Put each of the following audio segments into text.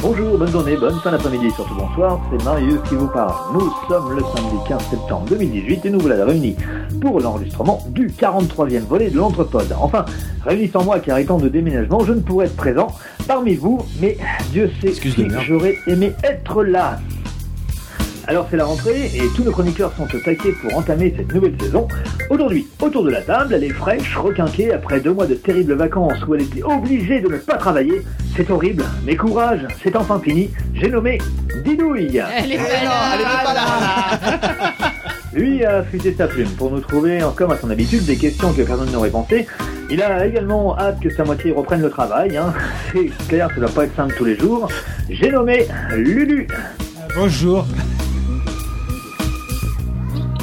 bonjour, bonne journée, bonne fin d'après-midi, surtout bonsoir, c'est Marius qui vous parle. Nous sommes le samedi 15 septembre 2018 et nous voilà réunis pour l'enregistrement du 43e volet de l'Entrepode. Enfin, réunis sans moi car étant de déménagement, je ne pourrais être présent parmi vous, mais Dieu sait Excuse si de merde. j'aurais aimé être là. Alors c'est la rentrée et tous nos chroniqueurs sont au taquet pour entamer cette nouvelle saison. Aujourd'hui, autour de la table, elle est fraîche, requinquée après deux mois de terribles vacances où elle était obligée de ne pas travailler. C'est horrible, mais courage, c'est enfin fini. J'ai nommé Didouille. Elle est pas là. Lui a affûté sa plume pour nous trouver, comme à son habitude, des questions que personne n'aurait pensé. Il a également hâte que sa moitié reprenne le travail. Hein. C'est clair, ça doit pas être simple tous les jours. J'ai nommé Lulu. Bonjour.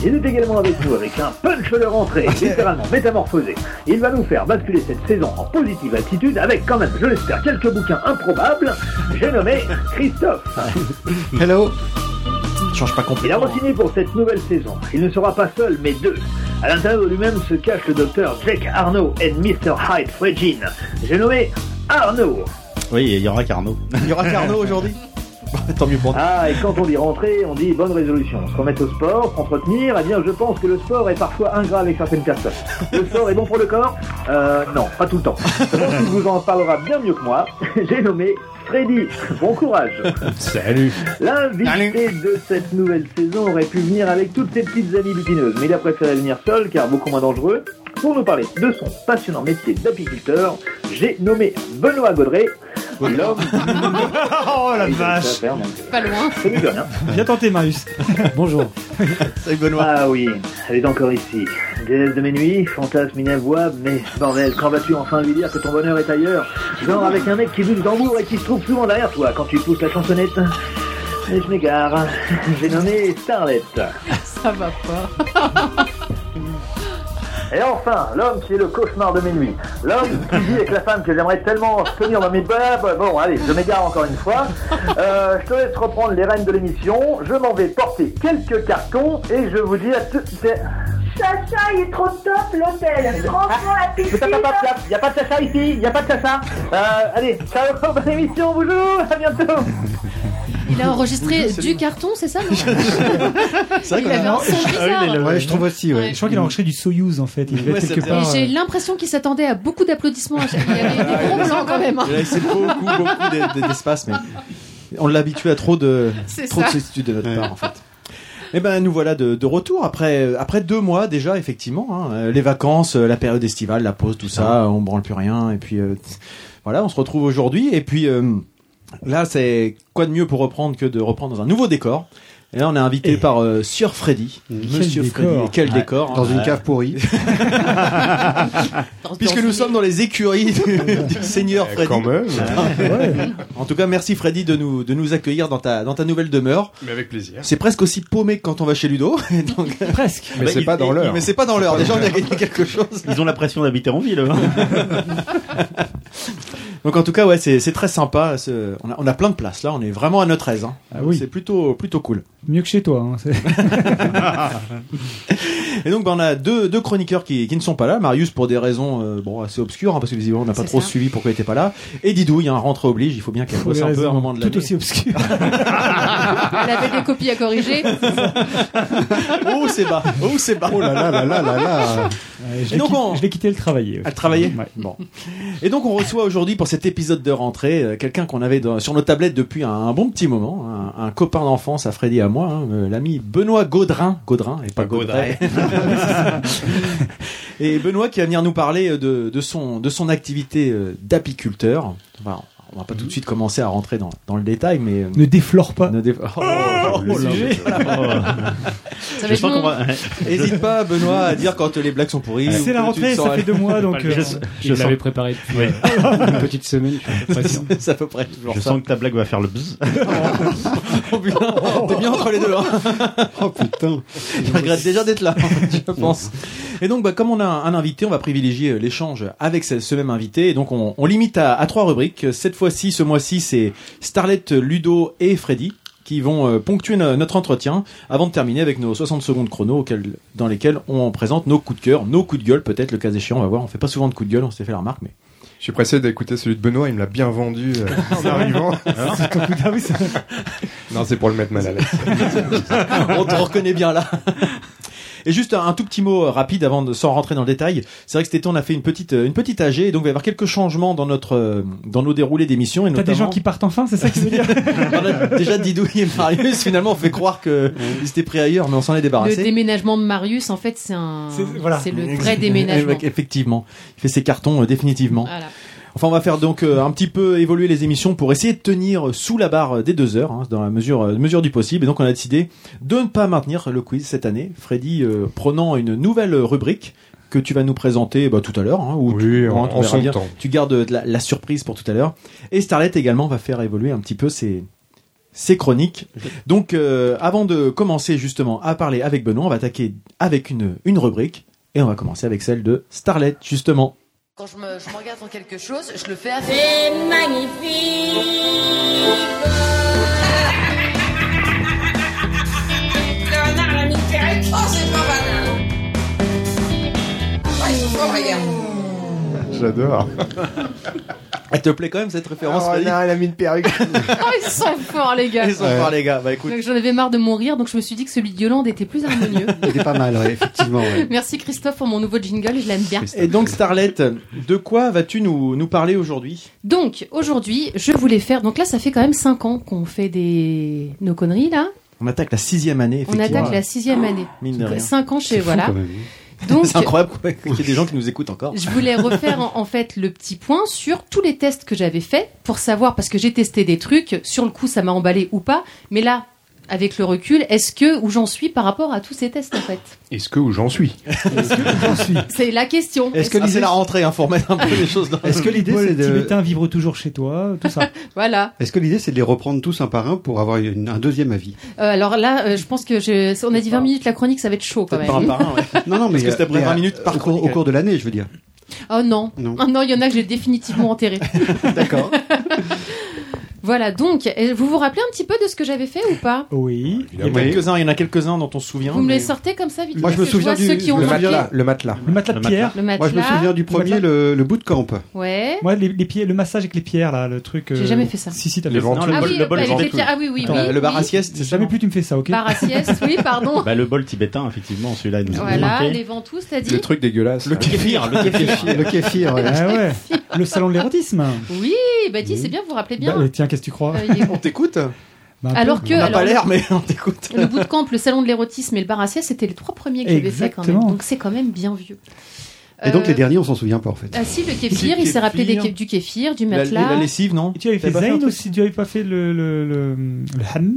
Il est également avec nous avec un punch de rentrée, littéralement métamorphosé. Il va nous faire basculer cette saison en positive attitude avec quand même, je l'espère, quelques bouquins improbables. J'ai nommé Christophe. Hello. Change pas Il a complètement. re-signé pour cette nouvelle saison. Il ne sera pas seul, mais deux. À l'intérieur de lui-même se cache le docteur Jake Arnaud et Mr. Hyde Fredgin. J'ai nommé Arnaud. Oui, il y aura Carnot. Il y aura Carnot aujourd'hui Tant mieux pour nous. Ah, et quand on dit rentrer, on dit bonne résolution. Se remettre au sport, s'entretenir, eh bien je pense que le sport est parfois ingrat avec certaines personnes. Le sport est bon pour le corps Euh, non, pas tout le temps. Je pense qu'il vous en parlera bien mieux que moi. J'ai nommé Freddy. Bon courage. Salut. L'invité de cette nouvelle saison aurait pu venir avec toutes ses petites amies butineuses, mais il a préféré venir seul car beaucoup moins dangereux. Pour nous parler de son passionnant métier d'apiculteur, j'ai nommé Benoît Gaudret, l'homme Oh la vache Pas loin. C'est mieux que rien. Bien tenté Marius Bonjour Salut Benoît. Ah oui, elle est encore ici. Déesse de mes nuits, fantasme inavouable, mais bordel, quand vas-tu enfin lui dire que ton bonheur est ailleurs Genre avec un mec qui joue du tambour et qui se trouve souvent derrière toi quand tu pousses la chansonnette. Mais je m'égare, j'ai nommé Starlet. Ça va pas. Et enfin, l'homme qui est le cauchemar de mes nuits. L'homme qui vit avec la femme que j'aimerais tellement tenir dans mes babes. Bon, allez, je m'égare encore une fois. Euh, je te laisse reprendre les rênes de l'émission. Je m'en vais porter quelques cartons et je vous dis à tout... Sacha, il est trop top l'hôtel. Franchement, la piscine. Il n'y a pas de Sacha ici, il n'y a pas de Sacha. Euh, allez, ciao, bonne émission, bonjour, à bientôt. Il a enregistré du carton, c'est ça non C'est Il avait un son bizarre. Ouais, je trouve aussi, ouais. Ouais. Je crois qu'il a enregistré du Soyuz en fait, il devait Ouais, être c'est quelque bien. Et part... j'ai euh, l'impression qu'il s'attendait à beaucoup d'applaudissements. à chaque- Il y avait des gros blancs quand même. hein. Il euh, a laissé beaucoup, beaucoup d'e- d'e- d'espace, mais on l'a habitué à trop de, C'est trop de ça. sollicitude de notre part, en fait. Eh ben, nous voilà de, de retour après, euh, après deux mois déjà, effectivement. hein. Euh, Les vacances, euh, la période estivale, la pause, tout ça, euh, on branle plus rien. Et puis, euh, voilà, on se retrouve aujourd'hui. Et puis, euh, là, c'est quoi de mieux pour reprendre que de reprendre dans un nouveau décor et là, on est invité Et- par euh, Sieur Freddy. Monsieur décor. Freddy. Et Quel décor. hein. Dans une cave pourrie. Puisque nous sommes dans les écuries du, du Seigneur Freddy. Euh, Quand même. hein. En tout cas, merci Freddy de nous, de nous accueillir dans ta, dans ta nouvelle demeure. Mais avec plaisir. C'est presque aussi paumé que quand on va chez Ludo. Et donc, Presque Mais bah, c'est il- pas dans il- l'heure. Mais c'est pas dans l'heure. Déjà, on a gagné quelque chose. Ils ont la pression d'habiter en ville. hein. Donc, en tout cas, ouais, c'est c'est très sympa. ce- On a, on a plein de places là. On est vraiment à notre aise. hein. Ah oui. C'est plutôt, plutôt cool. Mieux que chez toi hein, c'est- Et donc, bah, on a deux, deux chroniqueurs qui, qui ne sont pas là. Marius pour des raisons euh, bon, assez obscures, hein, parce que visiblement, on n'a pas C'est trop ça. suivi pourquoi il était pas là. Et Didouille, hein, rentre oblige. Il faut bien qu'elle Pour des bosse un peu à un raisons moment de l'année. Tout aussi obscur Elle avait des copies à corriger. Oh, c'est bas. Oh, c'est bas. Oh là là là là là là. Ouais, Je Et l'ai donc, on- quitté- je l'ai quitté le travailler. À le travailler Ouais. Bon. Et donc on reçoit aujourd'hui pour cet épisode de rentrée euh, quelqu'un qu'on avait dans- sur nos tablettes depuis un, un bon petit moment, un, un copain d'enfance à Freddy et à moi, hein, euh, l'ami Benoît Gaudrin, Gaudrin et pas Gaudret. et Benoît qui va venir nous parler euh, de, de son de son activité euh, d'apiculteur. Enfin, on va pas tout de suite commencer à rentrer dans, dans le détail, mais euh, Ne déflore pas ne dé- Oh, le sujet. Ça va Oh. Je être sens long. qu'on va- Hésite pas Benoît à dire quand les blagues sont pourries. ou C'est la que tu te rentrée, sens ça à fait deux mois donc... Je, euh, je sens, préparé depuis oui. une petite semaine. C'est à peu près toujours Je ça. sens que ta blague va faire le buzz. Oh, putain, T'es bien entre les deux. Hein. Oh putain. Je regrette déjà d'être là, je pense. Et donc, bah, comme on a un, un invité, on va privilégier euh, l'échange avec ce, ce même invité. Et donc, on, on limite à, à trois rubriques. Cette fois-ci, ce mois-ci, c'est Starlet, Ludo et Freddy qui vont euh, ponctuer no- notre entretien avant de terminer avec nos 60 secondes chrono auxquelles- dans lesquelles on présente nos coups de cœur, nos coups de gueule peut-être le cas échéant, on va voir, on fait pas souvent de coups de gueule, on s'est fait la remarque mais Je suis pressé d'écouter celui de Benoît, il me l'a bien vendu euh, en arrivant. Ah oui, ça- non, c'est pour le mettre mal à l'aise. On te reconnaît bien là. Et juste un, un tout petit mot euh, rapide avant de sans rentrer dans le détail. C'est vrai que cet été on a fait une petite euh, une petite AG et donc il va y avoir quelques changements dans notre euh, dans nos déroulés d'émissions et T'as notamment. des gens qui partent enfin, c'est ça qui veut dire On a déjà Didouille et Marius finalement on fait croire que ils s'étaient pris ailleurs mais on s'en est Le débarrassé. déménagement de Marius, en fait, c'est un, C'est- voilà. c'est le vrai déménagement. Effectivement, il fait ses cartons euh, définitivement. Voilà. Enfin, on va faire donc euh, un petit peu évoluer les émissions pour essayer de tenir sous la barre euh, des deux heures, hein, dans la mesure, euh, mesure du possible. Et donc, on a décidé de ne pas maintenir le quiz cette année. Freddy euh, prenant une nouvelle rubrique que tu vas nous présenter bah, tout à l'heure. Hein, ou Oui, tu, en, hein, on en verra son bien. temps. Tu gardes de la, la surprise pour tout à l'heure. Et Starlet également va faire évoluer un petit peu ses, ses chroniques. Donc, euh, avant de commencer justement à parler avec Benoît, on va attaquer avec une, une rubrique. Et on va commencer avec celle de Starlet, justement. Quand je me, je me regarde dans quelque chose, je le fais avec. C'est magnifique. Bernard Mitterrand. Oh, c'est pas mal Ouais, ils sont forts, les gars J'adore. Elle te plaît quand même cette référence Ah, Freddy elle a mis une perruque. Oh, ils sont forts, les gars. Ils sont forts, les gars. Bah écoute, Donc, J'en avais marre de mon rire, donc je me suis dit que celui de Yolande était plus harmonieux. Il est pas mal, ouais, effectivement. ouais. Merci Christophe pour mon nouveau jingle, je l'aime bien. Et donc Starlet, de quoi vas-tu nous, nous parler aujourd'hui Donc aujourd'hui, je voulais faire. Donc là, ça fait quand même 5 ans qu'on fait des nos conneries là. On attaque la sixième année, On effectivement. attaque la sixième année. Mine de rien. 5 ans chez C'est fou, voilà. Ah. quand même. Donc C'est incroyable qu'il y ait des gens qui nous écoutent encore. je voulais refaire en, en fait le petit point sur tous les tests que j'avais faits pour savoir parce que j'ai testé des trucs. Sur le coup, ça m'a emballé ou pas. Mais là. Avec le recul, est-ce que où j'en suis par rapport à tous ces tests en fait Est-ce que où j'en suis C'est la question. Est-ce que Est-ce- c'est la rentrée, hein, faut remettre un peu les choses dans Est-ce que l'idée Paul, c'est de... Tibétain, vivre toujours chez toi, tout ça. voilà Est-ce que l'idée c'est de les reprendre tous un par un pour avoir une- un deuxième avis Euh, Alors là, euh, je pense que je... on a dit 20 minutes la chronique, ça va être chaud quand même. par un par un, ouais. Non, non, mais Parce que c'est après mais, 20 euh, minutes par au cours, chronique. au cours de l'année, je veux dire. Oh non. Non. Ah non, il y en a que j'ai définitivement enterré. D'accord. voilà, donc, et vous vous rappelez un petit peu de ce que j'avais fait ou pas Oui. Il y en a quelques-uns, il y en a quelques-uns dont on se souvient. Vous me mais- les sortez comme ça vite Moi, fait, je me parce que souviens vois du- ceux qui ont le Le marqué matelas. Le matelas. Le matelas Le de pierre. le matelas. Moi, je me souviens du premier, matelas. le, le boot camp. Ouais. Moi, les, les pieds, le massage avec les pierres, là, le truc. euh, J'ai jamais fait ça. Si, si, t'as Le fait ça. ventre. Non, le ah, bol- oui, le bol avec ventre. les pierres. Ah oui, oui, Attends, oui. le bar à oui. sieste, c'est ça Jamais plus tu me fais ça, ok Bar à sieste, oui, pardon. Bah, le bol tibétain, effectivement, celui-là, il nous a voilà, manqué. les ventouses, t'as dit Le truc dégueulasse. Le là. kéfir, le kéfir. Le kéfir, ouais. Ah ouais. Le salon de l'érotisme. Oui, bah dis, c'est bien, vous vous rappelez bien. Bah, euh, tiens, qu'est-ce que tu crois Euh, il est- On t'écoute Bah, un peu. Alors que On n'a alors, pas l'air, mais on t'écoute. le bootcamp, le salon de l'érotisme et le bar à sieste, c'était les trois premiers que j'avais fait quand même. Exactement. Donc c'est quand même bien vieux. Et donc Euh, les derniers, on s'en souvient pas en fait. Ah si, le kéfir, il s'est kéfir. rappelé des ké- du kéfir, du La, la- matelas. la lessive, non Et tu avais fait T'avais pas fait un Zayn truc aussi, tu avais pas fait le, le, le, le ham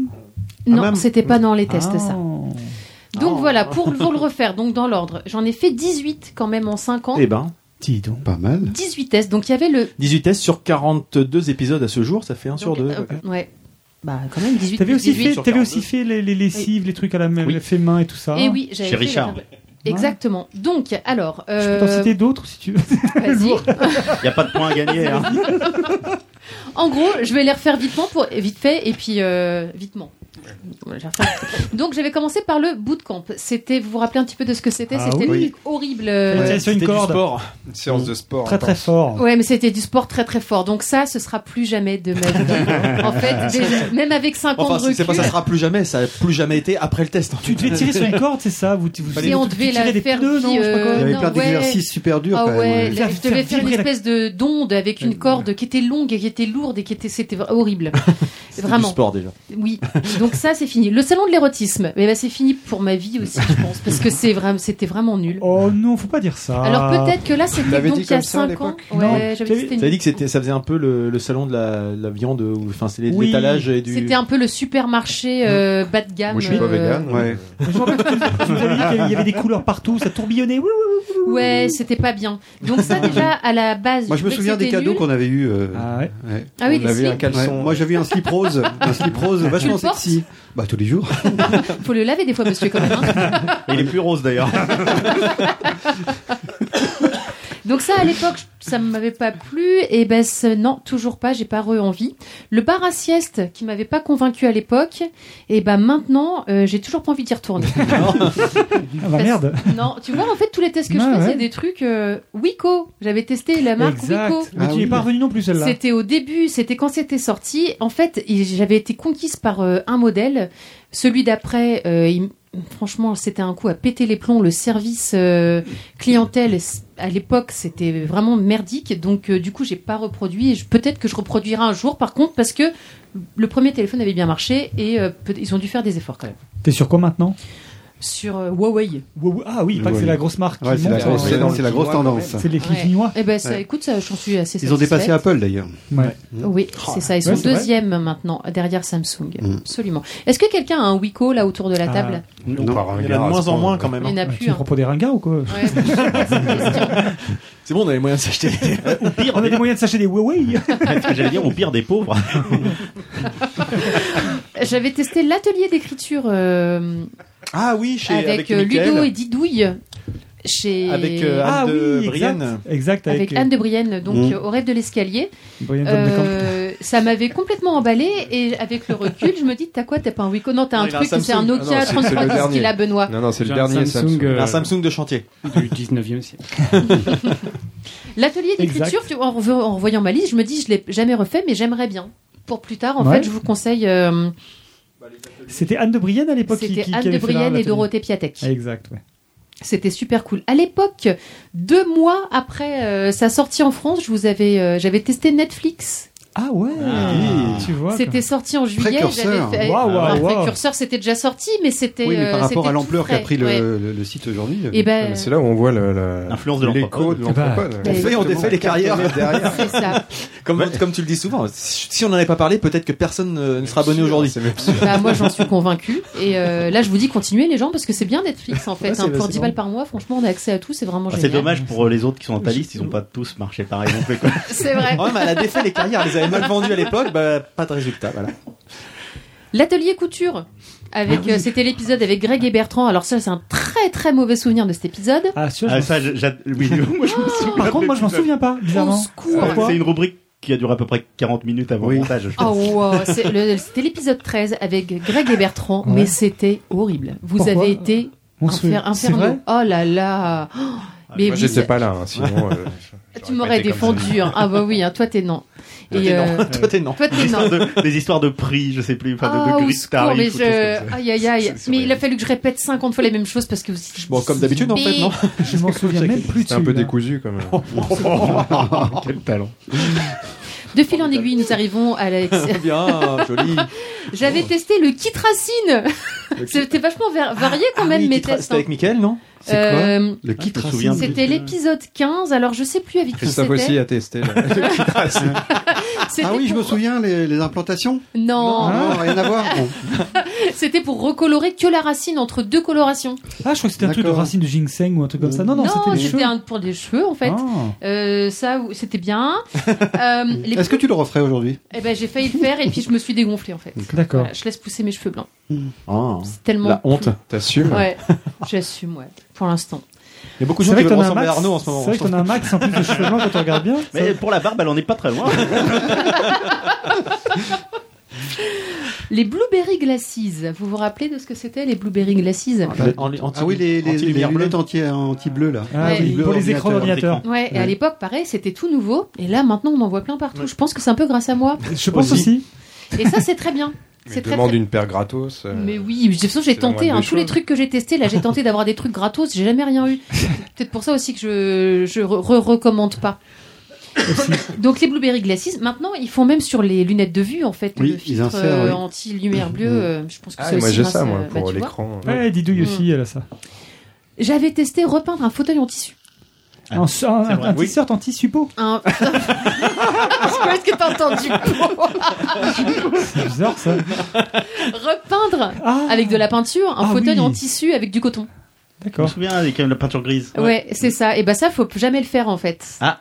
Non, même. c'était pas dans les tests Ah. ça. Donc Ah. voilà, pour, pour le refaire, donc dans l'ordre, j'en ai fait 18 quand même en 5 ans. Eh ben, Dis donc. Pas mal. 18 tests, donc il y avait le... 18 tests sur 42 épisodes à ce jour, ça fait un sur donc, deux. euh, ouais. ouais. Bah quand même 18 T'avais aussi, 18. fait, sur t'avais 42. aussi fait les, les lessives, les trucs à la main, Oui. les faits main et tout ça. Et Eh oui, j'avais Chez fait la Richard. table. Exactement. Donc, alors... Je peux t'en euh, citer d'autres si tu veux. vas-y. Il n'y a pas de point à gagner. Hein. En gros, je vais les refaire vitement pour vite fait et puis euh, vitement. Je vais les refaire vite. Donc j'avais commencé par le bootcamp. C'était, vous vous rappelez un petit peu de ce que c'était Ah C'était le oui. truc horrible. euh, Tiens, sur C'était une du corde. sport. Une séance de sport. hein. Très très fort. Ouais, mais c'était du sport très très fort. Donc ça, ce sera plus jamais de ma vie. en fait, déjà- même avec 5 ans Enfin, de c'est- recul, c'est pas ça sera plus jamais, ça a plus jamais été après le test. en Tu fait. devais tirer sur une corde, c'est ça vous, tu- vous, Si on tu- tu devait la tirais des faire pneus, non, je sais pas quoi. Il y euh, avait non, plein d'exercices ouais. super durs Ah quand ouais, même. là, Faire- je devais faire faire une vibrer la- espèce de d'onde avec une corde qui était longue et qui était lourde et qui était c'était horrible. C'était du Vraiment. sport déjà. Oui. Donc ça c'est fini. Le salon de l'érotisme, mais ben c'est fini pour ma vie aussi je pense parce que c'est vraiment c'était vraiment nul. Oh non, faut pas dire ça. Alors peut-être que là c'était Ah. l'avais donc dit il y a comme ça, à 5 ans. l'époque Non, Ouais, j'avais dit c'était t'avais- Ça a dit nul. que c'était, ça faisait un peu le, le salon de la, la viande, ou enfin c'est les- Oui. l'étalage et du. C'était un peu le supermarché euh, bas de gamme. Moi, je suis pas euh, vegan. Ouais. Je me rappelle que tu tu nous avais dit qu'il y avait des couleurs partout, ça tourbillonnait. Oui, oui, Ouais, c'était pas bien. Donc ça déjà à la base. Moi je me trouvais que souviens des c'était cadeaux nul. qu'on avait eu. euh, oui. Ah ouais. ouais. Ah oui, On les avait un slips, Ouais. caleçon. Moi j'avais un slip rose, un slip rose vachement le portes sexy. Bah tous les jours. faut le laver des fois monsieur quand même. hein. Il est plus rose d'ailleurs. Donc ça, à l'époque, ça ne m'avait pas plu. Et ben ce- non, toujours pas. J'ai pas re envie. Le bar à sieste qui m'avait pas convaincu à l'époque, et ben maintenant, euh, j'ai toujours pas envie d'y retourner. Ah bah merde. Non, tu vois, en fait, tous les tests que je Ouais, faisais, ouais. des trucs euh, Wico. J'avais testé la marque Wico. Exact. Mais Ah tu n'y es oui. pas revenu non plus celle-là. C'était au début, c'était quand c'était sorti. En fait, il- j'avais été conquise par euh, un modèle. Celui d'après, euh, il- franchement, c'était un coup à péter les plombs. Le service euh, clientèle, c- à l'époque, c'était vraiment merdique. Donc, euh, du coup, j'ai pas reproduit. Et je- Peut-être que je reproduirai un jour, par contre, parce que le premier téléphone avait bien marché et euh, peut- ils ont dû faire des efforts quand même. T'es sur quoi maintenant Sur euh, Huawei. Wow, Ah oui, pas que c'est la grosse marque. Ouais, qui c'est la monte, grosse- euh, c'est la- dans le- c'est la grosse tendance. C'est les clips Ouais. chinois. Eh ben, ça, Ouais. écoute, ça, j'en suis assez Ils ont dépassé satisfaite. Apple d'ailleurs. Ouais. Oui, c'est ça. Ils sont Ouais, c'est vrai. deuxième maintenant, derrière Samsung. Mm. Absolument. Est-ce que quelqu'un a un Wico là autour de la Ah. table Non, Non, par un Il y en gars a à de ce moins en point, moins ouais. quand même. Il hein. n'y en a Ah, plus. tu me hein. prends pour des ringards ou quoi Ouais, je sais pas, c'est une question. C'est bon, on a les moyens de s'acheter. Au pire, on a des moyens de s'acheter des Huawei. J'allais dire au pire des pauvres. J'avais testé l'atelier d'écriture euh, Ah oui, chez avec, avec, euh, Mickaël. Ludo et Didouille. Chez... Avec, euh, ah Anne de oui, Brienne. exact. Exact. avec Avec, Anne de Brienne, donc Mm. euh, au rêve de l'escalier. euh, Brian Van de Kamp. Euh, ça m'avait complètement emballé et avec le recul, je me dis t'as quoi T'as pas un Wico Non, t'as Non, un il a un truc, c'est un Samsung. Nokia Ah non, c'est- c'est le 3310 qu'il dernier. a, Benoît. Non, non, c'est le J'ai un dernier Samsung, Samsung. euh, Un Samsung de chantier. du 19e siècle. L'atelier Exact. d'écriture, tu- en, revo- en voyant ma liste, je me dis, je l'ai jamais refait, mais j'aimerais bien. Pour plus tard, en Ouais. fait, je vous conseille. euh, C'était Anne de Brienne à l'époque qui, c'était qui- qui Anne de avait fait la- Brienne la et tenue. Dorothée Piatek. Ah, Exact, ouais. C'était super cool. À l'époque, deux mois après euh, sa sortie en France, je vous avais, euh, j'avais testé Netflix. Ah ouais Ah. Tu vois C'était sorti en juillet. Précurseur. j'avais fait- Waouh, Enfin, waouh, waouh. précurseur, c'était déjà sorti, mais c'était. Oui, mais euh, par rapport c'était à tout l'ampleur qu'a frais. pris le, Ouais. le- le site aujourd'hui. Eh ben, Mais euh, C'est là où on voit le- le- L'influence de l'écho de l'anthropode. l'anthropode. Bah, On fait, on défait les carrières. derrière. c'est ça. Comme, comme tu le dis souvent, si on n'en avait pas parlé, peut-être que personne euh, ne sera abonné aujourd'hui. Bah, moi, j'en suis convaincue. Et euh, là, je vous dis, continuez les gens, parce que c'est bien Netflix, en fait. Ouais, c'est- hein. pour c'est 10 bon. balles par mois, franchement, on a accès à tout. C'est vraiment Ah, génial. c'est dommage pour euh, les autres qui sont dans ta liste, ils n'ont pas tous marché pareil non plus. quoi. C'est vrai. Quand même, elle a défait les carrières, elle les avait mal vendues à l'époque, bah, pas de résultat. Voilà. L'atelier couture. Avec, euh, c'était l'épisode avec Greg et Bertrand. Alors ça, c'est un très très mauvais souvenir de cet épisode. Ah, sûr, Ah, ça, j'a- j'a- oui, Ah. moi, je me souviens Par contre, moi, je m'en plus de- souviens pas, Au bizarrement. secours. Pourquoi C'est une rubrique qui a duré à peu près 40 minutes avant le montage. je Oh, Ah, pense. wow. C'est le- C'était l'épisode 13 avec Greg et Bertrand, Ouais. mais c'était horrible. Vous Pourquoi avez été Monstrueux. infer- C'est infernaux. vrai Oh là là. Oh, mais Moi, vous- j'étais pas là, hein, sinon. euh, tu Ah, j'aurais pas m'aurais été comme ça. défendu. hein. Ah bah oui, hein, toi t'es non. Toi, Et t'es euh, non. Toi, t'es non. toi t'es Des non. histoires, de, des histoires de prix, je sais plus, enfin de, Ah, de au grilles de secours, tarifs mais ou des choses comme je... Aïe, aïe, aïe. C'est Mais il a horrible. fallu que je répète 50 fois les mêmes choses parce que vous... Bon, comme d'habitude, en fait, non Je m'en souviens même plus de C'était un peu celui-là. décousu quand même. ça. Quel talent. De fil en aiguille, nous arrivons à la... Très bien, joli. J'avais testé le kit racine. C'était vachement var- varié quand même Ah oui, mes qui tra- tests. C'était avec Mickaël, non hein. Euh, Le Ah, je kit me souviens plus. C'était l'épisode 15, alors je sais plus avec qui Christophe c'était. aussi a testé. là. C'était Ah oui, je me pour- souviens, les, les implantations. Non, Non, rien à voir. Bon. c'était pour recolorer que la racine entre deux colorations. Ah, je crois que c'était un truc de D'accord. racine de ginseng ou un truc comme ça. Non, non, c'était non, les cheveux. c'était un pour des cheveux en fait. Ah. Euh, ça, ou- c'était bien. Euh, les- Est-ce que tu le referais aujourd'hui Eh ben, j'ai failli le faire et puis je me suis dégonflée en fait. D'accord. Voilà, je laisse pousser mes cheveux blancs. Oh, C'est tellement la honte. T'assumes Ouais, j'assume, ouais, pour l'instant. Il y a beaucoup de C'est gens vrai qui que veulent t'en as un ressembler à max. Arnaud en ce moment. C'est vrai je trouve. qu'on a un max en plus de cheveux blancs quand on regarde bien. Mais pour la barbe, elle en est pas très loin. Les blueberry glacis, vous vous rappelez de ce que c'était les blueberry glacis Anti- anti- Ah oui, les, les, les anti-lumière bleue. lunettes entières anti-bleues là. Ah Ouais. oui, Bleu pour les écrans d'ordinateur. ordinateur. Ouais, et à l'époque, pareil, c'était tout nouveau. Et là, maintenant, on en voit plein partout. Je pense que c'est un peu grâce à moi. Je pense aussi. Et ça, c'est très bien. C'est Mais très, demande très- une paire gratos. euh, Mais oui, de toute façon, j'ai c'est la tenté moindre hein, des tous les choses. trucs que j'ai testés. Là, j'ai tenté d'avoir des trucs gratos, j'ai jamais rien eu. C'est Peut-être pour ça aussi que je je re- re- recommande pas. Donc les blueberry glacis, maintenant ils font même sur les lunettes de vue en fait Oui, le ils filtre insèrent, euh, oui. anti-lumière bleue. Mm. euh, je pense que Ah, c'est moi aussi j'ai grâce ça, à- moi, bah, pour tu vois. l'écran. Ouais, Didouille Mm. aussi, elle a ça. J'avais testé repeindre un fauteuil en tissu. Un, un, c'est vrai. un t-shirt anti-suppo. Un... Je sais pas ce que t'as entendu. C'est bizarre ça. repeindre Ah, avec de la peinture, un Ah fauteuil oui. en tissu avec du coton. Je me D'accord. souviens avec euh, la peinture grise. Ouais, c'est ça. Et bah ça, faut jamais le faire en fait. Ah.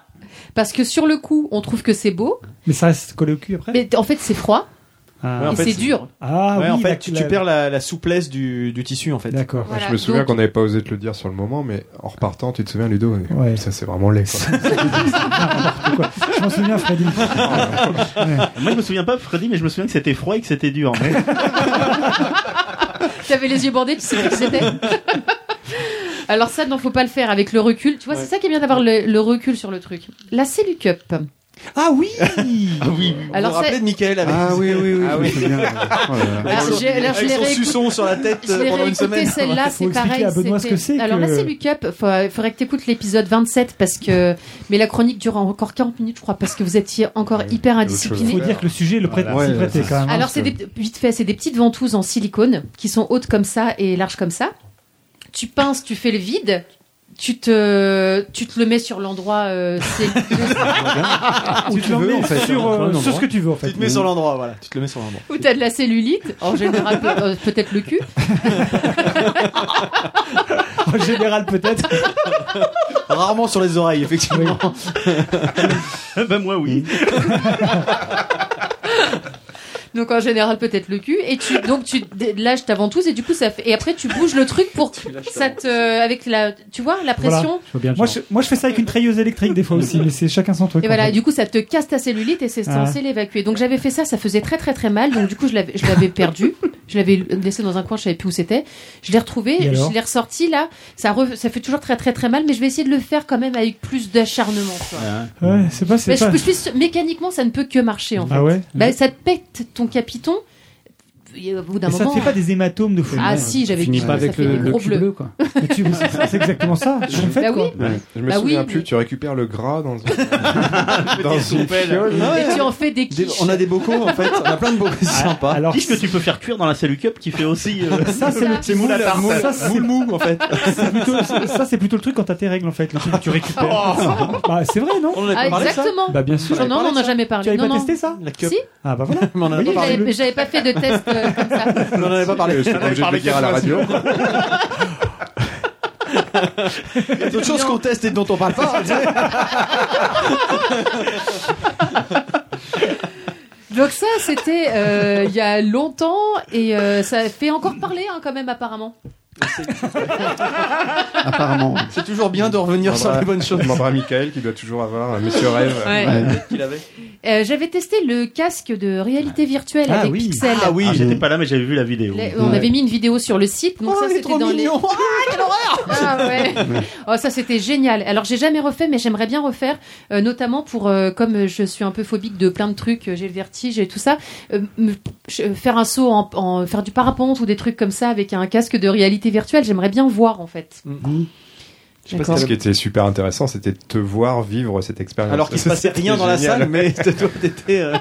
Parce que sur le coup, on trouve que c'est beau, Mais ça reste collé au cul après mais t- en fait c'est froid. Ah. Ouais, en Et fait, c'est c'est- dur. Ah Ouais, oui, en fait, la- tu, la- tu perds la, la souplesse du, du tissu en fait. D'accord. Voilà, je me souviens donc- qu'on n'avait pas osé te le dire sur le moment, mais en repartant, tu te souviens, Ludo mais Ouais. Ça, c'est vraiment laid. quoi. Je m'en souviens, Freddy. Moi, je me souviens pas, Freddy, mais je me souviens que c'était froid et que c'était dur. Mais T'avais les yeux bordés, tu sais plus qui c'était. Alors ça, non, faut pas le faire avec le recul. Tu vois, c'est ça qui est bien d'avoir le, le recul sur le truc. La Célu Cup. Ah oui Ah oui. Alors, Alors, vous vous rappelez c'est- de Michael avec Ah oui, oui, oui. Ah je me oui. souviens. Oh là là. Ah, j'ai- là, je avec l'ai son réécouté- suçon sur la tête Je l'ai euh, pendant une réécouté semaine. celle-là, Faut c'est expliquer pareil. à Benoît ce c'était- que c'est Alors que- là, c'est Lucup. Faut- faudrait que t'écoutes l'épisode 27 parce que. Mais la chronique dure encore 40 minutes, je crois, parce que vous étiez encore hyper chose à Il faut indiscipliné. dire que le sujet le prête, Voilà. s'y prêtait Ouais, quand même. hein. Alors c'est des, vite fait, c'est des petites ventouses en silicone qui sont hautes comme ça et larges comme ça. Tu pinces, tu fais le vide. Tu te, tu te le mets sur l'endroit. euh, c'est- Où tu l'emmènes en fait, sur, hein, euh, un sur ce endroit. que tu veux en fait. Tu te mets sur l'endroit, voilà. Tu te le mets sur l'endroit. Ou t'as de la cellulite, en général peut- euh, peut-être le cul. En général peut-être. Rarement sur les oreilles, effectivement. ben moi, oui. Donc en général peut-être le cul. Et tu donc tu dé- lâches ta ventouse et du coup ça fait. Et après tu bouges le truc pour ça te avec la tu vois la Voilà. pression. Je veux bien le Moi genre. je, moi je fais ça avec une treilleuse électrique des fois aussi, mais c'est chacun son truc. Et en voilà, fait. et du coup ça te casse ta cellulite et c'est Ah. censé l'évacuer. Donc j'avais fait ça, ça faisait très très très mal. Donc du coup je l'avais je l'avais perdu, je l'avais laissé dans un coin, je savais plus où c'était. Je l'ai retrouvé, Et alors je l'ai ressorti là. Ça re- ça fait toujours très très très mal, mais je vais essayer de le faire quand même avec plus d'acharnement. quoi. Ouais, c'est pas, c'est Mais je, pas. je suis sûre- mécaniquement ça ne peut que marcher en fait. Ah ouais. Bah, ça te pète ton capiton. Et Au bout d'un Et ça moment. te fait pas des hématomes de fou. Ah Ouais. si, j'avais euh, Finis ça pas avec fait le, des le gros cul bleus. bleu, quoi. Mais tu- mais c'est c'est exactement ça. Je le fais, Bah quoi. oui, Je me Bah souviens oui, plus, mais- tu récupères le gras dans, un- dans une fiole. euh, et tu en fais des Ah Des- quiches. on a des bocaux en fait, on a plein de bocaux c'est sympa. Alors Dis ce que tu peux faire cuire dans la Salut Cup qui fait aussi. euh, ça c'est le C'est moule à part. moule, Ça, c'est- moule mou en fait. c'est plutôt- Ça c'est plutôt le truc quand t'as tes règles en fait. le truc que Tu récupères. Bah c'est vrai non On en a Ah, pas parlé de ça exactement. Bah, bien sûr. J'en- non, parlé on n'en a de jamais parlé. Tu avais non, pas non. testé ça La cup. Si, Ah bah voilà. Mais on en a oui, pas parlé. j'avais- j'avais pas fait de test euh, comme ça. On en avait pas parlé. Je suis obligé de le dire à la radio. Il y a d'autres choses qu'on teste et dont on parle pas. tu sais. Donc ça, c'était euh, il y a longtemps et euh, ça fait encore parler hein, quand même apparemment. Apparemment. C'est toujours bien de revenir sur les bonnes choses. Je demandera à Michael qui doit toujours avoir un monsieur rêve. qu'il avait. Euh, j'avais testé le casque de réalité virtuelle Ah avec oui. Pixel. Ah oui. Ah, j'étais pas là, mais j'avais vu la vidéo. Les- on avait mis une vidéo sur le site, donc Oh, ça il est c'était trop dans les. mignon. Ah ouais. Oh, ça c'était génial. Alors j'ai jamais refait, mais j'aimerais bien refaire, euh, notamment pour euh, comme je suis un peu phobique de plein de trucs, euh, j'ai le vertige et tout ça, euh, me- je- euh, faire un saut en, en- faire du parapente ou des trucs comme ça avec un casque de réalité virtuelle, j'aimerais bien voir en fait. Je sais pas D'accord. si ce qui était super intéressant, c'était de te voir vivre cette expérience. Alors qu'il se passait rien dans la Génial. salle, mais toi t'étais. euh,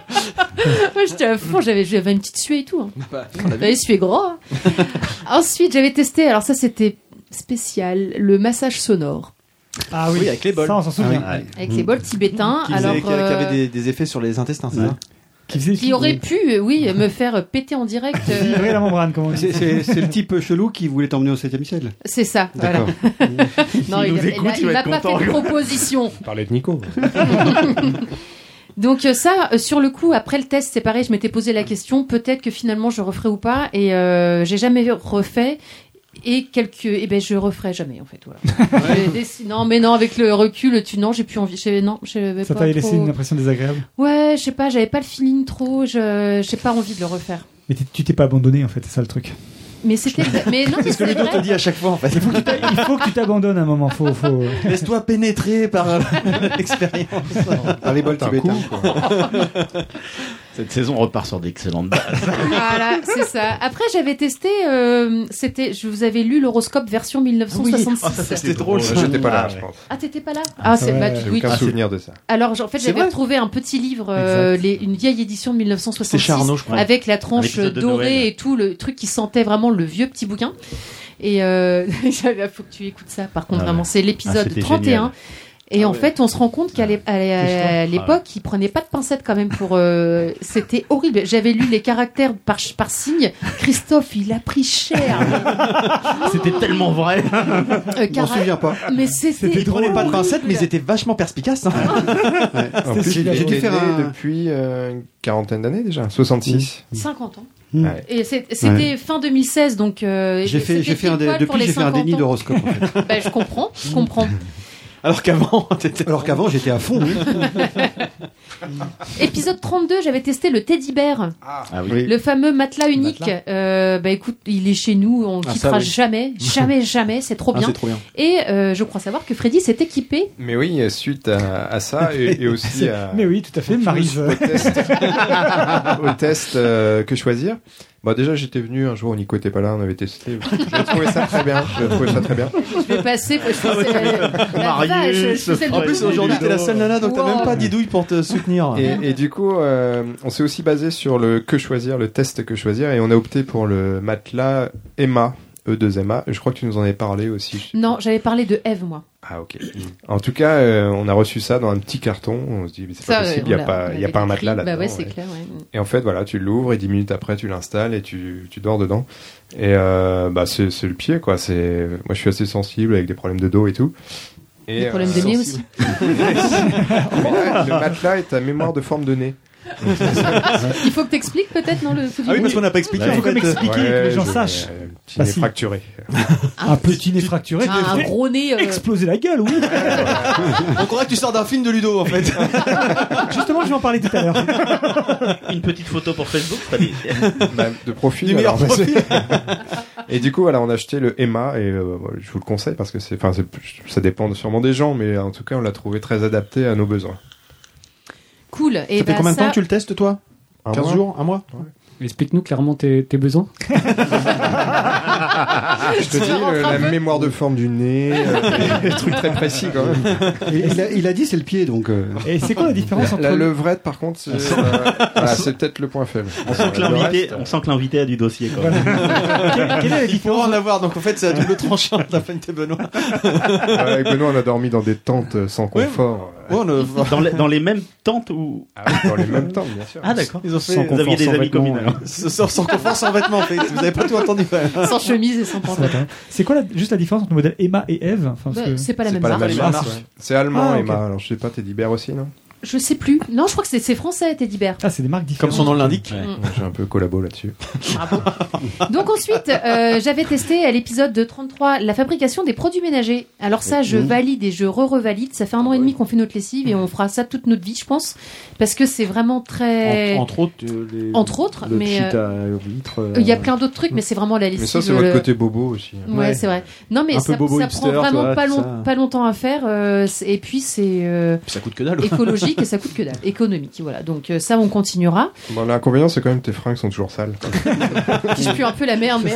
Ouais, J'étais à fond, j'avais j'avais une petite suée et tout. hein. bah, on l'a vu. J'avais une suée gros. hein. Ensuite j'avais testé, alors ça c'était spécial, le massage sonore Ah oui. Oui, avec les bols. Ça on s'en souvient. Ah, ouais. avec les bols tibétains. Mmh. Qui, faisait- alors qui avait euh, des, des effets sur les intestins, c'est ça Qui faisait- qui aurait pu, euh, oui, me faire péter en direct. euh, Vibrer la membrane comment on dit. C'est- C'est c'est le type chelou qui voulait t'emmener au 7 ciel. C'est ça, voilà. D'accord. Non, Il il, il nous a- écoute, il il va m'a être pas content. fait de proposition. Parlait de Nico. Donc euh, ça, euh, sur le coup, après le test, c'est pareil, je m'étais posé la question, peut-être que finalement je referai ou pas, et euh, j'ai jamais refait. Et quelques, eh ben je referai jamais en fait. Voilà. J'ai décidé- Non mais non avec le recul, tu non j'ai plus envie. j'ai- Non, j'avais Ça pas t'avait trop- laissé une impression désagréable. Ouais, je sais pas, j'avais pas le feeling trop. Je j'ai pas envie de le refaire. Mais t'es- tu t'es pas abandonné en fait, c'est ça le truc. Mais c'était, mais non, mais Ce que c'est Ludo te vrai. dit à chaque fois en fait. Il faut que tu t'abandonnes un moment. Faut, faut... Laisse-toi pénétrer par euh, l'expérience. Par les bols T'as un tibétains. coup, quoi. Cette saison repart sur d'excellentes bases. Voilà, c'est ça. Après j'avais testé, euh, c'était, je vous avais lu l'horoscope version 1966. Ah, ça, C'était drôle, ça. J'étais pas là, Ah, je ouais. pense. Ah, t'étais pas là Ah, c'est ouais, bah, J'ai oui. aucun tu- souvenir de ça. Alors, je- en fait, C'est j'avais vrai. retrouvé un petit livre, euh, les- une vieille édition de 1966, C'est Charnot, je crois. Ah, avec la tranche l'épisode de Noël. dorée et tout, le truc qui sentait vraiment le vieux petit bouquin. Et euh, j'avais- faut que tu écoutes ça, par contre, Ah ouais. vraiment, c'est Ah, l'épisode c'était 31. génial. Et Ah en ouais. fait, on se rend compte qu'à l'é- à l'é- à l'époque, ils prenaient pas de pincettes quand même pour. euh, C'était horrible. J'avais lu les caractères par, ch- par signe. Christophe, il a pris cher. C'était tellement vrai. Euh, Je m'en cara- souviens pas. Mais c'était. Ils prenaient pas de pincettes, mais ils étaient vachement perspicaces. hein. En C'était plus, il celui-là. est J'ai dû né faire un- depuis euh, une quarantaine d'années déjà, 66. 50 ans. Mm. Ouais. Et c'est- c'était fin 2016, donc. euh, J'ai fait, c'était j'ai fait un pile dé- poil pour depuis les j'ai fait un 50 déni Mm. ans. d'horoscope. En fait. Bah, je comprends, je comprends. Alors qu'avant, t'étais- Alors qu'avant j'étais à fond. oui. Épisode 32, j'avais testé le teddy bear, Ah oui. le fameux matelas unique. Euh, bah écoute, il est chez nous, on le Ah, ça, quittera oui. jamais, jamais, jamais, c'est trop Ah, bien. c'est trop bien. Et euh, je crois savoir que Freddy s'est équipé. Mais oui, euh, suite à, à ça et, et aussi à, Mais oui, tout à fait, Marise. au test, au test, euh, que choisir. Bah déjà j'étais venu un jour, Nico était pas là, on avait testé. J'ai trouvé ça très bien. J'ai trouvé ça très bien. Je vais passer. Je Ah faisais- la Marius, vache, je faisais le En plus, boulot. aujourd'hui, t'es la seule nana, donc t'as Wow. même pas d'idouille pour te soutenir. Ah Et, et du coup, euh, on s'est aussi basé sur le que choisir, le test que choisir, et on a opté pour le matelas Emma. E E2MA, je crois que tu nous en avais parlé aussi. je sais Non, j'avais parlé de Eve, moi. Ah ok. En tout cas, euh, on a reçu ça dans un petit carton. On se dit, mais c'est pas Ça, euh, possible, il on n'y a, l'a- on pas- y a l'avait pas un décrit. matelas Bah là-dedans. ouais, c'est ouais. clair. ouais. Et en fait, voilà, tu l'ouvres et 10 minutes après, tu l'installes et tu, tu dors dedans. Et euh, bah, c'est c'est le pied, quoi. C'est Moi, je suis assez sensible avec des problèmes de dos et tout. Et, Des problèmes de nez aussi. Mais là, le matelas et ta mémoire de forme de nez. Bah, Il faut que t'expliques peut-être, non le. Ah oui, parce qu'on n'a pas expliqué. Ouais. en euh, Faut fait. comme expliquer que les gens je- sachent. euh, petit Bah, nez si. fracturé. Un petit nez fracturé. Ah, un gros nez. euh, Exploser la gueule, oui. On croirait que tu sors d'un film de Ludo, en fait. Justement, je vais en parler tout à l'heure. Une petite photo pour Facebook, fallait- Bah, de profil. Du meilleur alors, parce- et du coup, voilà, on a acheté le Emma et euh, voilà, je vous le conseille parce que c'est, enfin, c'est- ça dépend sûrement des gens, mais en tout cas, on l'a trouvé très adapté à nos besoins. Cool. Et Ça fait bah, combien de temps ça- que tu le testes, toi Un 15 mois jours Un mois Explique-nous clairement tes, tes besoins. Je te dis, rentre euh, un la peu. mémoire de forme du nez, euh, des trucs très précis quand même. Et il, a, il a dit c'est le pied donc. euh, Et c'est quoi la différence entre. La le- levrette, par contre, c'est, euh, voilà, c'est peut-être le point faible. On sent que Le l'invité, reste, euh, on sent que l'invité a du dossier. Quoi. Quelle quelle est la Ah, Il faut différence en avoir, donc en fait, c'est à double tranchant, t'as pas été Benoît. voilà, avec Benoît, on a dormi dans des tentes euh, sans Oui. confort. Ouais, on euh, a- Dans, les, dans les mêmes tentes ou Ah oui, dans les mêmes tentes, bien sûr. Ah d'accord. Ils ont Vous fait. confort, aviez des sans amis vêtements, communs. ouais. alors. Sans, sans confort, sans vêtements, en fait. Vous avez pas tout entendu, quand même. sans chemise et sans pantalon. C'est quoi la- juste la différence entre le modèle Emma et Eve Enfin, parce Bah, que- c'est pas la C'est même pas la marque. même marque. marque. ouais. C'est allemand, Ah, ok. Emma. Alors, je sais pas, t'es libère aussi, non Je sais plus. Non, je crois que c'est c'est français, Teddy Bear. Ah, c'est des marques Comme différentes. son nom l'indique. Mm. J'ai un peu collabo là-dessus. Donc ensuite, euh, j'avais testé à l'épisode de 33 la fabrication des produits ménagers. Alors ça, je Mmh. valide et je re-revalide. Ça fait un an et demi qu'on fait notre lessive et on fera ça toute notre vie, je pense, parce que c'est vraiment très. Entre, entre autres, euh, les, Entre autres, le mais, shit à litre, euh, Il y a plein d'autres trucs, mais c'est vraiment la lessive. Mais ça, c'est le- votre côté bobo aussi. Ouais, c'est vrai. Non, mais Un peu ça, bobo ça hipster, prend vraiment toi, pas, tout long- ça. pas longtemps à faire. euh, c'est- et puis c'est euh, Ça coûte que dalle. écologique et ça coûte que dalle. Économique, voilà. Donc euh, ça, on continuera. Bon, l'inconvénient, c'est quand même que tes fringues sont toujours sales. Puis je pue un peu la merde, mais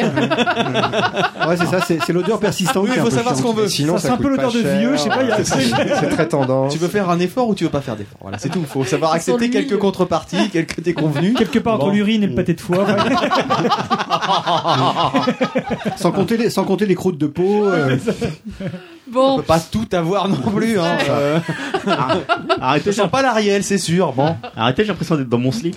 Ouais c'est ça, c'est c'est l'odeur persistante. Ah Oui, qui est faut un peu savoir ce chiante. qu'on veut. Sinon, ça sent un peu coûte pas l'odeur de cher. vieux, je sais pas, il y a- C'est c'est très tendance. Tu veux faire un effort ou tu veux pas faire d'effort Voilà, c'est tout. Faut savoir Ils sont accepter nuls. quelques contreparties, quelques déconvenues. Quelque part entre Bon. l'urine et le pâté de foie. ouais. Sans compter les, sans compter les croûtes de peau. euh, On bon. peut pas tout avoir non plus. Hein. Ouais. Euh, Arrêtez, te j'ai sens pas l'Ariel, c'est sûr. Bon. arrêtez, j'ai l'impression d'être dans mon slip.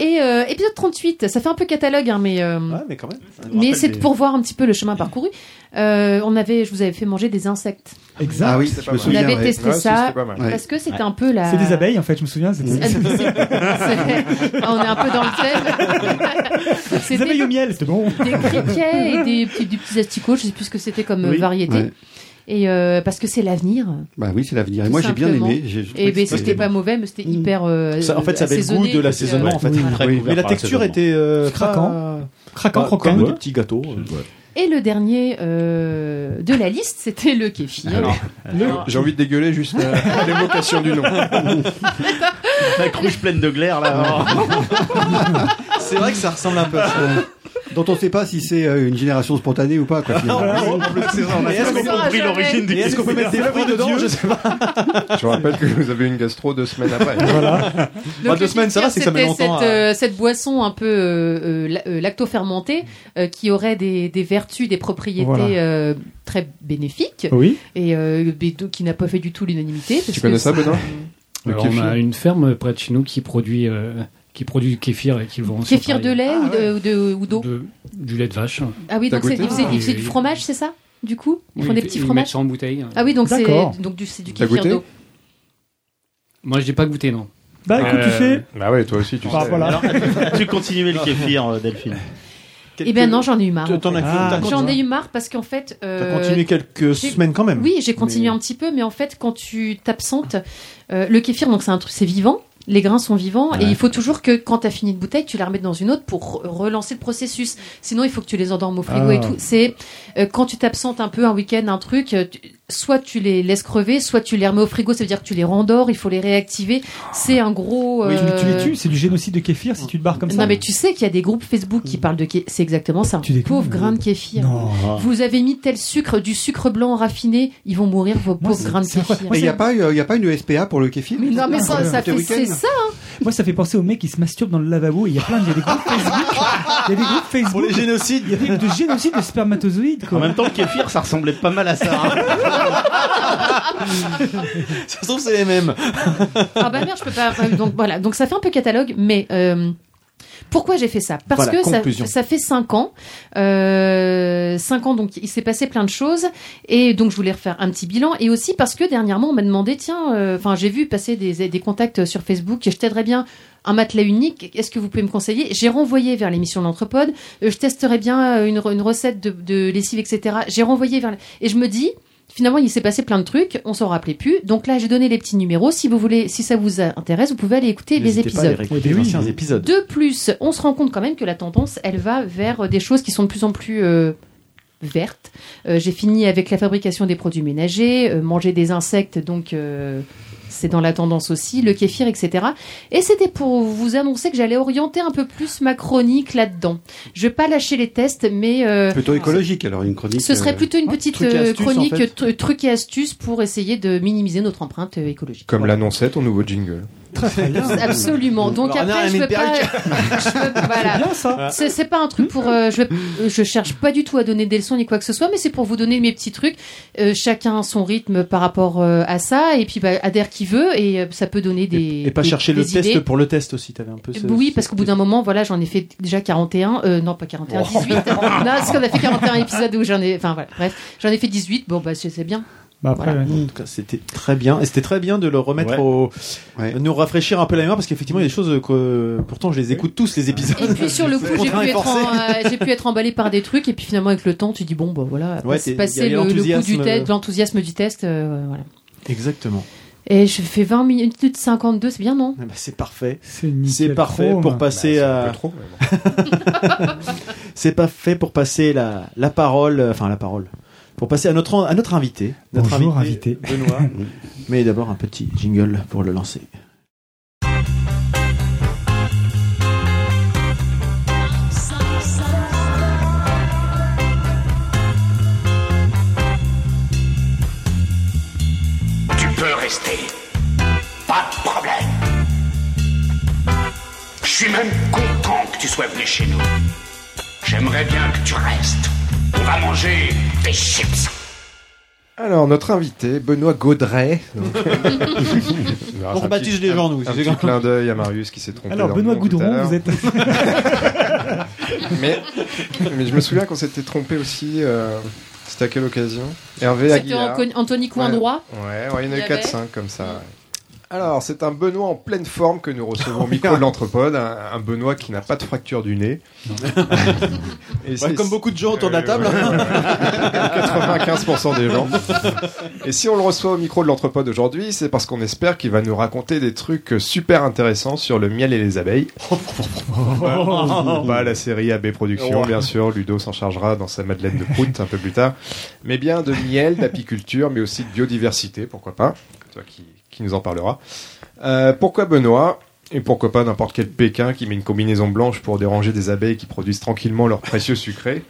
Et euh, épisode 38, ça fait un peu catalogue, hein, mais euh, Ouais, mais quand même. mais c'est pour voir un petit peu le chemin parcouru. Euh, on avait, je vous avais fait manger des insectes Exact. Ah oui, je me On souviens. avait ouais. testé Ouais, ça. c'est pas mal. Ouais. parce que c'était un peu la. C'est des abeilles en fait, je me souviens. c'est- Ah, Des non, c'est- c'est- on est un peu dans le thème. C'était abeilles au miel, c'était bon. des criquets et des petits, des petits asticots, je sais plus ce que c'était comme euh, Oui. variété. Ouais. Et euh, parce que c'est l'avenir. Bah oui, c'est l'avenir. Et Tout moi j'ai bien simplement. aimé. j'ai- je Et trouvais ben que c'était pas mauvais, mais c'était hyper. euh, Hmm. Ça, en fait, ça avait le goût assaisonné, de donc, euh, l'assaisonnement, en fait. voilà. Très Mais couvert la par un texture saison. était euh, Craquant. pas- Craquant, pas- croquant. Comme des petits gâteaux. euh. Et le dernier euh, de la liste, c'était le Ah, kéfir. Alors, J'ai- J'ai envie de dégueuler juste à, à l'évocation du nom. la cruche pleine de glaire là. C'est vrai que ça ressemble un peu. à ça. dont on ne sait pas si c'est euh, une génération spontanée ou pas. Quoi, finalement. Mais est-ce qu'on saura compris jamais. l'origine du- Et est-ce qu'on peut mettre des fruits dedans Je sais pas. Je vous rappelle que vous avez une gastro deux semaines après. Bah, deux le semaines, ça va, cimetière, c'est que ça met c'était longtemps Cette, à- euh, cette boisson un peu euh, euh, la- euh, lactofermentée euh, qui aurait des, des vertus, des propriétés Voilà. euh, très bénéfiques Oui. et euh, mais donc qui n'a pas fait du tout l'unanimité. parce Tu que connais ça, c'est- Benoît Le Alors, on kéfir. a une ferme près de chez nous qui produit, euh, qui produit du kéfir et qui le vend. aussi au Kéfir de pareil. Ah, lait ou de- ou de- ou d'eau De- Du lait de vache. Ah oui, T'as donc c'est- goûté ils faisaient, Ah, ils faisaient oui, du oui. fromage, c'est ça Du coup Ils font Oui, des petits ils mettent fromages ça en bouteille. Ah oui, donc c'est D'accord. donc du, c'est du T'as kéfir goûté d'eau. Moi, je n'ai pas goûté, non. Bah écoute, tu Euh, sais. Bah ouais, toi aussi, tu Bah sais. voilà. Alors, tu continuais le kéfir, euh, Delphine. Eh ben non, j'en ai eu marre. T'en as- en fait. t'as Ah, J'en ai continué- eu marre parce qu'en fait. t'as euh, continué quelques j'ai- semaines quand même. Oui, j'ai continué Mais- un petit peu, mais en fait, quand tu t'absentes, euh, le kéfir, donc c'est un truc, c'est vivant. Les grains sont vivants et il faut toujours que quand t'as fini de bouteille, tu la remettes dans une autre pour re- relancer le processus. Sinon, il faut que tu les endormes au frigo Ah. et tout. C'est euh, quand tu t'absentes un peu un week-end, un truc, euh, tu- soit tu les laisses crever, soit tu les remets au frigo. Ça veut dire que tu les rendors, il faut les réactiver. C'est un gros. Oui, tu, tu euh, les tues, c'est du génocide de kéfir si tu te barres comme ça. non mais tu sais qu'il y a des groupes Facebook qui parlent de kéfir. C'est exactement ça. Mm. Tu déconnes, Pauvre mais- grain de kéfir. Non. Vous avez mis tel sucre, du sucre blanc raffiné, ils vont mourir vos Moi, pauvres c'est- grains de c'est incroyable. kéfir. Moi, Mais il n'y a, pas, euh, y a pas une SPA pour le kéfir Mais non, mais ça, ça C'était fait, week-end c'est ça. Moi, ça fait penser aux mecs qui se masturbent dans le lavabo. et Il y a plein de, il y a des groupes Facebook. Il y a des groupes Pour Facebook. les génocides, Il y a des- de génocide de spermatozoïdes, En quoi. même temps, le kéfir, ça ressemblait pas mal à ça. hein. ça se trouve, c'est les mêmes. Ah bah merde, je peux pas. enfin, Donc voilà, donc ça fait un peu catalogue, mais. euh, pourquoi j'ai fait ça Parce Voilà, que ça, conclusion. ça fait cinq ans. Euh, cinq ans, donc il s'est passé plein de choses. Et donc je voulais refaire un petit bilan. Et aussi parce que dernièrement, on m'a demandé, tiens, euh, enfin j'ai vu passer des, des contacts sur Facebook, je t'aiderais bien un matelas unique, est-ce que vous pouvez me conseiller J'ai renvoyé vers l'émission de l'Entrepode, Euh, je testerais bien euh, une, re- une recette de, de lessive, etc. J'ai renvoyé vers... la- Et je me dis, finalement, il s'est passé plein de trucs, on s'en rappelait plus. Donc là, j'ai donné les petits numéros. Si vous voulez, si ça vous intéresse, vous pouvez aller écouter les N'hésitez pas à épisodes. aller réécouter Eh les oui. anciens épisodes. De plus, on se rend compte quand même que la tendance, elle va vers euh, des choses qui sont de plus en plus euh, vertes. Euh, J'ai fini avec la fabrication des produits ménagers, euh, manger des insectes, donc euh, c'est dans la tendance aussi, le kéfir, etc. Et c'était pour vous annoncer que j'allais orienter un peu plus ma chronique là-dedans. Je vais pas lâcher les tests, mais euh, Plutôt écologique, alors une chronique. ce serait euh, plutôt une ouais, petite truc et euh, astuce, en chronique fait. tru- truc et astuces pour essayer de minimiser notre empreinte euh, écologique. Comme l'annonçait ton nouveau jingle. Absolument. Donc Mmh. Alors, Anna, après, elle je veux met une pas. je veux- voilà. Bien ça. C'est c'est pas un truc pour. euh, je, je cherche pas du tout à donner des leçons ni quoi que ce soit, mais c'est pour vous donner mes petits trucs. Euh, chacun son rythme par rapport euh, à ça, et puis bah, adhère qui veut, et euh, ça peut donner des. Et, et pas des- chercher le des idées. test pour le test aussi, t'avais un peu ce- Oui, ce- parce qu'au bout d'un moment, voilà, j'en ai fait déjà 41, euh, non pas Oh. 41, 18. non, c'est qu'on a fait 41 épisodes où j'en ai, enfin voilà, bref, j'en ai fait 18. Bon bah c'est c'est bien. Bah après, Voilà. ouais. En tout cas, c'était très bien. Et c'était très bien de le remettre Ouais. au. Ouais. Nous rafraîchir un peu la mémoire parce qu'effectivement, il y a des choses que. Pourtant, je les écoute tous, les épisodes. Et puis sur le coup, j'ai pu, Contraint et être forcé. en- euh, j'ai pu être emballé par des trucs, et puis finalement avec le temps, tu dis bon bah voilà, Ouais, passe- t'es- y a passer le, le coup du l'enthousiasme, euh. test, l'enthousiasme du test, euh, voilà. Exactement. Et je fais 20 minutes 52, c'est bien, non Ah bah, c'est parfait. C'est C'est nickel parfait chrome. pour passer Bah, c'est un à. peu trop, mais bon. C'est pas fait pour passer la, la parole, euh, enfin la parole, pour passer à notre, à notre invité. Notre Bonjour, invité. Benoît. Mais d'abord un petit jingle pour le lancer. Tu peux rester. Pas de problème. Je suis même content que tu sois venu chez nous. J'aimerais bien que tu restes. On va manger des chips. Alors, notre invité, Benoît Gaudret. On rebaptise les gens, nous, Un c'est petit comme- clin d'œil à Marius qui s'est trompé. Alors dans le Benoît nom tout à Goudron, l'heure. vous êtes Mais, mais je me souviens qu'on s'était trompé aussi. euh, C'était à quelle occasion Hervé C'était Aguilar. Anco- Anthony Coindroit. Ouais, ouais, il y en a Il eu y 4-5 comme ça. ouais. Alors, c'est un Benoît en pleine forme que nous recevons au micro de l'Entrepode. Un, un Benoît qui n'a pas de fracture du nez. Et c'est- comme beaucoup de gens autour de la Euh, table. hein. ouais, ouais, ouais. 95% des gens. Et si on le reçoit au micro de l'Entrepode aujourd'hui, c'est parce qu'on espère qu'il va nous raconter des trucs super intéressants sur le miel et les abeilles. Oh, Pas- pas Oh, bah, la série AB Productions, bien sûr. Ludo s'en chargera dans sa Madeleine de Prout un peu plus tard. Mais bien de miel, d'apiculture, mais aussi de biodiversité, pourquoi pas. Toi qui, qui nous en parlera. Euh, pourquoi Benoît Et pourquoi pas n'importe quel Pékin qui met une combinaison blanche pour déranger des abeilles qui produisent tranquillement leurs précieux sucrés.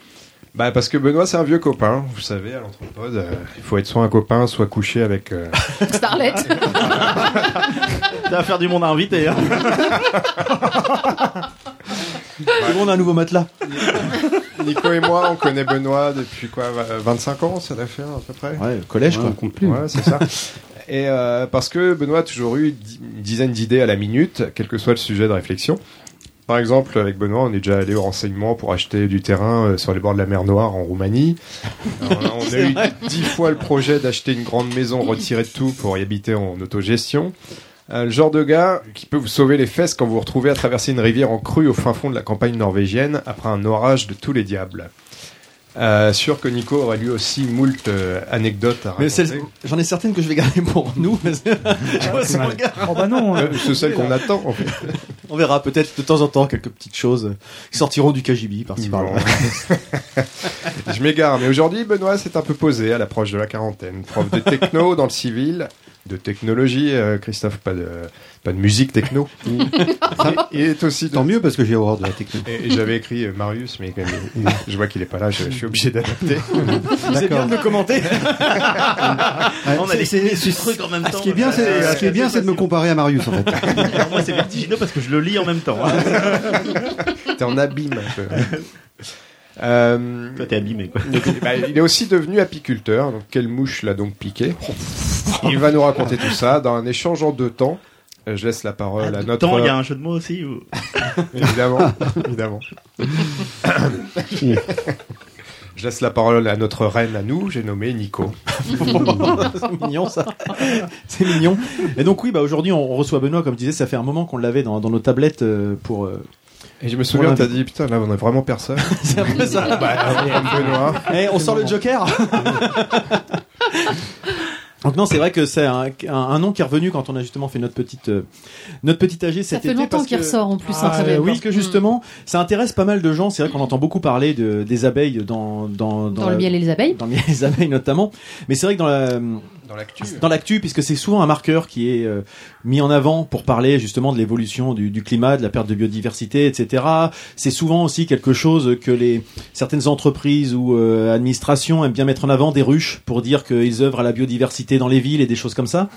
Bah parce que Benoît c'est un vieux copain, vous savez, à l'anthropode, euh, il faut être soit un copain, soit couché avec... euh, Starlet. T'as affaire du monde à inviter. hein. Tout le monde a un nouveau matelas. Nico et moi, on connaît Benoît depuis quoi va- 25 ans, ça doit faire à peu près Ouais, collège, Ouais, quoi. on compte plus. Ouais, c'est ça. Et euh, parce que Benoît a toujours eu di- une dizaine d'idées à la minute, quel que soit le sujet de réflexion. Par exemple, avec Benoît, on est déjà allé au renseignement pour acheter du terrain euh, sur les bords de la mer Noire en Roumanie. Alors là, on a eu dix fois le projet d'acheter une grande maison retirée de tout pour y habiter en autogestion. Euh, le genre de gars qui peut vous sauver les fesses quand vous vous retrouvez à traverser une rivière en crue au fin fond de la campagne norvégienne après un orage de tous les diables. Euh, sûr que Nico aurait lui aussi moult euh, anecdotes à Mais raconter. celle- j'en ai certaines que je vais garder pour nous. parce que- je vois son regard. Oh bah non. Euh, C'est celle qu'on attend en fait. On verra peut-être de temps en temps quelques petites choses qui sortiront du KGB par-ci par-là. Je m'égare, mais aujourd'hui, Benoît s'est un peu posé à l'approche de la quarantaine. Prof de techno dans le civil, de technologie, euh, Christophe, pas de, pas de musique techno. Il est aussi de- Tant mieux parce que j'ai horreur de la technique. Et et j'avais écrit euh, Marius, mais comme il- je vois qu'il est pas là, je, je suis obligé d'adapter. C'est bien de le commenter. On a C'est- des c'est- petits trucs en même temps. ah, Euh, Ce qui est bien, c'est ce qui est bien, c'est de me comparer à Marius en fait. Alors moi, c'est vertigineux parce que je le lis en même temps. hein. T'es en abîme un peu. Euh, Toi, t'es abîmé, quoi. donc, bah, il est aussi devenu apiculteur, donc quelle mouche l'a donc piqué Il va nous raconter tout ça dans un échange en deux temps. Euh, Je laisse la parole à Attends, notre... Ah, il y a un jeu de mots aussi. ou- Évidemment, évidemment. Je laisse la parole à notre reine à nous, j'ai nommé Nico. c'est mignon ça. C'est mignon. Et donc oui, bah aujourd'hui on reçoit Benoît, comme tu disais, ça fait un moment qu'on l'avait dans, dans nos tablettes euh, pour. euh, Et je me souviens, Voilà. t'as dit, putain, là, on a vraiment personne. C'est un peu ça. Benoît. Eh, on sort le Joker. Donc non, c'est vrai que c'est un, un- un nom qui est revenu quand on a justement fait notre petite euh, notre petite AG cet Ça fait été longtemps parce qu'il que- ressort en plus. hein, Ah, ça va euh, être oui, parce que justement, ça intéresse pas mal de gens. C'est vrai qu'on entend beaucoup parler de, des abeilles dans dans, Dans le miel et les abeilles. dans le miel et les abeilles notamment. Mais c'est vrai que dans la Dans l'actu. dans l'actu, puisque c'est souvent un marqueur qui est euh, mis en avant pour parler justement de l'évolution du, du climat, de la perte de biodiversité, etc. C'est souvent aussi quelque chose que les certaines entreprises ou euh, administrations aiment bien mettre en avant des ruches pour dire qu'ils œuvrent à la biodiversité dans les villes et des choses comme ça.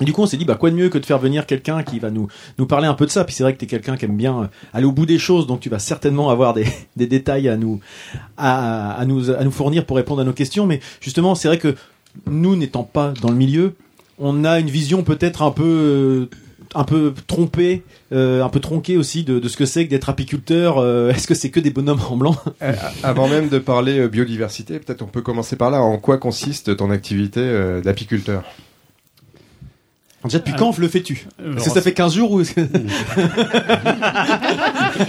Et du coup, on s'est dit, bah, quoi de mieux que de faire venir quelqu'un qui va nous, nous parler un peu de ça. Puis c'est vrai que t'es quelqu'un qui aime bien euh, aller au bout des choses, donc tu vas certainement avoir des, des détails à nous, à, à nous, à nous fournir pour répondre à nos questions. Mais justement, c'est vrai que nous n'étant pas dans le milieu, on a une vision peut-être un peu, euh, un peu trompée, euh, un peu tronquée aussi de, de ce que c'est que d'être apiculteur. Euh, Est-ce que c'est que des bonhommes en blanc? Euh, avant même de parler euh, biodiversité, peut-être on peut commencer par là. En quoi consiste ton activité euh, d'apiculteur Déjà, Ah. depuis quand le fais-tu? Euh, Est-ce que ça fait 15 jours ou est-ce que-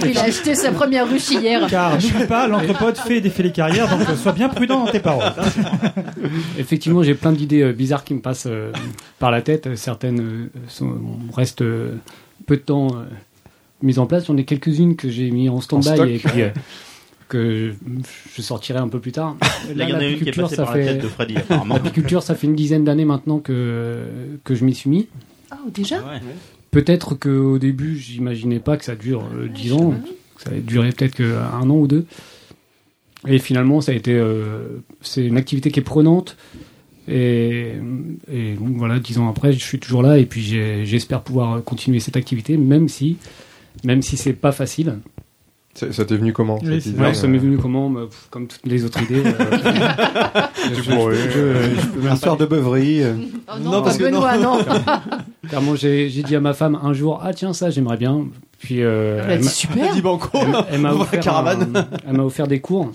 Il a acheté sa première ruche hier. Car n'oublie pas, l'anthropode fait des les carrières, donc euh, sois bien prudent dans tes paroles. hein. Effectivement, j'ai plein d'idées euh, bizarres qui me passent euh, par la tête. Certaines euh, sont- restent euh, peu de temps euh, mises en place. J'en ai quelques-unes que j'ai mis en En stock. stand-by et puis, euh, que je, je sortirai un peu plus tard. Là, il y en a une qui est passée par la tête de Freddy, apparemment. L'apiculture, ça fait une dizaine d'années maintenant que, que je m'y suis mis. Ah, déjà Ouais. Peut-être qu'au début, j'imaginais pas que ça dure euh, 10 ans, que ça allait durer peut-être que un an ou deux. Et finalement, ça a été. euh, c'est une activité qui est prenante. Et, et donc voilà, 10 ans après, je suis toujours là et puis j'ai- j'espère pouvoir continuer cette activité, même si, même si c'est pas facile. C'est- Ça t'est venu comment Oui, cette c'est idée Euh, Alors, ça m'est venu comment Bah, pff, Comme toutes les autres idées. euh, Tu pourrais, euh, Histoire de beuverie. euh, Oh Non, non, pas parce que non. Benoît, non. clairement, j'ai j'ai dit à ma femme un jour Ah, tiens, ça, j'aimerais bien. Puis euh, Elle a elle dit m'a- Elle super. dit banco. elle m'a On va à offert, caravane. un- elle m'a offert des cours.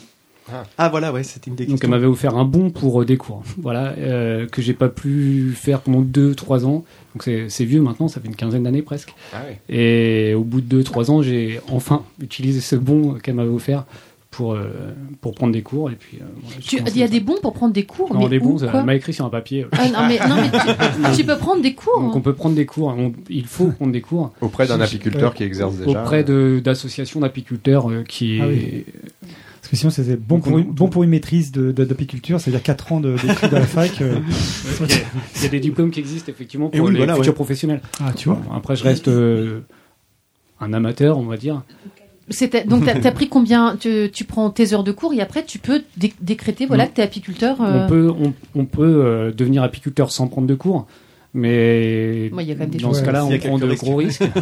Ah voilà, ouais, c'était une des Donc elle questions. m'avait offert un bon pour euh, des cours, voilà, euh, que j'ai pas pu faire pendant 2-3 ans. Donc c'est c'est vieux maintenant, ça fait une quinzaine d'années presque. Ah oui. Et au bout de 2-3 ans, j'ai enfin utilisé ce bon qu'elle m'avait offert pour, euh, pour prendre des cours. Et puis, euh, voilà, j'ai Tu- commencé Il y a comme des ça. bons pour prendre des cours. Non, mais des où, bons, quoi elle m'a écrit sur un papier. Ah, non, mais, non, mais tu, tu peux prendre des cours. Donc on hein. peut prendre des cours, on- il faut prendre des cours Auprès d'un Si, apiculteur euh, qui exerce déjà. auprès de- d'associations d'apiculteurs euh, qui... Ah oui. Parce que sinon, c'était bon, Donc, pour on- une- bon pour une maîtrise d'apiculture, de, d'apiculture, c'est-à-dire 4 ans de- d'études à la fac. euh, Il y a des diplômes qui existent effectivement Et pour oui, les voilà, futurs ouais. professionnels. Ah, tu vois Après, je reste euh, un amateur, on va dire. C'était- Donc, t'as as pris combien tu, tu prends tes heures de cours et après, tu peux dé- décréter voilà, Mm. que t'es apiculteur. euh, On peut, on, on peut euh, devenir apiculteur sans prendre de cours, mais Ouais, il y a quand même des dans choses. ce cas-là, Ouais, on il y a prend de quelques gros risques. risques.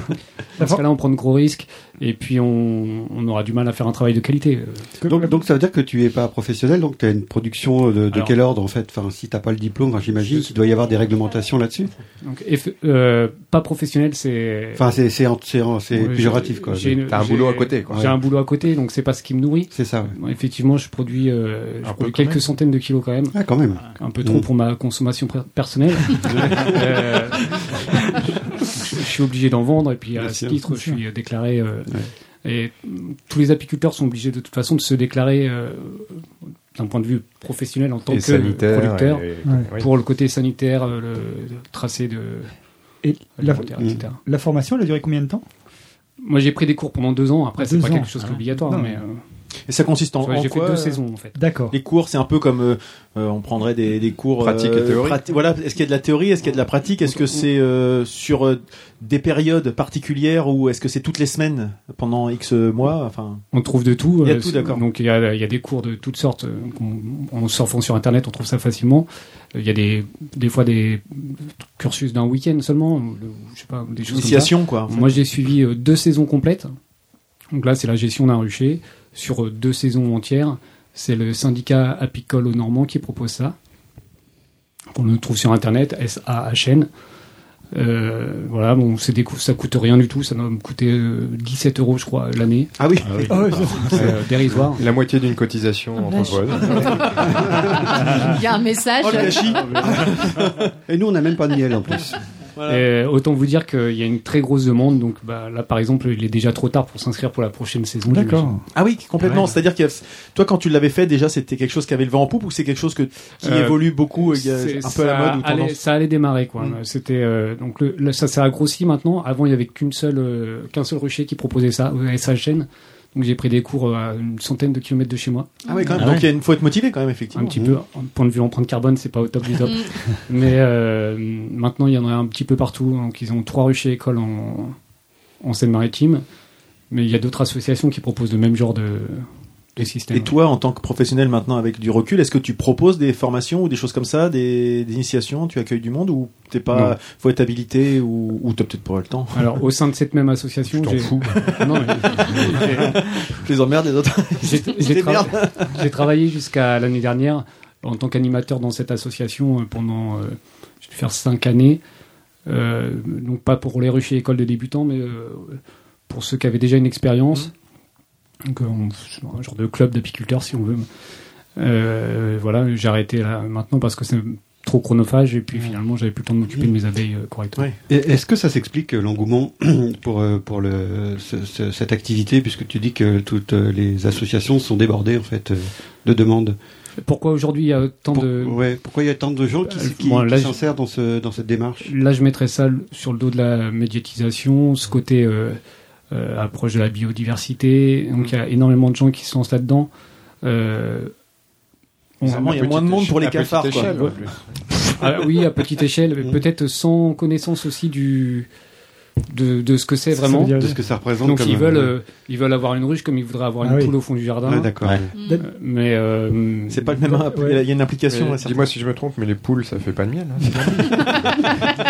dans ce cas-là, on prend de gros risques, et puis on, on aura du mal à faire un travail de qualité. Euh, Donc, donc ça veut dire que tu es pas professionnel, donc tu as une production de, de Alors- quel ordre en fait enfin, Si t'as pas le diplôme, enfin, j'imagine qu'il doit y avoir des réglementations là-dessus. donc, eff- euh, pas professionnel, c'est. Enfin, c'est c'est en- c'est en- c'est Ouais, péjoratif quoi. j'ai- j'ai- J'ai un boulot à côté, donc c'est pas ce qui me nourrit. Hum. C'est ça. effectivement, je produis, euh, je produis quand quelques même. centaines de kilos quand même. Ah, quand même. Un peu trop Mm. pour ma consommation pr- personnelle. Euh, je, je suis obligé d'en vendre et puis euh, à Bien ce sûr. titre, je Bien sûr. suis déclaré. euh, Et mm, tous les apiculteurs sont obligés de toute façon de se déclarer euh, d'un point de vue professionnel en tant Et que sanitaire, producteur et- et- Ouais. pour le côté sanitaire, euh, le, le tracé de Et la, alimentaire, etc. la formation, elle a duré combien de temps Moi, j'ai pris des cours pendant deux ans. Après, c'est Deux pas ans. quelque chose qui est obligatoire, Non, mais. mais- euh, Et ça consiste en, Ouais, en j'ai quoi fait deux euh, saisons en fait. D'accord. Les cours, c'est un peu comme euh, euh, on prendrait des, des cours euh, Pratique et théorie. prati- voilà, est-ce qu'il y a de la théorie, est-ce qu'il y a de la pratique, est-ce que c'est euh, sur euh, des périodes particulières ou est-ce que c'est toutes les semaines pendant X mois, enfin On trouve de tout. Il y a euh, tout, c'est- d'accord. Donc il y a, il y a des cours de toutes sortes. euh, qu'on- En surfant sur Internet, on trouve ça facilement. Euh, Il y a des, des fois des cursus d'un week-end seulement, ou de- ou je sais pas, ou des choses comme Initiation, ça. quoi, en fait. Moi, j'ai suivi euh, deux saisons complètes. Donc là, c'est la gestion d'un rucher sur euh, deux saisons entières. C'est le syndicat apicole au Normand qui propose ça. On le trouve sur Internet, SAHN. Euh, voilà, bon, c'est des coûts- ça coûte rien du tout, ça doit me coûter euh, 17 euros, je crois, l'année. Ah oui, Ah oui. c'est euh, dérisoire. La moitié d'une cotisation Ah, en vache. Il y a un message. Oh, le gâchis. Et nous, on n'a même pas de miel en plus. Et euh, autant vous dire qu'il y a une très grosse demande, donc bah, là, par exemple, il est déjà trop tard pour s'inscrire pour la prochaine saison. j'imagine. Ah oui, complètement. Ouais. C'est-à-dire que toi, quand tu l'avais fait, déjà, c'était quelque chose qui avait le vent en poupe ou c'est quelque chose que, qui Euh, évolue beaucoup, et qui est c'est- un peu à la ça mode ou allait- tendance Ça allait démarrer, quoi. Mm. C'était euh, donc le- là, ça, ça a grossi maintenant. Avant, il y avait qu'une seule, euh, qu'un seul rucher qui proposait ça, euh, sa chaîne. Donc j'ai pris des cours euh, à une centaine de kilomètres de chez moi. Ah oui, quand même. Donc, il y a une- faut être motivé quand même, effectivement. Un petit peu, en point de vue empreinte carbone, c'est pas au top du top. Mais euh, maintenant, il y en a un petit peu partout. Donc ils ont trois ruchers écoles en, en Seine-Maritime. Mais il y a d'autres associations qui proposent le même genre de, de système. Et toi, en tant que professionnel maintenant avec du recul, est-ce que tu proposes des formations ou des choses comme ça, des, des initiations Tu accueilles du monde ou t'es pas Non. faut être habilité ou, ou t'as peut-être pas le temps Alors, au sein de cette même association, j'ai. Non, mais- Je les emmerde les autres. J'ai- Je les J'ai tra- merde. j'ai travaillé jusqu'à l'année dernière en tant qu'animateur dans cette association euh, pendant, euh, je vais faire cinq années. Euh, donc pas pour les ruchers école de débutants, mais euh, pour ceux qui avaient déjà une expérience. Mmh. Donc euh, on- un genre de club d'apiculteurs si on veut. Euh, voilà, j'ai arrêté là maintenant parce que c'est trop chronophage et puis Mmh. finalement j'avais plus le temps de m'occuper de mes abeilles euh, correctement. Et Est-ce que ça s'explique euh, l'engouement pour, euh, pour le, ce- ce- cette activité, puisque tu dis que toutes euh, les associations sont débordées en fait euh, de demandes Pourquoi aujourd'hui il y a tant de ouais, Pourquoi il y a tant de gens qui, s- qui- Moi, là, qui je- s'insèrent dans, ce, dans cette démarche Là, je mettrais ça le- sur le dos de la médiatisation, ce côté euh, euh, approche de la biodiversité. Donc, il y a énormément de gens qui se lancent là-dedans. Euh, Bizarrement, il y a moins de monde pour les à petite cafards, quoi. échelle, en plus. Ah oui, à petite échelle, Mm. mais peut-être sans connaissance aussi du de, de ce que c'est Ça veut vraiment, euh, dire- De ce que ça représente Donc comme ils un- veulent euh, ils veulent avoir une ruche comme ils voudraient avoir une Ah oui. poule au fond du jardin. Ouais, d'accord. Ouais. Euh, Mais euh, C'est pas le même app- il y a- il y a une implication, Mais ouais, Dis-moi si je me trompe, mais les poules, ça fait pas de miel. hein.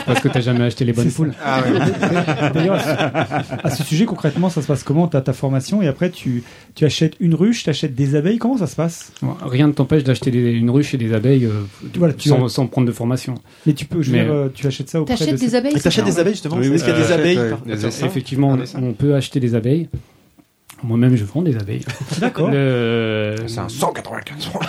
Parce que t'as jamais acheté les bonnes poules. Ah ouais. D'ailleurs, à ce- à ce sujet, concrètement, ça se passe comment T'as ta formation et après, tu, tu achètes une ruche, t'achètes des abeilles. Comment ça se passe Bon, rien ne t'empêche d'acheter des- une ruche et des abeilles euh, Voilà, tu sans, as- sans prendre de formation. Mais tu peux, je veux Mais- dire, euh, tu achètes ça auprès T'achètes de des ces- abeilles, Et t'achètes c'est des ça abeilles, justement Oui, oui, Est-ce qu'il y a des achète, abeilles, euh, par- des Attends, essaims, Effectivement, Ah, on, on peut acheter des abeilles. Moi-même, je vends des abeilles. D'accord. Le- C'est un 195 francs.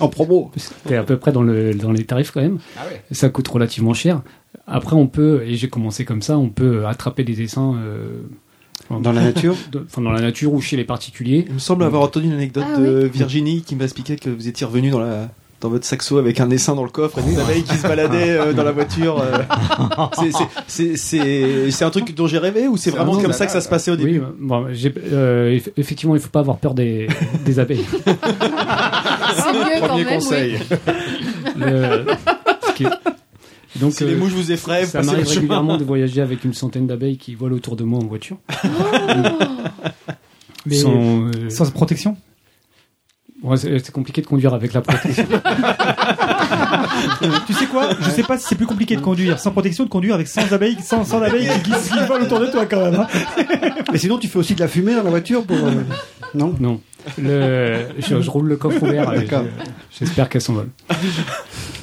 en promo. C'était à peu près dans, le, dans les tarifs quand même. Ah ouais. Ça coûte relativement cher. Après, on peut, et j'ai commencé comme ça, on peut attraper des essaims. euh, Dans la nature de- Enfin, dans la nature ou chez les particuliers. Il me semble avoir entendu une anecdote Ah de Virginie qui m'expliquait que vous étiez revenu dans la dans votre saxo avec un essaim dans le coffre et des abeilles qui se baladaient euh, dans la voiture. euh. C'est- c'est- c'est- C'est c'est un truc dont j'ai rêvé ou c'est vraiment comme ça que ça se passait au début Oui, bon, j'ai- euh, eff- effectivement, il ne faut pas avoir peur des, des abeilles. C'est mieux quand Premier même. conseil. oui. Le- ce qui est- Donc, euh, Si les mouches vous effraient, vous ça passez m'arrive votre chemin. régulièrement de voyager avec une centaine d'abeilles qui volent autour de moi en voiture. Mais sans euh, protection Ouais, c'est c'est compliqué de conduire avec la protection. tu sais quoi Je sais pas si c'est plus compliqué de conduire sans protection de conduire avec 100 abeilles, 100, 100 abeilles qui, qui- qui volent autour de toi quand même. hein. Mais sinon, tu fais aussi de la fumée dans la voiture pour. euh, Ah, Non Non. Le... Euh, Je, je roule le coffre ouvert. et D'accord. je- J'espère qu'elles s'envolent.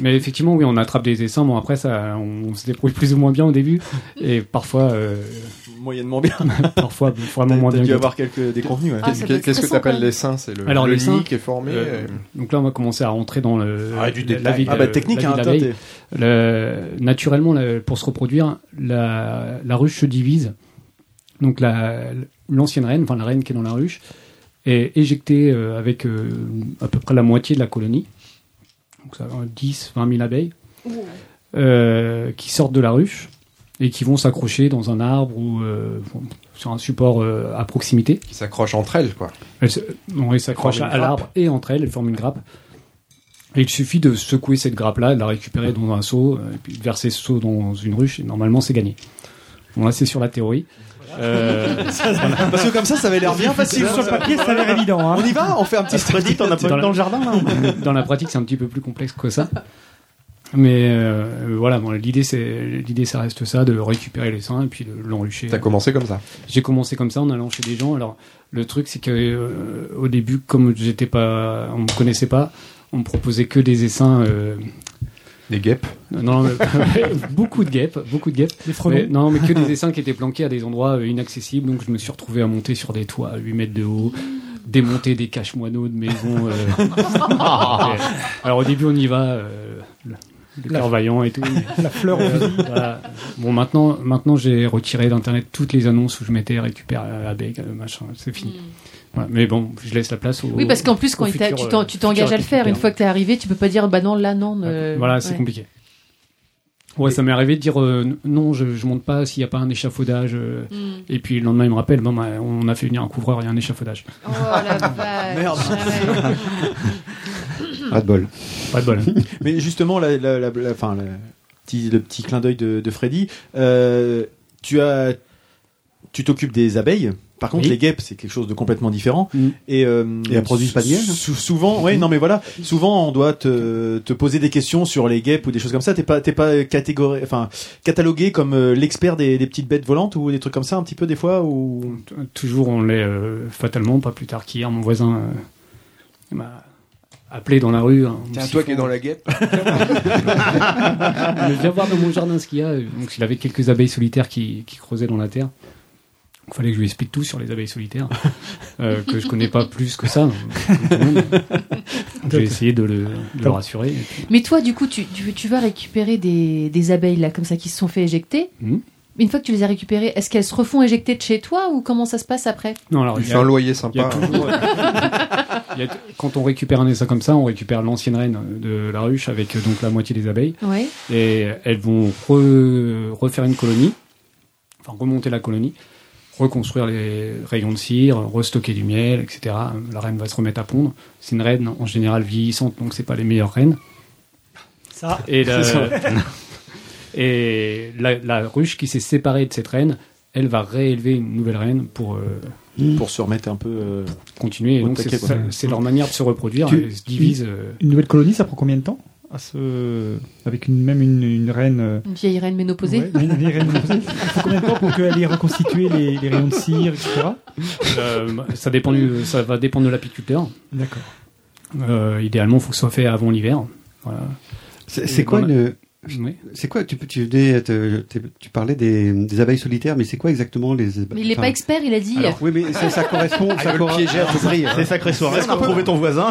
Mais effectivement, oui, on attrape des essaims. Bon, après, ça, on, se débrouille plus ou moins bien au début. Et parfois. euh, Moyennement bien. parfois, vraiment T'as- moins t'as bien. dû que avoir d'autres. quelques déconvenus, ouais. Ah, ça doit être Qu'est-ce que stressant, t'appelles quand même. les seins C'est le- le seins, nid qui est formé, euh, et- Donc là, on va commencer à rentrer dans le. Ah, du la- détail. la vie- Ah bah, euh, technique, la vie hein, de toi, l'abeille. Le- Naturellement, la- pour se reproduire, la, la ruche se divise. Donc la- l'ancienne reine, enfin la reine qui est dans la ruche, est éjectée euh, avec euh, à peu près la moitié de la colonie. Donc ça, euh, 10, 20 000 abeilles euh, qui sortent de la ruche et qui vont s'accrocher dans un arbre ou euh, bon, sur un support euh, à proximité. Qui s'accrochent entre elles, quoi. Elles se- non, elles s'accrochent Forment une à grappe. l'arbre et entre elles, elles forment une grappe. Et il suffit de secouer cette grappe-là, de la récupérer dans un seau, euh, et puis de verser ce seau dans une ruche, et normalement c'est gagné. Bon, là c'est sur la théorie. Euh, Parce que comme ça, ça avait l'air bien facile. Sur le papier, ça a l'air évident, hein. On y va On fait un petit Après, study. t'en as pas eu dans le jardin, hein. dans la pratique, c'est un petit peu plus complexe que ça. Mais euh, euh, voilà, bon, l'idée, c'est l'idée, ça reste ça, de récupérer les seins et puis de l'enrucher. T'as commencé comme ça J'ai commencé comme ça en allant chez des gens. Alors le truc, c'est que euh, au début, comme j'étais pas, on me connaissait pas, on me proposait que des essaims. euh, des guêpes. Non, mais- beaucoup de guêpes, beaucoup de guêpes. Des frelons. Mais- non, mais que des essaims qui étaient planqués à des endroits euh, inaccessibles. Donc je me suis retrouvé à monter sur des toits à 8 mètres de haut, démonter des caches moineaux de maisons. euh. Ah, ouais. Alors au début on y va, euh, le, le La- cœur vaillant et tout. mais- euh, la fleur au fusil. voilà. Bon maintenant, maintenant j'ai retiré d'internet toutes les annonces où je mettais récupère euh, avec euh, machin, c'est fini. Voilà. Mais bon, je laisse la place au. Hmm. Oui, parce qu'en plus, quand au il t'a- futur, tu t'en- euh, tu t'engages futur à le faire, une récupère. fois que t'es arrivé, tu peux pas dire bah non, là non. euh, Voilà, c'est ouais. compliqué. Ouais, ça m'est arrivé de dire euh, n- non, je, je monte pas s'il n'y a pas un échafaudage. euh, Mm. Et puis le lendemain, il me rappelle, bon, bah, on a fait venir un couvreur, il y a un échafaudage. Oh la vache. Merde. Ah ouais. Hmm. Pas de bol. Pas de bol. hein. Mais justement, la, la- la- la- enfin, le, petit, le petit clin d'œil de, de Freddy, euh, tu as, tu t'occupes des abeilles. Par contre, Oui. les guêpes, c'est quelque chose de complètement différent. Mm. Et, euh, Et elles produisent pas de miel hein. sou- Souvent, oui, non, mais voilà. Souvent, on doit te, te poser des questions sur les guêpes ou des choses comme ça. T'es pas, t'es pas catégoré, enfin, catalogué comme euh, l'expert des, des petites bêtes volantes ou des trucs comme ça, un petit peu des fois. Ou Toujours, on l'est euh, fatalement, pas plus tard qu'hier, mon voisin euh, il m'a appelé dans la rue. hein, Tiens, aussi toi ah. qui fort. es dans la guêpe. Mais viens voir dans mon jardin ce qu'il y a. euh, Donc, il avait quelques abeilles solitaires qui, qui creusaient dans la terre. Il fallait que je lui explique tout sur les abeilles solitaires, euh, que je connais pas plus que ça. comme tout le monde. Donc, J'ai essayé de le, de le rassurer. et puis- Mais toi, du coup, tu, tu, tu vas récupérer des, des abeilles là, comme ça, qui se sont fait éjecter. Mhm. Une fois que tu les as récupérées, est-ce qu'elles se refont éjecter de chez toi ou comment ça se passe après Non, alors, Il il y fait a- un il loyer y a sympa. hein. toujours, euh, il y a t- quand on récupère un essaim comme ça, on récupère l'ancienne reine de la ruche avec euh, donc la moitié des abeilles. Ouais. Et elles vont re- refaire une colonie, enfin remonter la colonie, reconstruire les rayons de cire, restocker du miel, etc. La reine va se remettre à pondre. C'est une reine en général vieillissante, donc c'est pas les meilleures reines. Ça. Et la, C'est ça. et la, la ruche qui s'est séparée de cette reine, elle va réélever une nouvelle reine pour euh, pour se remettre un peu. euh, continuer. Et au donc taquet, c'est quoi. ça- c'est leur manière de se reproduire. Tu- Elles se divisent. une- euh, Une nouvelle colonie, ça prend combien de temps à se... Avec une, même une, une reine. euh, Une vieille reine ménopausée ouais, une vieille reine opposée. Il faut combien de temps pour qu'elle ait reconstitué les, les rayons de cire, etc. Euh, ça, dépend du- ça va dépendre de l'apiculteur. D'accord. Euh, idéalement, il faut que ce soit fait avant l'hiver. Voilà. C'est Et c'est quoi dans la- une. Oui. C'est quoi tu, peux- tu, venais, te- te- tu parlais des, des abeilles solitaires, mais c'est quoi exactement les. Mais il n'est enfin, pas expert, il a dit. alors, oui, mais ça, ça correspond. Ah, ça le corre- piéger à tout prix, hein. C'est sacré soirée, Ça on a retrouvé ton voisin.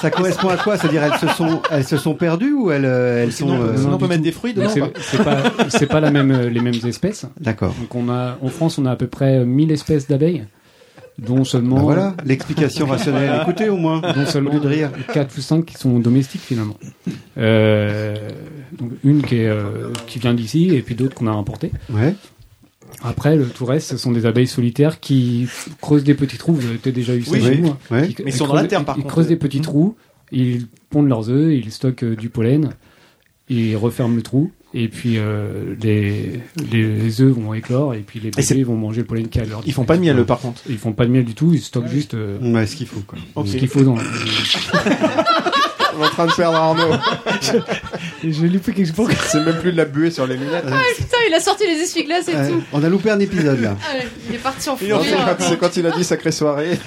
Ça correspond à quoi C'est-à-dire elles se sont elles se sont perdues ou elles euh, elles sont euh, Non, du tout. Mais c'est- Bah, C'est pas, c'est pas la même, euh, les mêmes espèces. D'accord. Donc on a, en France, on a à peu près euh, 1000 espèces d'abeilles, dont seulement. Bah, Ben voilà, l'explication rationnelle. Écoutez, au moins, Dont seulement au lieu de rire. 4 ou 5 qui sont domestiques finalement. Euh, donc une qui, est, euh, qui vient d'ici et puis d'autres qu'on a importées. Ouais. Après, le tout reste, ce sont des abeilles solitaires qui creusent des petits trous. Vous avez peut-être déjà eu ça Oui, chez oui, vous, hein. oui. Qui- Mais ils sont dans la terre, par ils contre. creusent des petits trous, ils pondent leurs œufs, ils stockent euh, du pollen. ils referment le trou. Et puis euh, les, les œufs vont éclore et puis les c'est- bébés vont manger le pollen qu'il y a à leur Ils font pas de miel, eux, par contre. Ils font pas de miel du tout, ils Ah stockent juste euh, Ouais, ce qu'il faut quoi. Mmh. ce qu'il faut dans. On est en train de perdre Arnaud. J'ai loupé quelque chose. C'est même plus de la buée sur les lunettes. Ah putain, il a sorti les essuie-glaces et Ouais, tout. on a loupé un épisode là. Ah, il est parti en Et en fait, fourrure. quand- C'est quand il a dit sacrée soirée.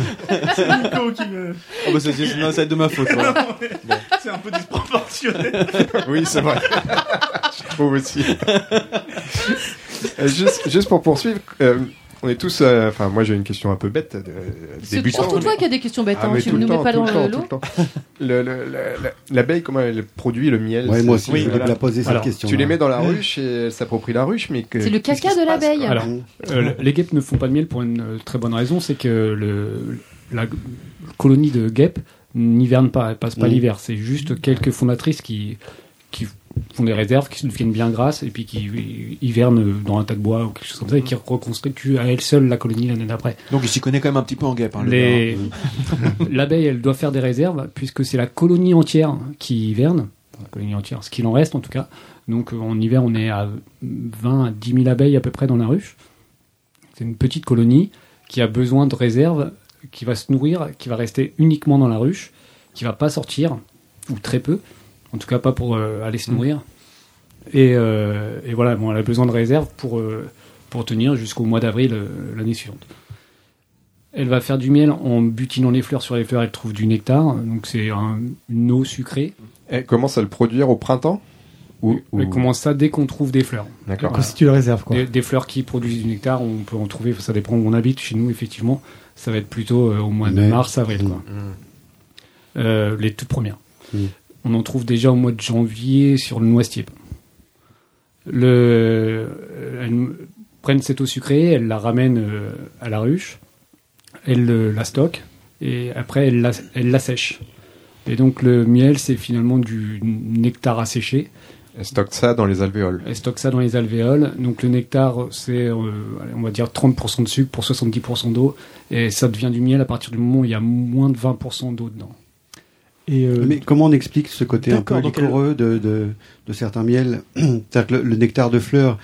C'est Nico qui me. Oh, bah, c'est- c'est- non, ça va être de ma faute. voilà. C'est un peu disproportionné. oui, c'est vrai. Je trouve aussi. Euh, juste, juste pour poursuivre, euh, on est tous. euh, Enfin, moi j'ai une question un peu bête. De, C'est débutant. surtout toi qui as des questions bêtes, Ah, hein, mais tu tout ne le nous mets temps, pas tout dans le temps, le tout lot. le temps. Le- le- le- la- L'abeille, comment elle produit le miel Ouais, c'est- moi aussi, Oui, je voulais voilà. la poser cette Alors, question, hein. Tu là. les mets dans la Ouais. ruche et elle s'approprie la ruche, mais que. C'est le qu'est-ce qui caca se de passe, l'abeille. quoi Alors, euh, les guêpes ne font pas de miel pour une euh, très bonne raison, c'est que le, la g- colonie de guêpes n'hiverne pas, elle passe pas Mhm. l'hiver. C'est juste quelques fondatrices qui, qui font des réserves, qui se deviennent bien grasses et puis qui hivernent euh, dans un tas de bois ou quelque chose comme ça et qui reconstituent à elle seule la colonie l'année d'après. Donc il s'y connaît quand même un petit peu en guêpe. hein, le Les- gars, hein. L'abeille, elle doit faire des réserves puisque c'est la colonie entière qui hiverne. La colonie entière, ce qu'il en reste en tout cas. Donc euh, en hiver, on est à 20 à 10 000 abeilles à peu près dans la ruche. C'est une petite colonie qui a besoin de réserves, qui va se nourrir, qui va rester uniquement dans la ruche, qui va pas sortir, ou très peu, en tout cas pas pour euh, aller Mmh. se nourrir. Et, euh, et voilà, bon, elle a besoin de réserves pour, euh, pour tenir jusqu'au mois d'avril euh, l'année suivante. Elle va faire du miel en butinant les fleurs sur les fleurs, elle trouve du nectar, donc c'est un- une eau sucrée. Elle commence à le produire au printemps ou, ou- Elle commence ça dès qu'on trouve des fleurs. D'accord. Voilà. Oh. Constitue la réserve, quoi. Des, des fleurs qui produisent du nectar, on peut en trouver, ça dépend où on habite. Chez nous, effectivement, ça va être plutôt euh, au mois de Mais- mars, avril. quoi. Euh, les toutes premières. On en trouve déjà au mois de janvier sur le noisetier. Le, euh, elles prennent cette eau sucrée, elles la ramènent euh, à la ruche, elles euh, la stockent et après elles la, elles la sèchent. Et donc le miel, c'est finalement du nectar asséché. Elle stocke ça dans les alvéoles. Elle stocke ça dans les alvéoles. Donc le nectar, c'est, euh, allez, on va dire, 30% de sucre pour 70% d'eau. Et ça devient du miel à partir du moment où il y a moins de 20% d'eau dedans. Et euh, Mais comment on explique ce côté un peu D'accord, donc elle- liquoreux de, de, de certains miels C'est-à-dire que le, le nectar de fleurs,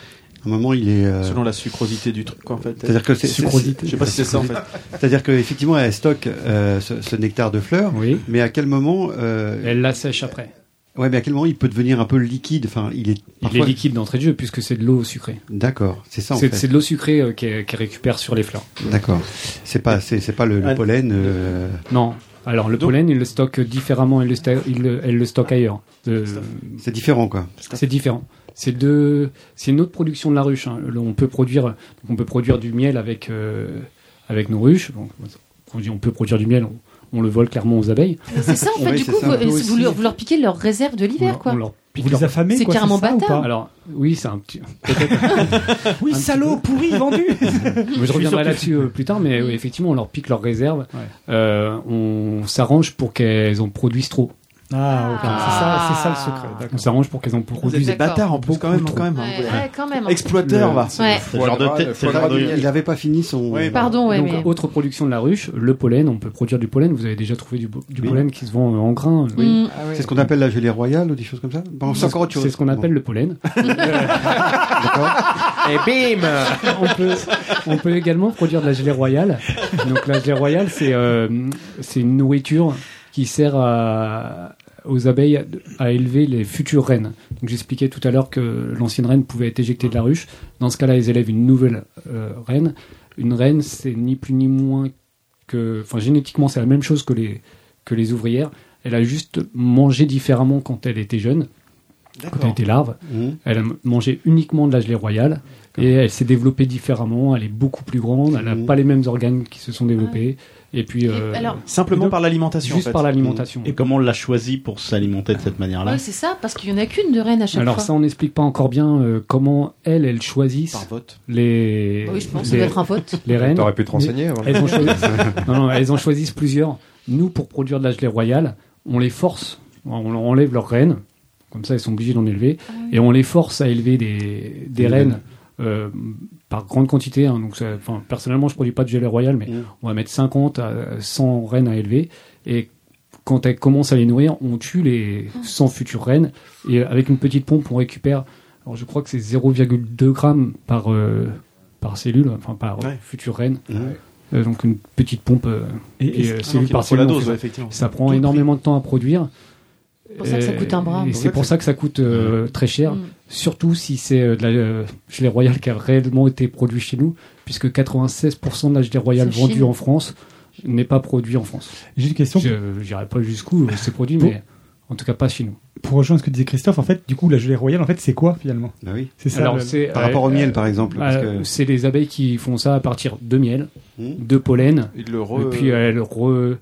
à un moment, il est. euh, Selon la sucrosité du truc, quoi, en fait. C'est-à-dire que c'est. c'est- Sucrosité. Je sais pas si c'est ça, en fait. C'est-à-dire qu'effectivement, elle stocke euh, ce, ce nectar de fleurs, Oui. mais à quel moment. euh, Elle la sèche après. Ouais, mais à quel moment il peut devenir un peu liquide Enfin, il est. Il parfois- est liquide d'entrée de jeu puisque c'est de l'eau sucrée. D'accord, c'est ça en C'est, fait. c'est de l'eau sucrée euh, qu'elle, qu'elle récupère sur les fleurs. D'accord. C'est pas, c'est c'est pas le, le Un- pollen. euh, Non. Alors le pollen, il le stocke différemment, elle le, sta- il le- elle le stocke ailleurs. De- C'est différent quoi. C'est différent. C'est deux. C'est une autre production de la ruche. hein. Le- On peut produire. On peut produire du miel avec euh, avec nos ruches. Bon, on dit on peut produire du miel. On, on le vole clairement aux abeilles. Mais C'est ça, en fait, Oui, du c'est coup, ça. vous, Nous vous leur, vous leur piquez leur réserve de On l'hiver, leur- quoi. on leur pique Vous les leur- affamez, C'est quoi, carrément ça, ou bâtard. pas Alors oui, c'est un petit. Oui, salaud, pourri, vendu. Je reviendrai sûr que- là-dessus euh, plus tard, mais euh, effectivement, on leur pique leurs réserves. Euh, on s'arrange pour qu'elles en produisent trop. Ah, ok, Ah. c'est ça, c'est ça le secret. On D'accord. s'arrange pour qu'elles en Vous êtes produisent. des bâtards en plus, quand même. Quand même hein. Ouais, ouais, quand même. Exploiteur, va. Ouais. C'est le genre de tête, c'est le genre de- Il avait pas fini son. Ouais, bah, Pardon, ouais, Donc, mais... autre production de la ruche, le pollen. On peut produire du pollen. Vous avez déjà trouvé du, bo- du pollen qui se vend euh, en grains. Mm. Ah C'est ce qu'on appelle la gelée royale ou des choses comme ça Bon, C'est encore autre chose. C'est ce qu'on appelle le pollen. Et bim on, peut, on peut également produire de la gelée royale. Donc la gelée royale, c'est euh, c'est une nourriture qui sert à- aux abeilles à élever les futures reines. Donc j'expliquais tout à l'heure que l'ancienne reine pouvait être éjectée de la ruche. Dans ce cas-là, ils élèvent une nouvelle euh, reine. Une reine, c'est ni plus ni moins que, enfin génétiquement, c'est la même chose que les que les ouvrières. Elle a juste mangé différemment quand elle était jeune, quand elle était larve. Mhm. Elle a mangé uniquement de la gelée royale et elle s'est développée différemment. Elle est beaucoup plus grande. Elle n'a Mhm. pas les mêmes organes qui se sont développés. Et puis, Et euh, alors, Simplement donc, par l'alimentation, en juste fait. par l'alimentation. Mmh. Et comment on l'a choisi pour s'alimenter de cette manière-là ouais, c'est ça, parce qu'il n'y en a qu'une de reine à chaque Alors fois. ça, on n'explique pas encore bien euh, comment elles, elles Par choisissent vote. les Oui, je pense, ça les, doit être un vote. les reines. T'aurais pu te renseigner avant. Elles en, choisissent... non, non, elles en choisissent plusieurs. Nous, pour produire de la gelée royale, on les force, on leur enlève leurs reines, comme ça elles sont obligées d'en élever, et on les force à élever des, des reines euh, par grande quantité. hein. donc, ça- enfin, personnellement, je produis pas de gelée royale, mais Mm. on va mettre 50 à 100 reines à élever, et quand elle commence à les nourrir, on tue les 100 futures reines. Et avec une petite pompe, on récupère, alors je crois que c'est 0,2 grammes par, euh, par cellule, enfin par euh, future reine. Euh, donc une petite pompe euh, Et- puis, et- euh, ah, cellule donc il en par faut cellule. la on dose, fait ça. ouais, effectivement. Ça Tout prend le énormément de temps à produire. C'est pour ça que ça coûte un Ah, bah bras. Et c'est pour ça que ça coûte euh, très cher, Mm. surtout si c'est euh, de la euh, gelée royale qui a réellement été produit chez nous, puisque 96% de la gelée royale C'est vendue Chine. en France n'est pas produite en France. J'ai une question. Je n'irai pas jusqu'où euh, c'est produit, Pour- mais en tout cas pas chez nous. Pour rejoindre ce que disait Christophe, en fait, du coup, la gelée royale, en fait, c'est quoi finalement Bah oui. C'est ça. Alors, le- c'est, Par euh, rapport au miel, euh, par exemple, parce euh, que- C'est les abeilles qui font ça à partir de miel, Hmm. de pollen. Ils le re- Et puis elles le re. euh,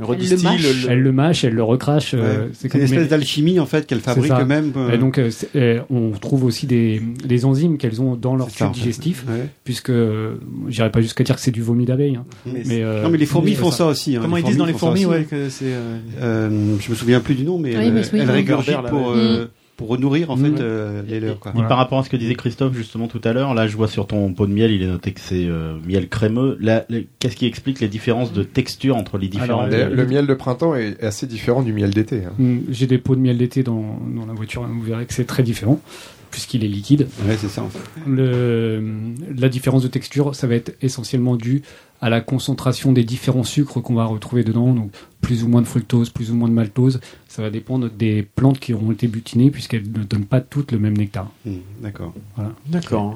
redistillent, elles le mâchent, le- elles euh, le mâchent, elles le recrachent. euh, Ouais. C'est une espèce mais- d'alchimie, en fait, qu'elles C'est fabriquent ça. eux-mêmes, euh. Et donc euh, c'est- euh, on trouve aussi des, des enzymes qu'elles ont dans leur ça, tube en fait. digestif, Ouais. puisque euh, j'irais pas jusqu'à dire que c'est du vomi d'abeille. hein. Mais c'est- non, mais les fourmis font ça aussi. hein. disent dans les font ça fourmis, aussi. ouais, que c'est, euh, Euh, je me souviens plus du nom, mais Oui, elle, mais oui, oui. régurgite Berbère, là, pour, Mmh. ouais. euh, Mm. pour renourrir en fait Mm. euh, les leurs. Quoi. Et par rapport à ce que disait Christophe justement tout à l'heure, là je vois sur ton pot de miel, il est noté que c'est euh, miel crémeux. Là, le- Qu'est-ce qui explique les différences de texture entre les différents le, le miel de printemps est assez différent du miel d'été. hein. Mm, J'ai des pots de miel d'été dans, dans la voiture, hein, vous verrez que c'est très différent, puisqu'il est liquide. Ouais, c'est ça, en fait. Le, la différence de texture, ça va être essentiellement dû à la concentration des différents sucres qu'on va retrouver dedans, donc plus ou moins de fructose, plus ou moins de maltose. Ça va dépendre des plantes qui auront été butinées, puisqu'elles ne donnent pas toutes le même nectar. D'accord. Voilà. D'accord.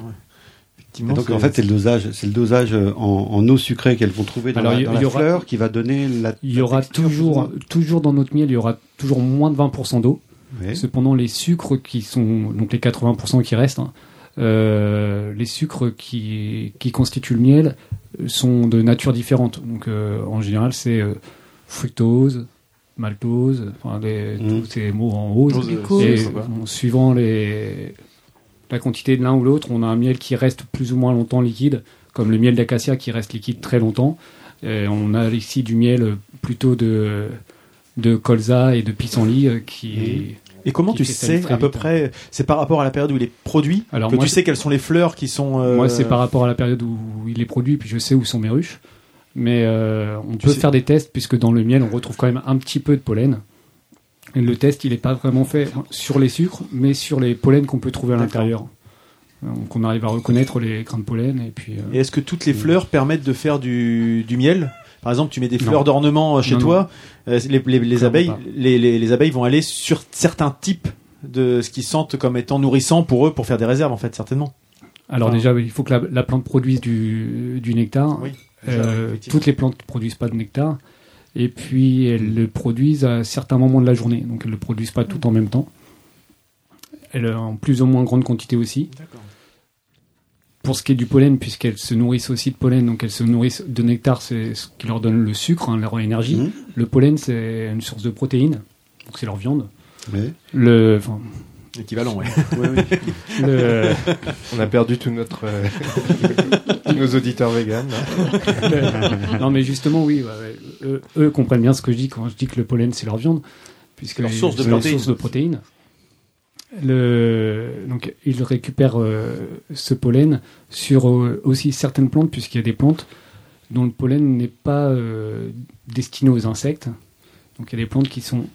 Et donc en fait c'est le dosage, c'est le dosage euh, en, en eau sucrée qu'elles vont trouver dans Alors, la, il y- dans il y la aura- fleur qui va donner la. Il y aura toujours, toujours dans notre miel, il y aura toujours moins de 20% d'eau. Oui. Cependant, les sucres qui sont, donc les 80% qui restent, hein, euh, les sucres qui, qui constituent le miel euh, sont de nature différente. Donc euh, en général, c'est euh, fructose, maltose, enfin, les- tous ces mots en haut. Dose, Et, euh, sucre, quoi. bon, suivant les, la quantité de l'un ou l'autre, on a un miel qui reste plus ou moins longtemps liquide, comme le miel d'acacia qui reste liquide très longtemps. Et Euh, on a ici du miel euh, plutôt de, de colza et de pissenlit euh, Mhm. qui. Et comment qui tu s'étale sais très à peu vite, hein. près C'est par rapport à la période où il est produit Alors que moi, tu sais quelles sont les fleurs qui sont. euh, Moi, c'est par rapport à la période où il est produit, puis je sais où sont mes ruches. Mais euh, on Tu peut sais- faire des tests, puisque dans le miel, on retrouve quand même un petit peu de pollen. Et le test, il n'est pas vraiment fait sur les sucres, mais sur les pollens qu'on peut trouver à l'intérieur. Donc, on arrive à reconnaître les grains de pollen. Et puis, euh, Et est-ce que toutes les fleurs permettent de faire du, du miel Par exemple, tu mets des Non. fleurs d'ornement euh, chez Non, toi. euh, les, les- les Clairement abeilles, pas. les, les- les abeilles vont aller sur certains types de ce qu'ils sentent comme étant nourrissant pour eux pour faire des réserves en fait certainement. Alors Enfin, déjà, il faut que la, la plante produise du, du nectar. Oui, Euh, déjà, oui, effectivement. toutes les plantes ne produisent pas de nectar. Et puis, elles le produisent à certains moments de la journée. Donc, elles ne le produisent pas tout en même temps. Elles euh, en plus ou moins grande quantité aussi. Pour ce qui est du pollen, puisqu'elles se nourrissent aussi de pollen, donc elles se nourrissent de nectar, c'est ce qui leur donne le sucre, hein, leur énergie. Mmh. Mhm. Le pollen, c'est une source de protéines, donc c'est leur viande. Oui. Le, enfin, L'équivalent, ouais. Le- On a perdu tout notre, euh, tous nos auditeurs véganes. hein. Le- non mais justement oui, ouais, ouais. Eux, eux comprennent bien ce que je dis quand je dis que le pollen c'est leur viande, puisque C'est leur source de c'est leur protéines. source de protéines. Le, donc ils récupèrent euh, ce pollen sur euh, aussi certaines plantes puisqu'il y a des plantes dont le pollen n'est pas euh, destiné aux insectes. Donc il y a des plantes qui sont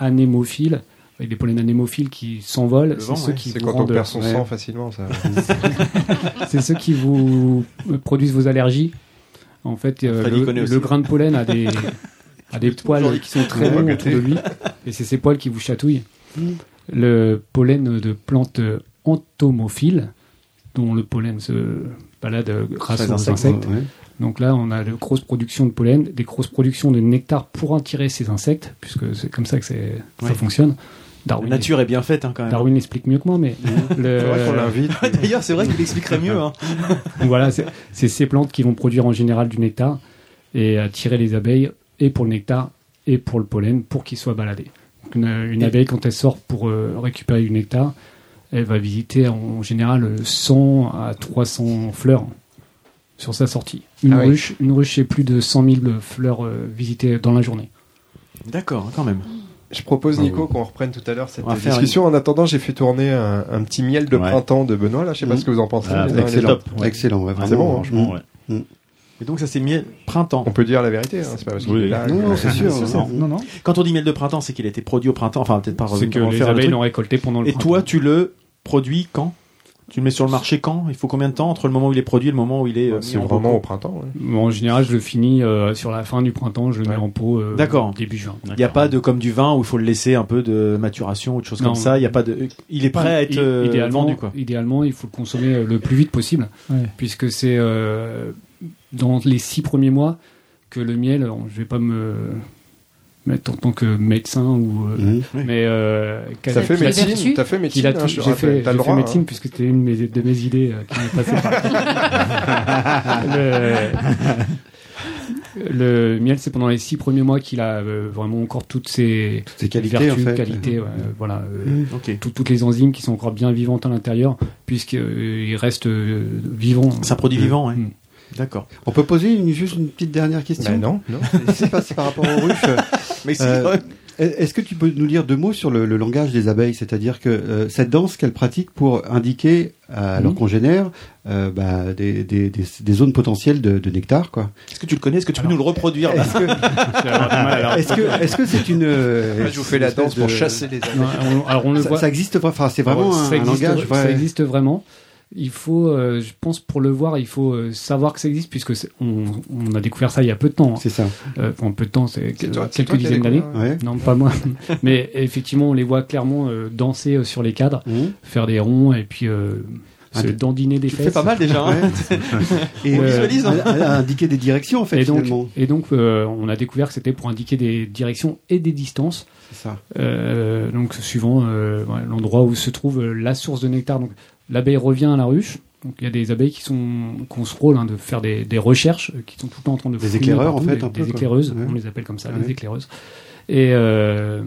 anémophiles. Avec des pollens anémophiles qui s'envolent, Le c'est vent, ceux ouais. qui C'est vous quand on rendent- perd son sang facilement, ça. c'est ceux qui vous produisent vos allergies. En fait, euh, Freddy le, connaît aussi. le grain de pollen a des, a des poils qui sont très On va longs autour gâter. de lui, et c'est ces poils qui vous chatouillent. Mm. Le pollen de plantes entomophiles, dont le pollen se balade euh, grâce Sur les aux insectes, insectes. ouais. Donc là, on a de grosses productions de pollen, des grosses productions de nectar pour attirer ces insectes, puisque c'est comme ça que c'est- ça Ouais. fonctionne. Darwin, La nature est bien faite hein, quand même. Darwin l'explique mieux que moi, mais le- C'est vrai qu'on l'invite. Ah, D'ailleurs, c'est vrai qu'il expliquerait mieux. hein. donc voilà, c'est c'est ces plantes qui vont produire en général du nectar et attirer les abeilles, et pour le nectar, et pour le pollen, pour qu'ils soient baladés. Donc une, une Et- abeille, quand elle sort pour euh, récupérer du nectar, elle va visiter en général euh, 100 à 300 fleurs sur sa sortie. Une Ah oui. ruche, une ruche, c'est plus de 100 000 fleurs euh, visitées dans la journée. D'accord, quand même. Je propose, Ah Nico, oui. qu'on reprenne tout à l'heure cette On va euh, faire discussion. En attendant, j'ai fait tourner un, un petit miel de Ouais. printemps de Benoît, là. Je sais pas Mm. ce que vous en pensez. Ah, mais, euh, excellent. il est top. Ah Excellent, ouais, C'est vraiment, bon, hein. franchement, ouais. Mm. Et donc ça c'est miel printemps. On peut dire la vérité, hein, c'est pas parce que c'est blague. non, non, non. Quand on dit miel de printemps, c'est qu'il a été produit au printemps. Enfin, peut-être pas. hein. C'est que les abeilles l'ont récolté pendant le Et toi, tu le produis quand Tu le mets sur le marché quand Il faut combien de temps entre le moment où il est produit et le moment où il est euh, mis en repos printemps. ouais. en général, je le finis euh, sur la fin du printemps, je le mets en pot euh, D'accord. début juin. Il n'y a pas de comme du vin où il faut le laisser un peu de maturation ou de choses Non. comme ça. Il y a pas de. Il est prêt à être I- euh, idéalement, vendu quoi. Idéalement, il faut le consommer euh, le plus vite possible, Ouais. puisque c'est euh, dans les six premiers mois que le miel. alors, je vais pas me mettre en tant que médecin ou euh, Mhm. mais euh, T'as qu'a- fait qu'il a- médecine, qu'il a- t'as fait médecine, qu'il a hein, tout- je j'ai rappelle, fait, t'as j'ai le fait droit, médecine hein. puisque c'était une de mes, de mes idées euh, qui m'est passée par le, le miel c'est pendant les six premiers mois qu'il a euh, vraiment encore toutes ses, ses qualités, vertus, en fait. qualités, ouais, euh, voilà euh, Mhm. tout- toutes les enzymes qui sont encore bien vivantes à l'intérieur puisqu'ils restent euh, vivants C'est un produit vivant, Mm. ouais. D'accord. On peut poser une- juste une petite dernière question Ben non, non. Je sais pas si par rapport aux ruches. euh, Mais si, euh, ouais. Est-ce que tu peux nous dire deux mots sur le, le langage des abeilles C'est-à-dire que euh, cette danse qu'elles pratiquent pour indiquer à leurs Mhm. congénères euh, bah, des, des- des- des zones potentielles de, de nectar, quoi. Est-ce que tu le connais Est-ce que tu peux nous le reproduire là Est-ce que- est-ce que est-ce que c'est une euh, Moi, je vous fais la une espèce Ah. danse pour chasser les abeilles. Ouais, on- alors, on le ça, voit. ça existe pas. Enfin, c'est vraiment Ça un, un existe- langage. Ça vrai. existe vraiment. Il faut, euh, je pense, pour le voir, il faut euh, savoir que ça existe, puisque c'est- on, on a découvert ça il y a peu de temps. C'est ça. en peu de temps, c'est que- toi- c'est quelques toi qui dizaines l'as d'années. hein. découvert, ouais. Non, pas moi. Mais effectivement, on les voit clairement euh, danser euh, sur les cadres, faire des ronds et puis euh, Ah, se tu- dandiner des tu fesses. fais pas mal déjà, hein. Ouais. Et, euh, elle a indiqué des directions, en fait, hein. Et donc, finalement. et donc euh, on a découvert que c'était pour indiquer des directions et des distances. C'est ça. Euh, donc suivant euh, ouais, l'endroit où se trouve euh, la source de nectar. Donc l'abeille revient à la ruche. Donc il y a des abeilles qui sont qui ont ce rôle hein, de faire des, des recherches, euh, qui sont tout le temps en train de Des fouiller éclaireurs, en fait, des, un peu, des quoi. éclaireuses. Ouais. On les appelle comme ça, Ouais. des éclaireuses. Et euh,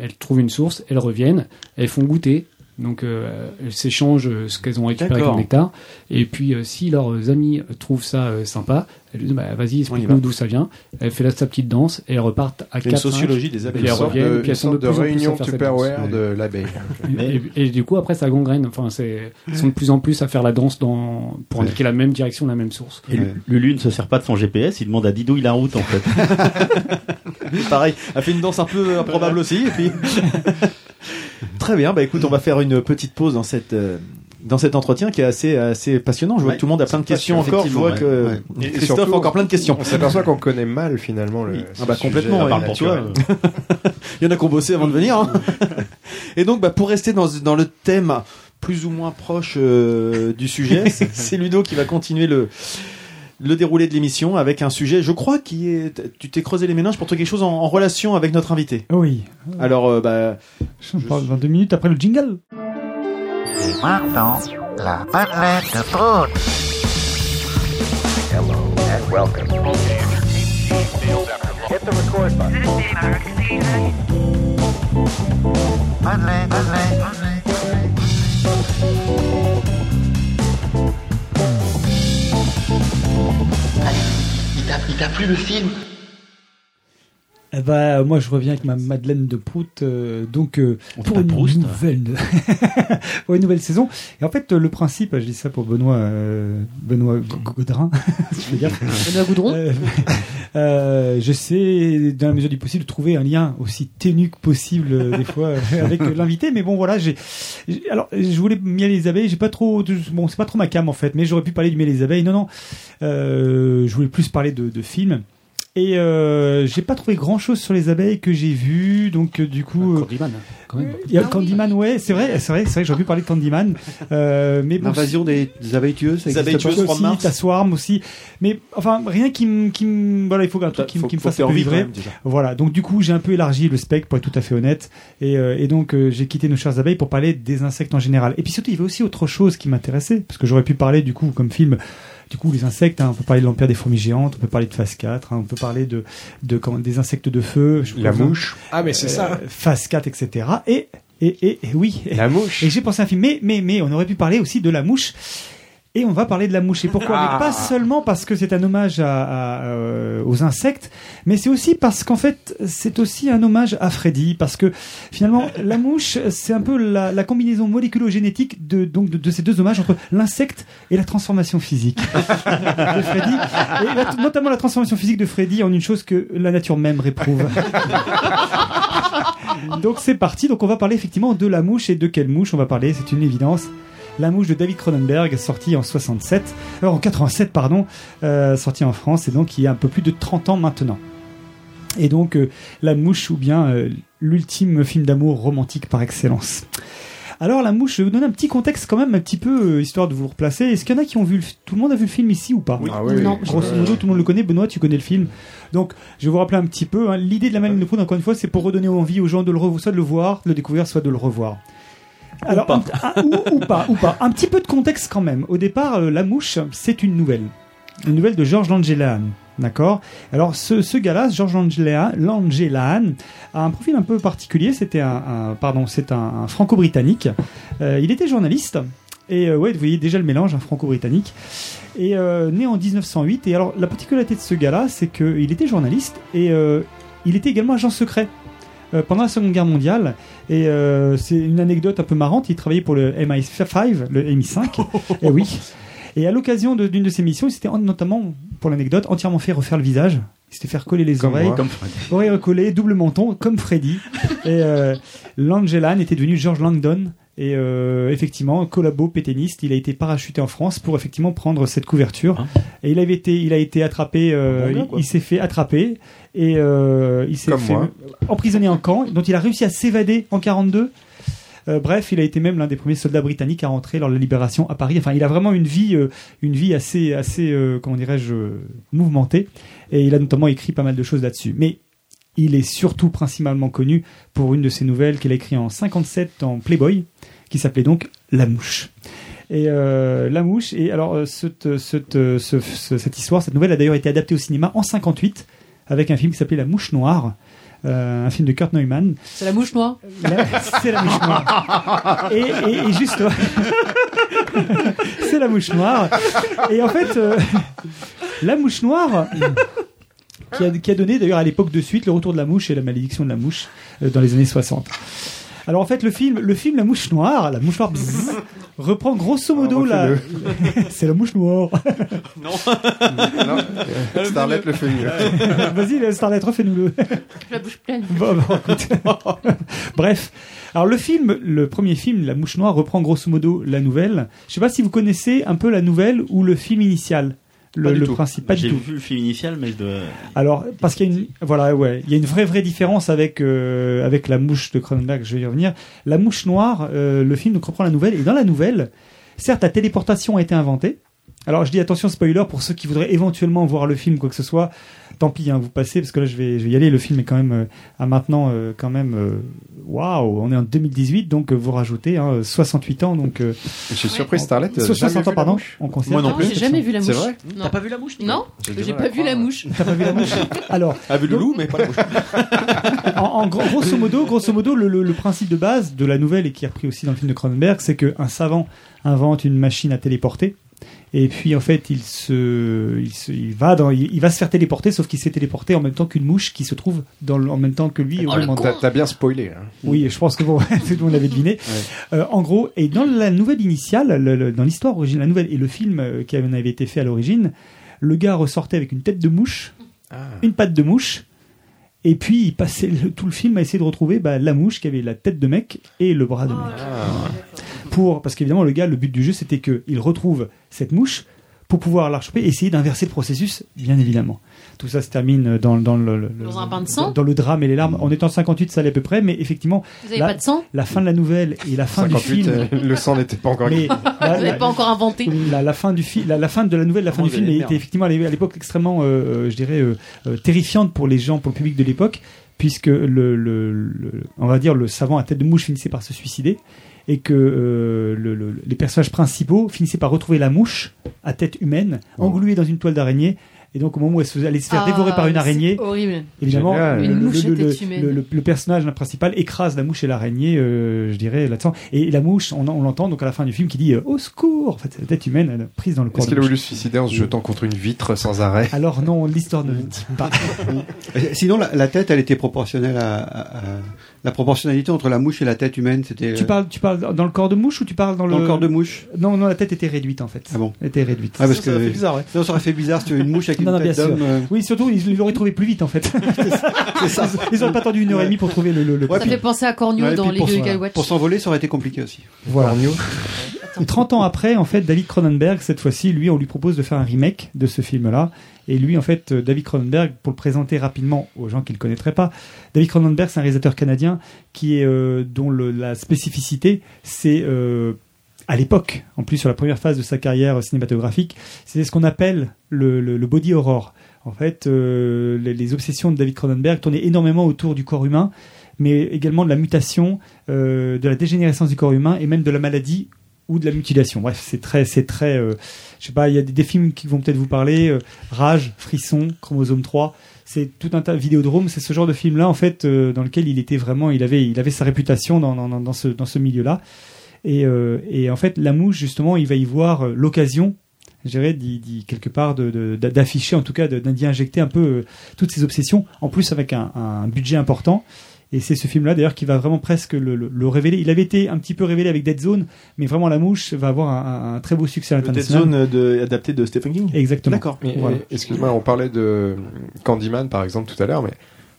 elles trouvent une source, elles reviennent, elles font goûter. Donc euh, elles s'échangent euh, ce qu'elles ont récupéré D'accord. comme nectar. Et puis, euh, si leurs amis euh, trouvent ça euh, sympa, elles disent bah, vas-y, va. explique-nous d'où ça vient. Elle fait là sa petite danse et elles repartent à Il y a une quatre. sociologie cinq, des abeilles. puis elles Une sorte reviennent, de- puis elles une sont sorte de, de plus en plus réunion à faire cette Tupperware danse. de l'abeille. Et, et du coup, après, ça gangrène. Enfin, c'est- elles sont de plus en plus à faire la danse dans, pour Ouais. indiquer la même direction, la même source. Et Lu- Lulu ne se sert pas de son GPS, il demande à Didouille la route en fait. Ah Pareil, a fait une danse un peu improbable aussi. Et puis... Très bien, bah écoute, on va faire une petite pause dans cette. euh, Dans cet entretien qui est assez, assez passionnant, je vois Ouais, que tout le monde a plein de c'est questions passionnant, encore. Je vois que effectivement, ouais. Et- et Christophe surtout, a encore plein de questions. On s'aperçoit qu'on connaît mal finalement le. euh, Ah bah complètement, ouais, tu vois. Il y en a qui ont bossé avant de venir. hein. Et donc, bah, pour rester dans, dans le thème plus ou moins proche euh, du sujet, c'est c'est Ludo qui va continuer le, le déroulé de l'émission avec un sujet, je crois, qui est. Tu t'es creusé les méninges pour trouver quelque chose en, en relation avec notre invité. Ah Oui. Alors, euh, bah. On parle dans deux minutes après le jingle. Maintenant, la parlette de Prout. Hello and welcome. Hit the record button. Parlette, parlette, parlette. Il t'a, il t'a plu le film Eh ben, moi, je reviens avec ma Madeleine de Prout, euh, donc euh, pour une nouvelle, pour une nouvelle saison. Et en fait, euh, le principe, je dis ça pour Benoît, euh, Benoît Gaudrin, je fais gaffe. Benoît Goudron. Euh, euh, J'essaie, dans la mesure du possible, de trouver un lien aussi ténu que possible euh, des fois euh, avec euh, l'invité. Mais bon, voilà, j'ai. j'ai- Alors, je voulais miel et les abeilles. J'ai pas trop. Bon, c'est pas trop ma cam en fait. Mais j'aurais pu parler du miel et les abeilles. Non, non. Euh, je voulais plus parler de, de films. Et euh, j'ai pas trouvé grand chose sur les abeilles que j'ai vu, donc euh, du coup. euh, hein, quand même. Il y a Candyman, ouais, c'est vrai, c'est vrai, c'est vrai que j'aurais pu parler de Candyman. Euh, mais bon, L'invasion des, des abeilles tueuses, ça existe les abeilles pas tueuses aussi, t'as Swarm aussi. Mais enfin, rien qui me, qui me- voilà, il faut un truc qui, me- faut- qui me faut fasse faire un peu envie quand vibrer. même, déjà. Voilà. Donc du coup, j'ai un peu élargi le spectre pour être tout à fait honnête. Et, euh, et donc euh, j'ai quitté nos chères abeilles pour parler des insectes en général. Et puis surtout, il y avait aussi autre chose qui m'intéressait parce que j'aurais pu parler du coup comme film. Du coup, les insectes, hein, on peut parler de l'Empire des fourmis géantes, on peut parler de Phase 4, hein, on peut parler de, de, quand- des insectes de feu. je La crois que- mouche. Ah, mais c'est ça. Euh, Phase 4, etc. Et, et, et, et oui. La mouche. Et j'ai pensé à un film. Mais, mais, mais on aurait pu parler aussi de la mouche. Et on va parler de la mouche. Et pourquoi Mais Ah. Pas seulement parce que c'est un hommage à- à, euh, aux insectes, mais c'est aussi parce qu'en fait, c'est aussi un hommage à Freddy. Parce que finalement, la mouche, c'est un peu la, la combinaison moléculo-génétique de, donc, de, de ces deux hommages entre l'insecte et la transformation physique de Freddy. Et la- notamment la transformation physique de Freddy en une chose que la nature même réprouve. Donc c'est parti, donc on va parler effectivement de la mouche et de quelle mouche on va parler, c'est une évidence. La mouche de David Cronenberg, sortie en 67, euh, en 87 pardon, euh, sortie en France et donc il y a un peu plus de 30 ans maintenant. Et donc euh, la mouche ou bien euh, l'ultime film d'amour romantique par excellence. Alors la mouche, je vais vous donner un petit contexte quand même, un petit peu euh, histoire de vous replacer. Est-ce qu'il y en a qui ont vu le... f- tout le monde a vu le film ici ou pas Oui. Ah oui, Non, oui. grosso modo, tout le monde le connaît. Benoît, tu connais le film. Donc, je vais vous rappeler un petit peu. hein. L'idée de la Madeleine de Proust, encore une fois, c'est pour redonner envie aux gens de le revoir, soit de le voir, de le découvrir, soit de le revoir. Alors, un- ah, ou, ou pas, ou pas. Un petit peu de contexte quand même. Au départ, euh, La Mouche, c'est une nouvelle. Une nouvelle de Georges Langelaan. D'accord Alors, ce, ce gars-là, Georges Langelaan, Langelaan, a un profil un peu particulier. C'était un, un- pardon, c'est un, un franco-britannique. Euh, il était journaliste. Et euh, ouais, vous voyez déjà le mélange, un franco-britannique. Et euh, né en 1908. Et alors, la particularité de ce gars-là, c'est qu'il était journaliste et euh, il était également agent secret euh, pendant la Seconde Guerre mondiale. Et euh, c'est une anecdote un peu marrante. Il travaillait pour le MI5, le MI5. et Eh oui. Et à l'occasion de- d'une de, ses missions, il s'était en- notamment, pour l'anecdote, entièrement fait refaire le visage. Il s'était fait recoller les Comme oreilles. moi. Comme Freddy. Oreilles recollées, double menton, comme Freddy. Et euh, Langelan était devenu George Langdon. Et euh, effectivement, collabo pétainiste, il a été parachuté en France pour effectivement prendre cette couverture. Et il avait été, il a été attrapé, Un Ah. euh, bon gars, il- quoi. il, s'est fait attraper et euh, il s'est Comme fait moi. emprisonné en camp, dont il a réussi à s'évader en 42. Euh, bref, il a été même l'un des premiers soldats britanniques à rentrer lors de la libération à Paris. Enfin, il a vraiment une vie, euh, une vie assez, assez, euh, comment dirais-je, euh, mouvementée. Et il a notamment écrit pas mal de choses là-dessus. Mais il est surtout principalement connu pour une de ses nouvelles qu'il a écrite en 57 dans Playboy, qui s'appelait donc La Mouche. Et euh, La Mouche, et alors euh, cette, euh, cette, euh, ce- ce- cette histoire, cette nouvelle a d'ailleurs été adaptée au cinéma en 58 avec un film qui s'appelait La Mouche Noire, euh, un film de Kurt Neumann. C'est la mouche noire. C'est la mouche noire. Et, et- et juste. C'est la mouche noire. Et en fait, euh, la mouche noire. Qui a, qui a donné d'ailleurs à l'époque de suite le retour de la mouche et la malédiction de la mouche euh, dans les années 60. Alors en fait le film, le film La Mouche Noire, la mouche noire bzzz, reprend grosso modo la, c'est la mouche noire. Non, euh, Starlet le fait mieux. Vas-y, le Starlet, refais-nous le. La bouche pleine. Bon, bon, écoute. Bref. Alors, le film, le premier film, La Mouche Noire, reprend grosso modo la nouvelle. Je sais pas si vous connaissez un peu la nouvelle ou le film initial. Le, Pas du le tout. principe, pas du J'ai tout. vu le film initial, mais je dois. Alors, parce qu'il y a une, voilà, ouais, il y a une vraie, vraie différence avec, euh, avec la mouche de Cronenberg, je vais y revenir. La mouche noire, euh, le film donc reprend la nouvelle, et dans la nouvelle, certes, la téléportation a été inventée. Alors, je dis attention, spoiler, pour ceux qui voudraient éventuellement voir le film, quoi que ce soit, tant pis, hein, vous passez, parce que là, je vais, je vais y aller. Le film est quand même, euh, à maintenant, euh, quand même, euh, waouh, on est en 2018, donc euh, vous rajoutez hein, 68 ans, donc. euh, Je suis surpris, Starlet. t'as 60 jamais ans, vu pardon, La Mouche on considère Moi non que- plus. J'ai jamais vu la mouche. C'est vrai Non. T'as pas vu la mouche Non, J'ai du j'ai mal à pas vu la mouche. T'as pas vu la mouche Alors, A Ah, vu le loup, mais pas le en, en gros- grosso modo, grosso modo le, le- le principe de base de la nouvelle et qui est repris aussi dans le film de Cronenberg, c'est qu'un savant invente une machine à téléporter. Et puis en fait, il se, il se- il va dans, il, il va se faire téléporter, sauf qu'il s'est téléporté en même temps qu'une mouche qui se trouve dans, le- en même temps que lui. au même endroit. T'as t'as bien spoilé. hein. Oui, je pense que bon, tout le monde l'avait deviné. Euh, en gros, et dans la nouvelle initiale, le- le- dans l'histoire originale, la nouvelle et le film euh, qui en avait été fait à l'origine, le gars ressortait avec une tête de mouche, une patte de mouche, et puis il passait le- tout le film à essayer de retrouver bah, la mouche qui avait la tête de mec et le bras de mec. Ah, Pour, parce qu'évidemment, le gars, le but du jeu, c'était qu'il retrouve cette mouche pour pouvoir la choper et essayer d'inverser le processus, bien évidemment. Tout ça se termine dans, dans le, le- le- Dans un bain de sang dans le drame et les larmes. On est en 58, ça allait à peu près, mais effectivement. Vous avez la- pas de sang La fin de la nouvelle et la fin du 58, film. euh, le sang n'était pas encore Mais la- Vous n'avez la- pas encore inventé. la, la fin du film, la, la fin de la nouvelle, la fin Comment du il va film les était faire effectivement à l'é- à l'époque extrêmement, euh, euh, je dirais, euh, euh, terrifiante pour les gens, pour le public de l'époque, puisque le, le- le- on va dire, le savant à tête de mouche finissait par se suicider et que euh, le- le- les personnages principaux finissaient par retrouver la mouche à tête humaine, engluée dans une toile d'araignée. Et donc, au moment où elle se faisait- allait se faire Ah, dévorer par une c'est araignée, horrible. évidemment, Génial. le, Une le- mouche le- était le- humaine. le- le- le personnage principal écrase la mouche et l'araignée, euh, je dirais, là-dedans. Et la mouche, on, on l'entend donc à la fin du film qui dit euh, Au secours En fait, c'est la tête humaine elle est prise dans le corps Est-ce de qu'elle a mouche. voulu se suicider en se jetant contre une vitre sans arrêt Alors, non, l'histoire ne le dit pas. Et Sinon, la, la tête, elle était proportionnelle à, à- à- la proportionnalité entre la mouche et la tête humaine. C'était Tu parles, tu parles dans le corps de mouche ou tu parles dans le. Euh, Dans le corps de mouche Non, non, la tête était réduite en fait. Ah bon Elle était réduite. Ah, parce que Non, ça aurait fait bizarre si tu avais une mouche avec une Non, non, bien tête sûr. d'homme. euh, Oui, surtout, ils ils l'auraient trouvé plus vite en fait. C'est ça. Ils n'auraient pas attendu une heure et demie pour trouver le. le, le- Ça fait penser à Cornio Ouais, dans puis les pour Gueule s'en- Gueule Watch. Pour s'envoler, ça aurait été compliqué aussi. Voilà. 30 ans après, en fait, David Cronenberg, cette fois-ci, lui, on lui propose de faire un remake de ce film-là. Et lui, en fait, euh, David Cronenberg, pour le présenter rapidement aux gens qui ne le connaîtraient pas, David Cronenberg, c'est un réalisateur canadien qui est, euh, dont le- la spécificité, c'est euh, à l'époque, en plus sur la première phase de sa carrière euh, cinématographique, c'est ce qu'on appelle le, le- le body horror. En fait, euh, les, les obsessions de David Cronenberg tournaient énormément autour du corps humain, mais également de la mutation, euh, de la dégénérescence du corps humain et même de la maladie ou de la mutilation. Bref, c'est très, c'est très, euh, je sais pas, il y a des, des films qui vont peut-être vous parler, euh, Rage, Frisson, Chromosome 3, c'est tout un tas, Vidéodrome, c'est ce genre de film-là, en fait, euh, dans lequel il était vraiment, il avait, il avait sa réputation dans, dans, dans- dans ce, dans ce milieu-là. Et, euh, et en fait, la mouche, justement, il va y voir euh, l'occasion, je dirais, d'y- d'y- quelque part, de- de- d'a- d'afficher, en tout cas, de- d'y injecter un peu euh, toutes ses obsessions, en plus avec un, un budget important. Et c'est ce film-là, d'ailleurs, qui va vraiment presque le, le- le révéler. Il avait été un petit peu révélé avec Dead Zone, mais vraiment, La Mouche va avoir un, un- un très beau succès à Dead l'international. Zone de, adapté de Stephen King euh, Exactement. D'accord. Mais, Voilà. et- Excuse-moi, on parlait de Candyman par exemple tout à l'heure, mais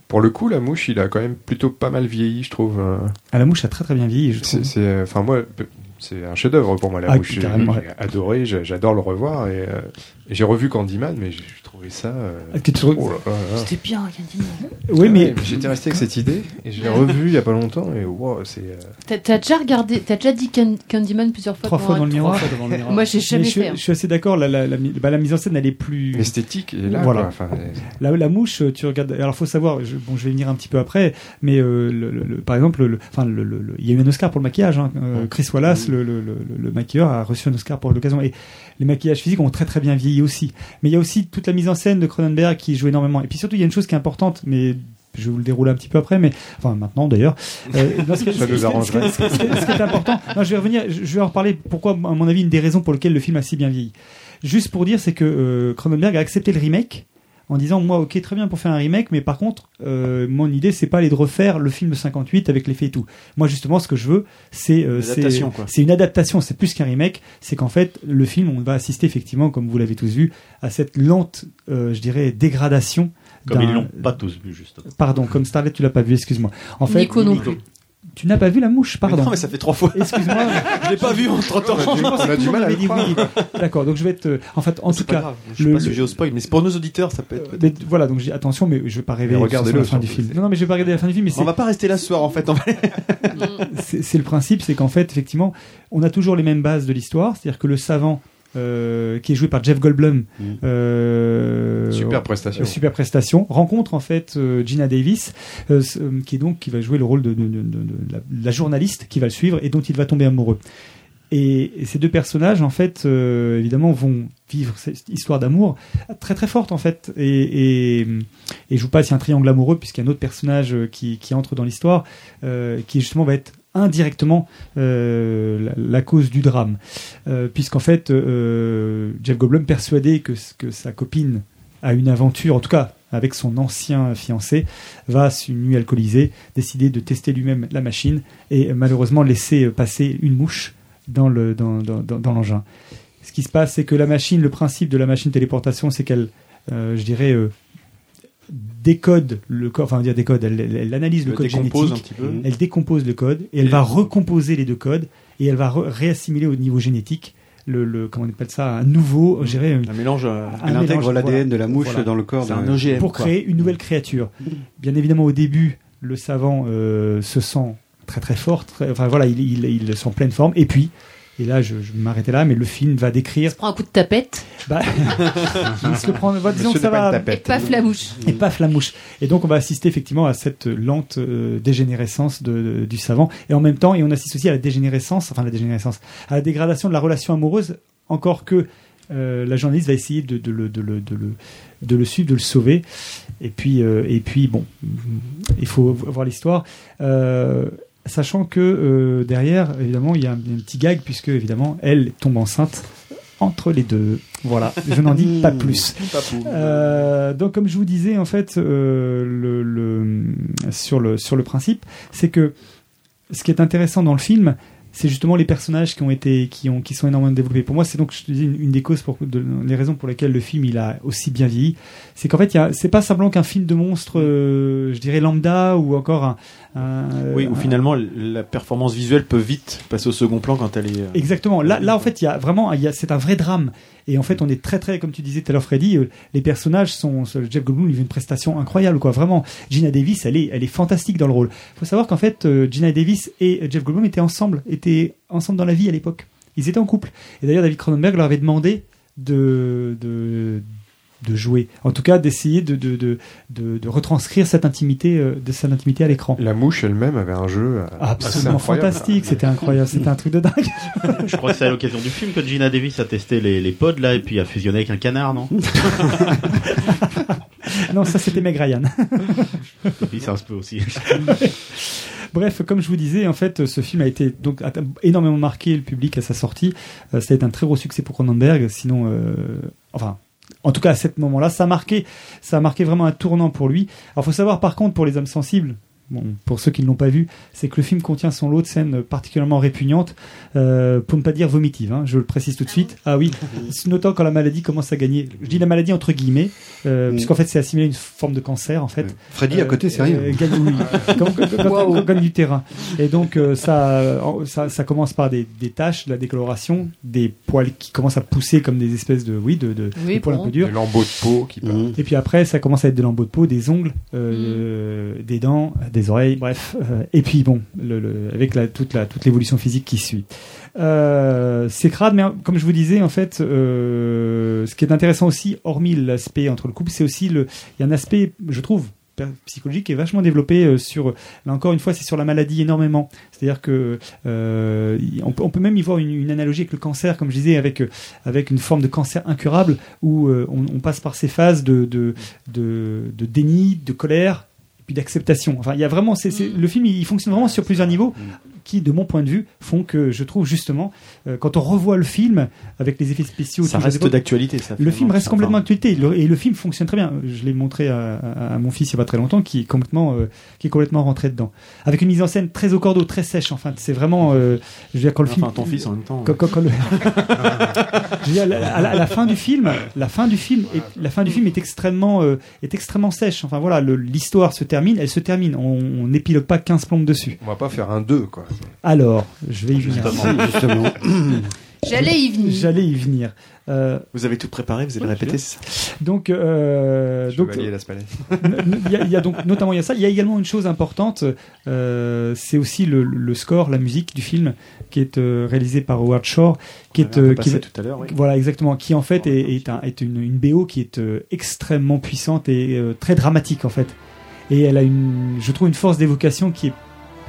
pour le coup, la mouche, il a quand même plutôt pas mal vieilli, je trouve. euh. Ah, la mouche a très très bien vieilli, je trouve. C'est, c'est- enfin moi, p- c'est un chef-d'œuvre pour moi la Ah, mouche. J'ai, carrément, j'ai ouais. adoré, j'ai- j'adore le revoir et, euh, et j'ai revu Candyman, mais j'ai trouvé ça. euh, Ah, tu trouves- oh là là là. C'était bien, Candyman. Oui, Ah mais- ouais, j'étais resté avec cette idée et je l'ai revu il y a pas longtemps et wow, c'est. euh, T'as- T'as déjà regardé, t'as déjà dit Can- Candyman plusieurs fois trois devant fois un- dans le trois miroir. fois devant le miroir. Moi, j'ai jamais Mais je, fait. hein. Je suis assez d'accord. La, la, la, mi- bah, la mise en scène, elle est plus L'esthétique est là, Voilà. quoi, enfin, elle- la, la mouche, euh, tu regardes. Alors, faut savoir. Je, bon, je vais y venir un petit peu après. Mais euh, le, le- le- par exemple, le, enfin, le- le- le- il y a eu un Oscar pour le maquillage. hein. Euh, Chris Wallace, le, le- le- le- le maquilleur, a reçu un Oscar pour l'occasion. Et les maquillages physiques ont très très bien vieilli aussi. Mais il y a aussi toute la mise en scène de Cronenberg qui joue énormément. Et puis surtout, il y a une chose qui est importante, mais je vais vous le dérouler un petit peu après, mais enfin maintenant d'ailleurs. Euh, non, ce qui- Ça ce- nous ce- ce- arrangerait. ce- ce- ce- ce qui est important. Non, je vais revenir, je je vais en reparler pourquoi, à mon avis, une des raisons pour lesquelles le film a si bien vieilli. Juste pour dire, c'est que euh, Cronenberg a accepté le remake en disant moi ok très bien pour faire un remake mais par contre euh, mon idée c'est pas aller de refaire le film 58 avec l'effet et tout moi justement ce que je veux c'est euh, c'est Adaptation, quoi. c'est une adaptation c'est plus qu'un remake c'est qu'en fait le film on va assister effectivement comme vous l'avez tous vu à cette lente euh, je dirais dégradation Comme ils d'un- l'ont pas tous vu, justement. Pardon, comme Starlet, tu l'as pas vu, excuse-moi. En fait, Nico non Nico. plus. Tu n'as pas vu la mouche, pardon. non, mais ça fait trois fois. Excuse-moi. je l'ai pas vu en 30 ans. Je pensais que tout le monde avait dit oui. D'accord, donc je vais être. euh, En fait, en tout cas, Je suis le- Euh, pas sujet au spoil, mais c'est pour nos auditeurs, ça peut être. mais voilà, donc j'ai attention, mais je vais pas révéler Mais sur regardez-le, la fin du surtout. film. Non, non, mais je vais pas regarder la fin du film. Mais On c'est- va pas rester là ce soir en fait. on va- c'est c'est le principe, c'est qu'en fait, effectivement, on a toujours les mêmes bases de l'histoire, c'est-à-dire que le savant. euh, qui est joué par Jeff Goldblum. Mm. euh, Super prestation. euh, super prestation. Rencontre en fait euh, Gina Davis, euh, ce- euh, qui est donc qui va jouer le rôle de, de- de- de- de la, de la journaliste qui va le suivre et dont il va tomber amoureux. Et, et ces deux personnages, en fait, euh, évidemment, vont vivre cette histoire d'amour très très forte, en fait. Et, et, et je vous passe un triangle amoureux, puisqu'il y a un autre personnage euh, qui, qui entre dans l'histoire, euh, qui justement va être indirectement euh, la, la cause du drame. Euh, Puisqu'en fait, euh, Jeff Goldblum, persuadé que, ce- que sa copine a une aventure, en tout cas avec son ancien fiancé, va, une nuit alcoolisée, décider de tester lui-même la machine et euh, malheureusement laisser euh, passer une mouche dans l'engin. Le, dans, dans, dans, dans l'engin. ce qui se passe, c'est que la machine, le principe de la machine téléportation, c'est qu'elle, euh, je dirais, euh, décode le corps, enfin on va dire décode, elle, elle- elle analyse le, Elle code décompose génétique, un petit peu. elle décompose le code et elle va recomposer les deux codes et elle va re- réassimiler au niveau génétique le, le- comment on appelle ça, un nouveau, je dirais, Un mélange. euh, Elle intègre l'ADN de la mouche dans le corps C'est de- un OGM. pour quoi. créer une nouvelle créature. Bien évidemment, au début, le savant euh, se sent très très fort, très- enfin voilà, il, il, il est en pleine forme, et puis, et là je, je vais m'arrêter là, mais le film va décrire... Prends un coup de tapette. Bah, il se le prend, bah, disons Monsieur que ça n'est pas va... une tapette. Et paf, la mouche. Et paf la mouche. Et donc on va assister effectivement à cette lente euh, dégénérescence de, de- du savant, et en même temps, et on assiste aussi à la dégénérescence, enfin la dégénérescence, à la dégradation de la relation amoureuse, encore que euh, la journaliste va essayer de, de le, de le- de le- de le suivre, de le sauver. Et puis, euh, et puis bon, il faut voir l'histoire. Euh, sachant que euh, derrière, évidemment, il y a un, un petit gag, puisque évidemment, elle tombe enceinte entre les deux. Voilà, je n'en dis pas plus. Papou. Euh, donc, comme je vous disais, en fait, euh, le, le- sur, le, sur le principe, c'est que ce qui est intéressant dans le film, c'est justement les personnages qui ont été, qui ont, qui sont énormément développés. Pour moi, c'est donc je te dis, une, une des causes pour, de- les raisons pour lesquelles le film il a aussi bien vieilli, c'est qu'en fait, il y a- c'est pas simplement qu'un film de monstre, euh, je dirais lambda ou encore un. un- Oui, où un- finalement la performance visuelle peut vite passer au second plan quand elle est. euh, Exactement. Là, là, en fait, il y a vraiment, il y a- c'est un vrai drame. Et en fait, on est très, très, comme tu disais tout à l'heure, Freddy, euh, les personnages sont, ce- Jeff Goldblum, il fait une prestation incroyable, quoi. Vraiment. Gina Davis, elle est, elle est fantastique dans le rôle. Faut savoir qu'en fait, euh, Gina Davis et euh, Jeff Goldblum étaient ensemble, étaient ensemble dans la vie à l'époque. Ils étaient en couple. Et d'ailleurs, David Cronenberg leur avait demandé de, de, de jouer. En tout cas, d'essayer de, de, de, de, de retranscrire cette intimité, euh, de cette intimité à l'écran. La mouche elle-même avait un jeu euh, assez Ah, Absolument incroyable. fantastique. C'était incroyable. C'était un truc de dingue. Je crois que c'est à l'occasion du film que Gina Davis a testé les, les pods là et puis a fusionné avec un canard, non non, ça c'était Meg Ryan. Oui, c'est un peu aussi. Bref, comme je vous disais, en fait, ce film a été donc a énormément marqué le public à sa sortie. Euh, ça a été un très gros succès pour Cronenberg. Sinon, euh, enfin. En tout cas, à ce moment-là, ça a marqué, ça a marqué vraiment un tournant pour lui. Alors, faut savoir par contre, pour les hommes sensibles, bon, pour ceux qui ne l'ont pas vu, c'est que le film contient son lot de scènes particulièrement répugnantes, euh, pour ne pas dire vomitives. hein, je le précise tout de suite. Ah oui, notant quand la maladie commence à gagner. Je dis la maladie entre guillemets, euh, puisqu'en fait, c'est assimilé à une forme de cancer, en Euh, fait. Freddy, à côté, Euh, c'est rien. gagne- oui. Comme- comme- comme- Wow. comme- gagne du terrain. Et donc euh, ça, euh, ça, ça commence par des, des taches, de la décoloration, des poils qui commencent à pousser comme des espèces de, oui, de, de, Oui, des poils un bon. peu durs. Des lambeaux de peau qui partent. Et puis après, ça commence à être des lambeaux de peau, des ongles, Mm. euh, des dents, des oreilles, bref. Euh, et puis bon, le, le- avec la, toute la toute l'évolution physique qui suit. Euh, c'est crade, mais hein, comme je vous disais, en fait, euh, ce qui est intéressant aussi, hormis l'aspect entre le couple, c'est aussi le, il y a un aspect, je trouve, per- psychologique qui est vachement développé euh, sur, là encore une fois, c'est sur la maladie énormément. C'est-à-dire que euh, y- on, peut- on peut même y voir une, une analogie avec le cancer, comme je disais, avec euh, avec une forme de cancer incurable où euh, on, on passe par ces phases de de, de, de déni, de colère. et Puis d'acceptation. Enfin, il y a vraiment, c'est c'est- le film, il il fonctionne vraiment sur plusieurs niveaux qui, de mon point de vue, font que je trouve justement, euh, quand on revoit le film avec les effets spéciaux, Ça tout, je reste sais pas- d'actualité, ça, Le finalement, film reste ça, complètement d'actualité et le- et le film fonctionne très bien. Je l'ai montré à, à- à mon fils il y a pas très longtemps, qui est complètement, euh, qui est complètement rentré dedans, avec une mise en scène très au cordeau, très sèche. Enfin, c'est vraiment, euh, je veux dire, quand le Enfin, film, ton fils hein. en même temps. Quand- quand- quand le- Je veux dire, la- la- à la, à la fin du film, la fin du film est, la fin du film est extrêmement, euh, est extrêmement sèche. Enfin voilà, le- l'histoire se termine, elle se termine. On on n'épilogue pas 15 plombes dessus. On va pas faire un 2 quoi. Alors, je vais y venir. Justement. Justement. J'allais y venir. J'allais y venir. Euh, Vous avez tout préparé, vous allez répéter, c'est ça donc, euh, donc, Chevalier Laspalais. il y a- il y a donc notamment il y a ça. Il y a également une chose importante, euh, c'est aussi le, le score, la musique du film qui est euh, réalisé par Howard Shore, qui On est euh, avait un peu qui passé va- tout à l'heure, oui. voilà exactement, qui en fait est, est un- est une, une BO qui est euh, extrêmement puissante et euh, très dramatique en fait. Et elle a une, je trouve une force d'évocation qui est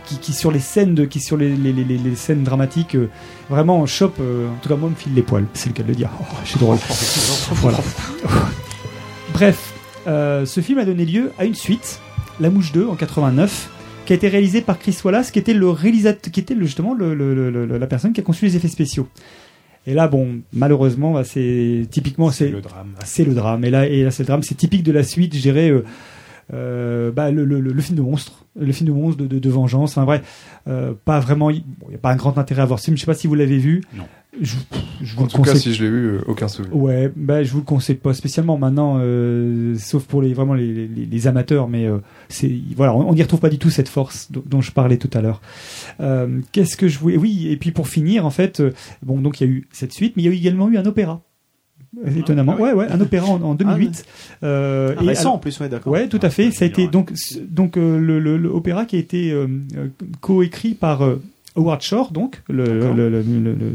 qui, qui sur les scènes de, qui sur les, les- les- les- les scènes dramatiques euh, vraiment chope. euh, en tout cas moi me file les poils, c'est le cas de le dire. Oh, je suis drôle. voilà. Bref, euh, ce film a donné lieu à une suite, La Mouche 2 en 89, qui a été réalisée par Chris Wallace, qui était le réalisateur, qui était le- justement le- le- le- le- la personne qui a conçu les effets spéciaux. Et là, bon, malheureusement, bah, c'est typiquement c'est le drame. C'est le drame. Et là, et là, c'est le drame. C'est typique de la suite, je dirais. euh, euh, bah, le, le- le- le film de monstre, le film de monstre de, de- de vengeance. Enfin bref, euh, pas vraiment. Il n'y a pas un grand intérêt à voir ce film. Je sais pas si vous l'avez vu. Non. Je, je vous En le tout cas, conseille si je l'ai eu, euh, aucun souvenir. Ouais, bah, je vous le conseille pas spécialement maintenant, euh, sauf pour les vraiment les, les- les amateurs, mais euh, c'est voilà, on on n'y retrouve pas du tout cette force do- dont je parlais tout à l'heure. Euh, Qu'est-ce que je voulais Oui, et puis pour finir, en fait, euh, bon, donc il y a eu cette suite, mais il y a eu également eu un opéra. Euh, Étonnamment, ouais, ouais, un opéra en, en 2008. Euh, Ah, récent, alors- en plus, ouais, d'accord. Ah, Ah, Ouais, tout à fait. Ça a été hein. donc ce- donc euh, le, le- le opéra qui a été euh, euh, coécrit par euh, Howard Shore, donc le, le- le- le-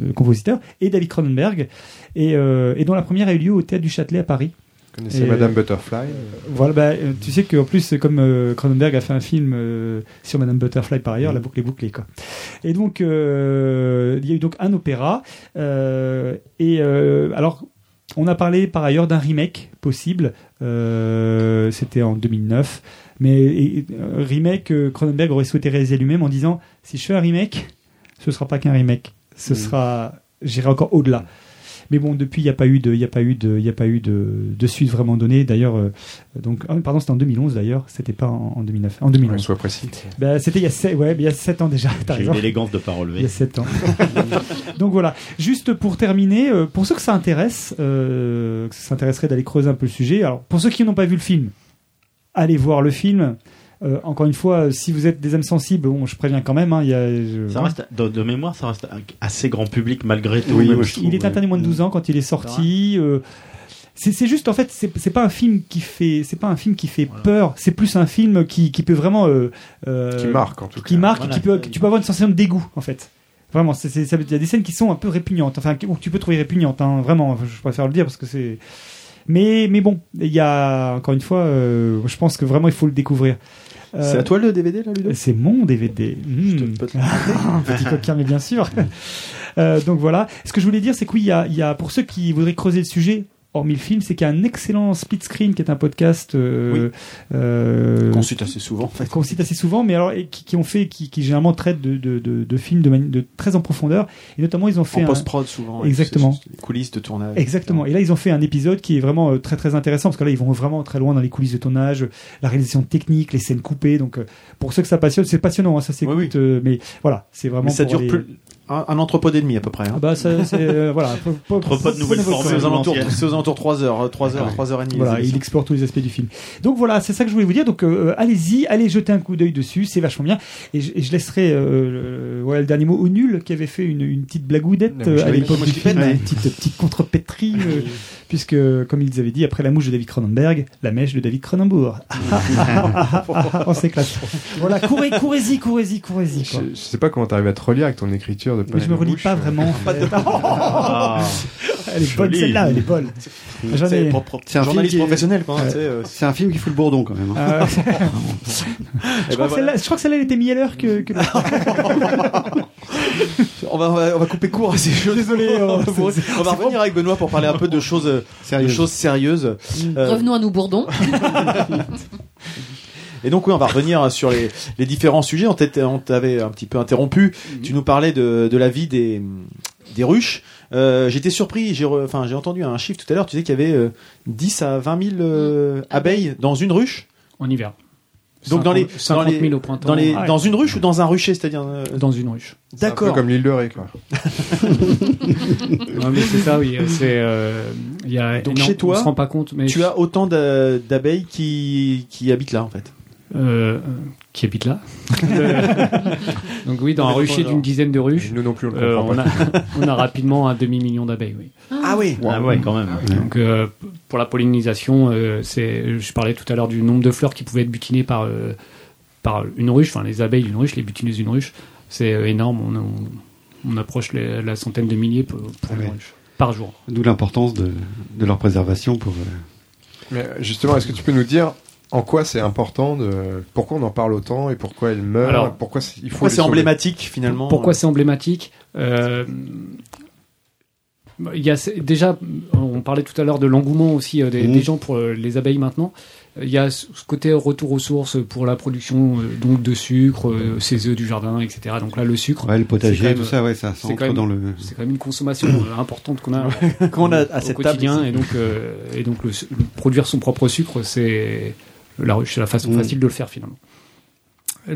le compositeur, et David Cronenberg, et, euh, et dont la première a eu lieu au théâtre du Châtelet à Paris. connaissez Et, Madame euh, Butterfly Voilà, bah, euh, tu sais qu'en plus, comme euh, Cronenberg a fait un film euh, sur Madame Butterfly par ailleurs, la boucle est bouclée. Quoi. Et donc, euh, il y a eu donc un opéra. euh, et euh, alors, On a parlé par ailleurs d'un remake possible. euh, C'était en 2009. Mais et- et, euh, remake, euh, Cronenberg aurait souhaité réaliser lui-même en disant si je fais un remake, ce sera pas qu'un remake. Ce Mm. sera, j'irai encore au-delà. Mais bon, depuis, il n'y a pas eu de, il y a pas eu de, il y a pas eu de, de suite vraiment donnée. D'ailleurs, euh, donc, ah, pardon, c'était en 2011 d'ailleurs. C'était pas en, en 2009. En 2011. Ouais, sois précis. Bah, c'était il y a 7 ouais, il y a sept ans déjà. t'as J'ai une raison. élégance de pas relever. Il y a 7 ans. Donc voilà, juste pour terminer, euh, pour ceux que ça intéresse, euh, que ça s'intéresserait d'aller creuser un peu le sujet, alors pour ceux qui n'ont pas vu le film, allez voir le film. Euh, encore une fois, euh, si vous êtes des âmes sensibles, bon, je préviens quand même. hein, il y a, je- Ça reste, de, de mémoire, ça reste un- assez grand public malgré tout. Oui, même, il je trouve, est interdit moins de euh, 12 ans quand il est sorti. euh, c'est c'est juste en fait c'est c'est pas un film qui fait c'est pas un film qui fait peur c'est plus un film qui, qui peut vraiment euh, euh, Qui marque, en tout qui cas. marque Voilà. qui peut tu peux avoir une sensation de dégoût en fait vraiment c'est- c'est- ça veut- il y a des scènes qui sont un peu répugnantes hein, enfin que ou que tu peux trouver répugnantes hein, vraiment je préfère le dire parce que c'est mais mais bon il y a encore une fois euh, je pense que vraiment il faut le découvrir Euh, C'est à toi le DVD là, Ludo C'est mon DVD. Hmm. Un petit coquin, mais bien sûr. Euh, donc voilà. Ce que je voulais dire, c'est que oui, il y a, il y a- pour ceux qui voudraient creuser le sujet, hormis le film, c'est qu'il y a un excellent split screen qui est un podcast euh, euh, Ah, Qu'on cite assez souvent, en fait. qu'on cite assez souvent, mais alors et qui, qui ont fait, qui, qui généralement traitent de, de- de- de films de, mani- de très en profondeur, et notamment ils ont fait En un- post-prod souvent. Exactement. Les coulisses de tournage. Exactement. Et là, ils ont fait un épisode qui est vraiment euh, très très intéressant parce que là, ils vont vraiment très loin dans les coulisses de tournage, euh, la réalisation technique, les scènes coupées. Donc, euh, pour ceux que ça passionne, c'est passionnant. hein, ça s'écoute, euh, mais voilà, c'est vraiment. Mais ça pour dure les- plus. Un, un entrepôt d'ennemis à peu près. hein. Ah bah, ça, c'est euh, voilà. faut- faut- faut- faut- faut- C'est aux alentours- C'est aux alentours 3 heures, 3 heures, 3 heures et demie. Voilà, les il émissions. explore tous les aspects du film. Donc voilà, c'est ça que je voulais vous dire. Donc euh, allez-y, allez jeter un coup d'œil dessus, c'est vachement bien. Et je, et je laisserai euh, le, voilà, le dernier mot au nul qui avait fait une, une petite blagoudette La mouche euh, de à l'époque la du mouche qui film, pète, ouais. une petite, petite contrepétrie, euh, puisque comme ils avaient dit, après la mouche de David Cronenberg, la mèche de David Cronenbourg. Ah, ah, ah, ah, ah, on s'éclate. Voilà, courez, courez-y, courez-y, courez-y. quoi. Je, euh, je sais pas comment t'arrives à te relire avec ton écriture de hein. Mais je me relis pas vraiment. en fait. Ah. elle est bonne Joli. celle-là, elle est bonne. J'en ai- C'est propre, propre. C'est un film Journaliste qui est- professionnel, quoi, hein, Ouais. tu sais, euh, C'est un film qui fout le bourdon quand même. hein. Ah ouais. Je Eh Je crois, ben que voilà. celle-là- je crois que celle-là elle était mise à l'heure que, que l'autre. On va, on va- on va couper court à ces choses. Désolé. hein, On va, on va revenir avec Benoît pour parler un peu de choses euh, de choses sérieuses. Mm. Euh, Revenons à nous bourdons. Et donc oui, on va revenir sur les, les différents sujets. On t'était- on t'avait un petit peu interrompu. Mm. Tu nous parlais de, de la vie des, des ruches. Euh, J'étais surpris. J'ai re- enfin j'ai entendu un chiffre tout à l'heure. Tu disais qu'il y avait euh, 10 à 20 000 Mm. euh, abeilles dans une ruche. En hiver. Donc dans les 50 dans les- 000 au printemps. dans les Ouais. dans une ruche ou dans un rucher, c'est-à-dire euh, dans une ruche. D'accord. comme l'île de Ré, quoi. Ouais, mais c'est ça, oui. euh, C'est, euh, il y a Donc énorme- chez toi, on se rend pas compte, mais tu as autant d'a- d'abeilles qui qui habitent là en fait. euh, euh, qui habite là. Euh, Donc oui, dans On un est dans rucher le d'une dizaine de ruches. Nous non plus, on le euh, comprend on, a, pas. on a rapidement un demi-million d'abeilles, oui. Ah oui. Ah ouais, quand même. Donc euh, p- pour la pollinisation, euh, c'est, je parlais tout à l'heure du nombre de fleurs qui pouvaient être butinées par, euh, par une ruche, enfin les abeilles d'une ruche, les butineuses d'une ruche, c'est euh, énorme. On, on- on approche les- la centaine de milliers pour, Ah pour une ruche, par jour. D'où l'importance de, de leur préservation pour. euh, Mais justement, est-ce que tu peux nous dire en quoi c'est important de pourquoi on en parle autant et pourquoi elle meurt Alors, pourquoi c'est- il faut Pourquoi les c'est sauver emblématique finalement Pourquoi c'est emblématique Euh, il y a c- déjà, on parlait tout à l'heure de l'engouement aussi euh, des, Mhm. des gens pour euh, les abeilles maintenant. Euh, Il y a ce ce côté retour aux sources pour la production euh, donc de sucre, euh, ses œufs du jardin, etc. Donc là, le sucre, Ouais, le potager, c'est quand même- tout ça, ouais, ça c'est rentre quand même- dans le- C'est quand même une consommation euh, importante qu'on a euh, qu'on a à au cette table quotidien ici. et donc euh, et donc le su- produire son propre sucre, c'est la ruche, c'est la façon Mmh. Mhm. facile de le faire finalement.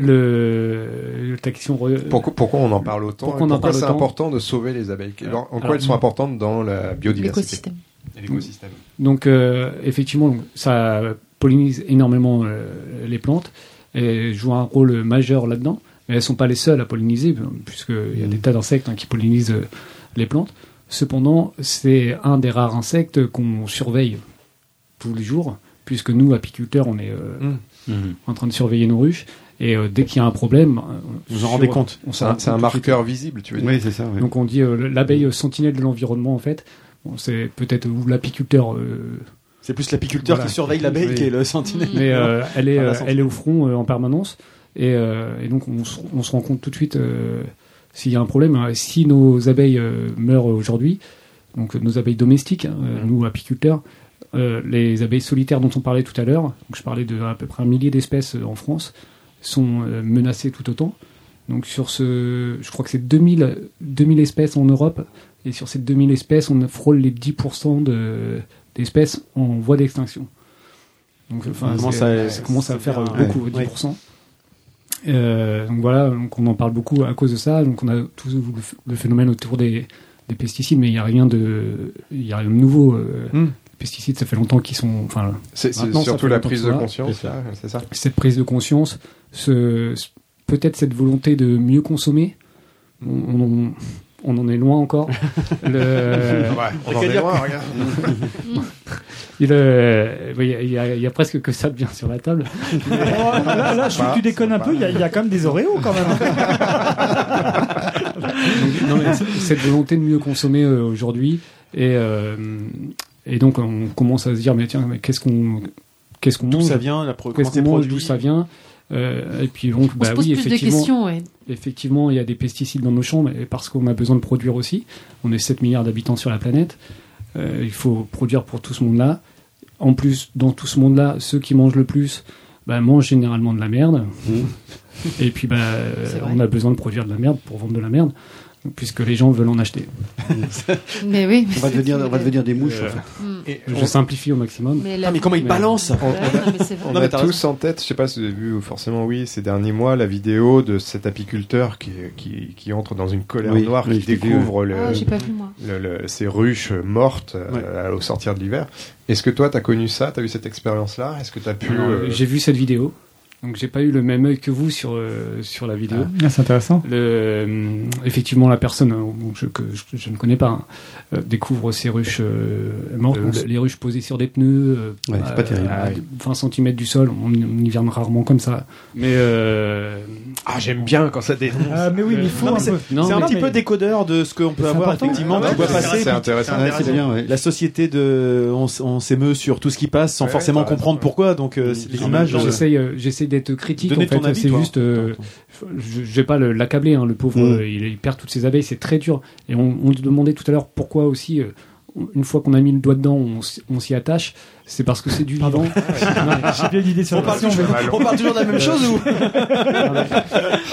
Le ta question. re- Pourquoi, pourquoi on en parle autant Pourquoi et on en pourquoi parle c'est autant important de sauver les abeilles En quoi alors, hum. elles sont importantes dans la biodiversité L'écosystème. Et l'écosystème. Donc euh, effectivement, donc, ça pollinise énormément euh, les plantes et joue un rôle majeur là-dedans. Mais elles ne sont pas les seules à polliniser, puisqu'il y a des tas d'insectes hein, qui pollinisent euh, les plantes. Cependant, c'est un des rares insectes qu'on surveille tous les jours, puisque nous, apiculteurs, on est euh, en train de surveiller nos ruches. Et euh, dès qu'il y a un problème, on- Vous sur- en rendez compte on s'en C'est un- rend compte c'est un tout de marqueur suite. visible, tu veux dire. Oui, c'est ça, ouais. Donc on dit euh, l'abeille sentinelle de l'environnement, en fait. Bon, c'est peut-être ou l'apiculteur. euh, C'est plus l'apiculteur qui surveille l'abeille qui est le sentinelle. Mais euh, elle, est, Enfin, la euh, sentinelle. elle est au front euh, en permanence. Et, euh, et donc on se, on se rend compte tout de suite euh, s'il y a un problème. hein. Si nos abeilles euh, meurent aujourd'hui, donc euh, nos abeilles domestiques, hein, euh, nous apiculteurs, euh, les abeilles solitaires dont on parlait tout à l'heure, donc je parlais de à peu près un millier d'espèces euh, en France, sont euh, menacées tout autant. Donc sur ce, je crois que c'est 2000, 2000 espèces en Europe, et sur ces 2000 espèces, on frôle les 10% de- d'espèces en voie d'extinction. Donc enfin, Comment c'est- ça- ça commence à c'est faire bien, euh, beaucoup, ouais. 10%. Euh, donc voilà, donc on en parle beaucoup à cause de ça. Donc on a tout le ph- le phénomène autour des, des pesticides, mais il n'y a rien de, il y a rien de nouveau. euh, Les pesticides, ça fait longtemps qu'ils sont. Enfin, C'est- c'est maintenant, ça surtout fait la longtemps prise qu'ils sont de là. conscience, C'est ça. ouais, c'est ça. Cette prise de conscience, ce, ce- peut-être cette volonté de mieux consommer. On, on- on en est loin encore. Le- Ouais, on en Ah est loin, regarde. Il euh, oui, il y, a- il y a presque que ça de bien sur la table. Oh, là, là, je trouve que tu déconnes un peu, il y, a- il y a quand même des oréos quand même. Non, mais c- cette volonté de mieux consommer euh, aujourd'hui et euh, et donc on commence à se dire mais tiens mais qu'est-ce qu'on qu'est-ce qu'on D'où mange ça vient, la pro- qu'est-ce comment c'est qu'on mange d'où produit ça vient Euh, et puis donc On bah se pose oui plus de effectivement questions, ouais. effectivement il y a des pesticides dans nos champs mais parce qu'on a besoin de produire aussi on est 7 milliards d'habitants sur la planète Euh, il faut produire pour tout ce monde là en plus dans tout ce monde là ceux qui mangent le plus bah, mangent généralement de la merde et puis bah, Mmh. C'est vrai. on a besoin de produire de la merde pour vendre de la merde puisque les gens veulent en acheter Mais oui. mais c'est- des mouches en fait. Mm. je simplifie au maximum Mais la- Ah, mais comment ils balancent Ouais, On, on non, mais c'est a, vrai. on Non, a mais t'as tous en tête, je sais pas si vous avez vu forcément, oui, ces derniers mois, la vidéo de cet apiculteur qui, qui, qui entre dans une colère Oui, noire, oui, qui je l'ai vu. découvre le, euh, Ah, j'ai pas vu, moi. le- le- ces ruches mortes euh, au sortir de l'hiver. Est-ce que toi, tu as connu ça Tu as eu cette expérience-là Est-ce que tu as pu. Alors, euh, J'ai vu cette vidéo. Donc j'ai pas eu le même œil que vous sur euh, sur la vidéo. Ah, c'est intéressant. Le, euh, effectivement, la personne hein, bon, je- que je, je ne connais pas hein, euh, découvre ces ruches euh, mortes, Euh, les ruches posées sur des pneus, euh, Ouais, c'est pas terrible. à Ah oui. 20 cm du sol. On, on hiverne rarement comme ça. Mais euh, ah j'aime bien quand ça dénonce. Ah, mais oui, mais il faut Non, mais un c'est peu. c'est un petit peu décodeur de ce qu'on peut C'est avoir important. Ah effectivement. Ouais, tu vois c'est passer, intéressant. puis- C'est intéressant. Ouais, c'est bien, Ah, ouais. La société de, on, s- on s'émeut sur tout ce qui passe sans Ouais, forcément ouais, bah, t'as raison, comprendre pourquoi. Donc euh, c'est des images. euh, J'essaye, euh, j'essaye d'être critique. Donnez en fait, ton avis, c'est toi. juste, euh, je, je vais pas le- l'accabler, hein, le pauvre. Mm. euh, il, il perd toutes ses abeilles, c'est très dur. Et on, on te demandait tout à l'heure pourquoi aussi. euh, une fois qu'on a mis le doigt dedans, on, s- on s'y attache. C'est parce que c'est du vivant. Non, mais- J'ai bien une idée sur On la parle question, toujours- mais- on parle toujours de la même chose ou-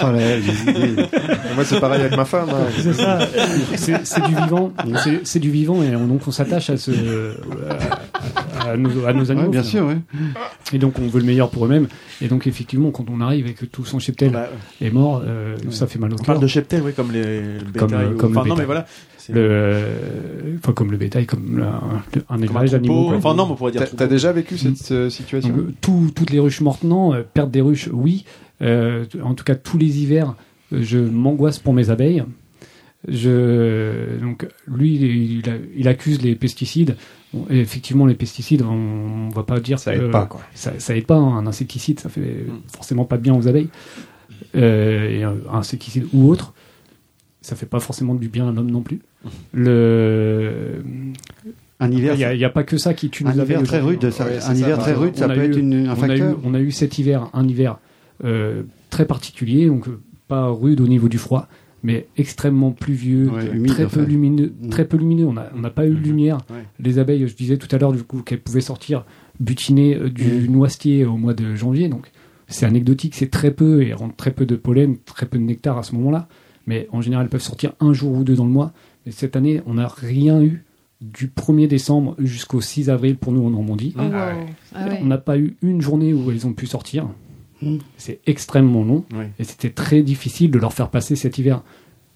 Oh Moi, c'est pareil avec ma femme. hein. C'est ça. C'est c'est du vivant. C'est- C'est du vivant et on- donc on s'attache à ce à, à nos, à nos animaux. Ouais, bien sûr, finalement. Et donc on veut le meilleur pour eux-mêmes. Et donc effectivement, quand on arrive et que tout son cheptel est mort, euh, ça fait mal au bah, On cœur. parle de cheptel, oui, comme les, le comme, bétail euh, ou- comme enfin, le non, bétail. mais voilà. Le, euh, enfin, comme le bétail, comme la- le- un élevage d'animaux. quoi. Enfin, non, mais on pourrait dire. T'as- T'as déjà vécu cette euh, situation Donc, euh, tout- toutes les ruches maintenant, euh, perdre des ruches, oui. Euh, t- en tout cas, tous les hivers, euh, je m'angoisse pour mes abeilles. Je, donc, lui, il, il a- il accuse les pesticides. Bon, et effectivement, les pesticides, on, ne va pas dire Ça aide pas, quoi. Mhm. Ça, ça aide pas. hein. Un insecticide, ça fait forcément pas de bien aux abeilles. Euh, et un un insecticide ou autre, ça fait pas forcément du bien à l'homme non plus. Mhm. Le un hiver, il n'y a, pas que ça qui tue Un nos hiver abeilles très aujourd'hui. rude, ça- Ouais, un c'est hiver ça. très rude, ça On a peut être eu- une- un on a facteur. eu- on a eu cet hiver, un hiver euh, très particulier, donc euh, pas rude au niveau du froid, mais extrêmement pluvieux, euh, humide, très, peu enfin. lumineux, très peu lumineux. On n'a on n'a pas eu de lumière. Les abeilles, je disais tout à l'heure, du coup, qu'elles pouvaient sortir butiner euh, du noisetier au mois de janvier. Donc, c'est anecdotique, c'est très peu et elles rendent très peu de pollen, très peu de nectar à ce moment-là. Mais en général, elles peuvent sortir un jour ou deux dans le mois. Et cette année, on n'a rien eu du 1er décembre jusqu'au 6 avril pour nous en Normandie. Oh, wow. Ah ouais. On n'a pas eu une journée où elles ont pu sortir. C'est extrêmement long et c'était très difficile de leur faire passer cet hiver.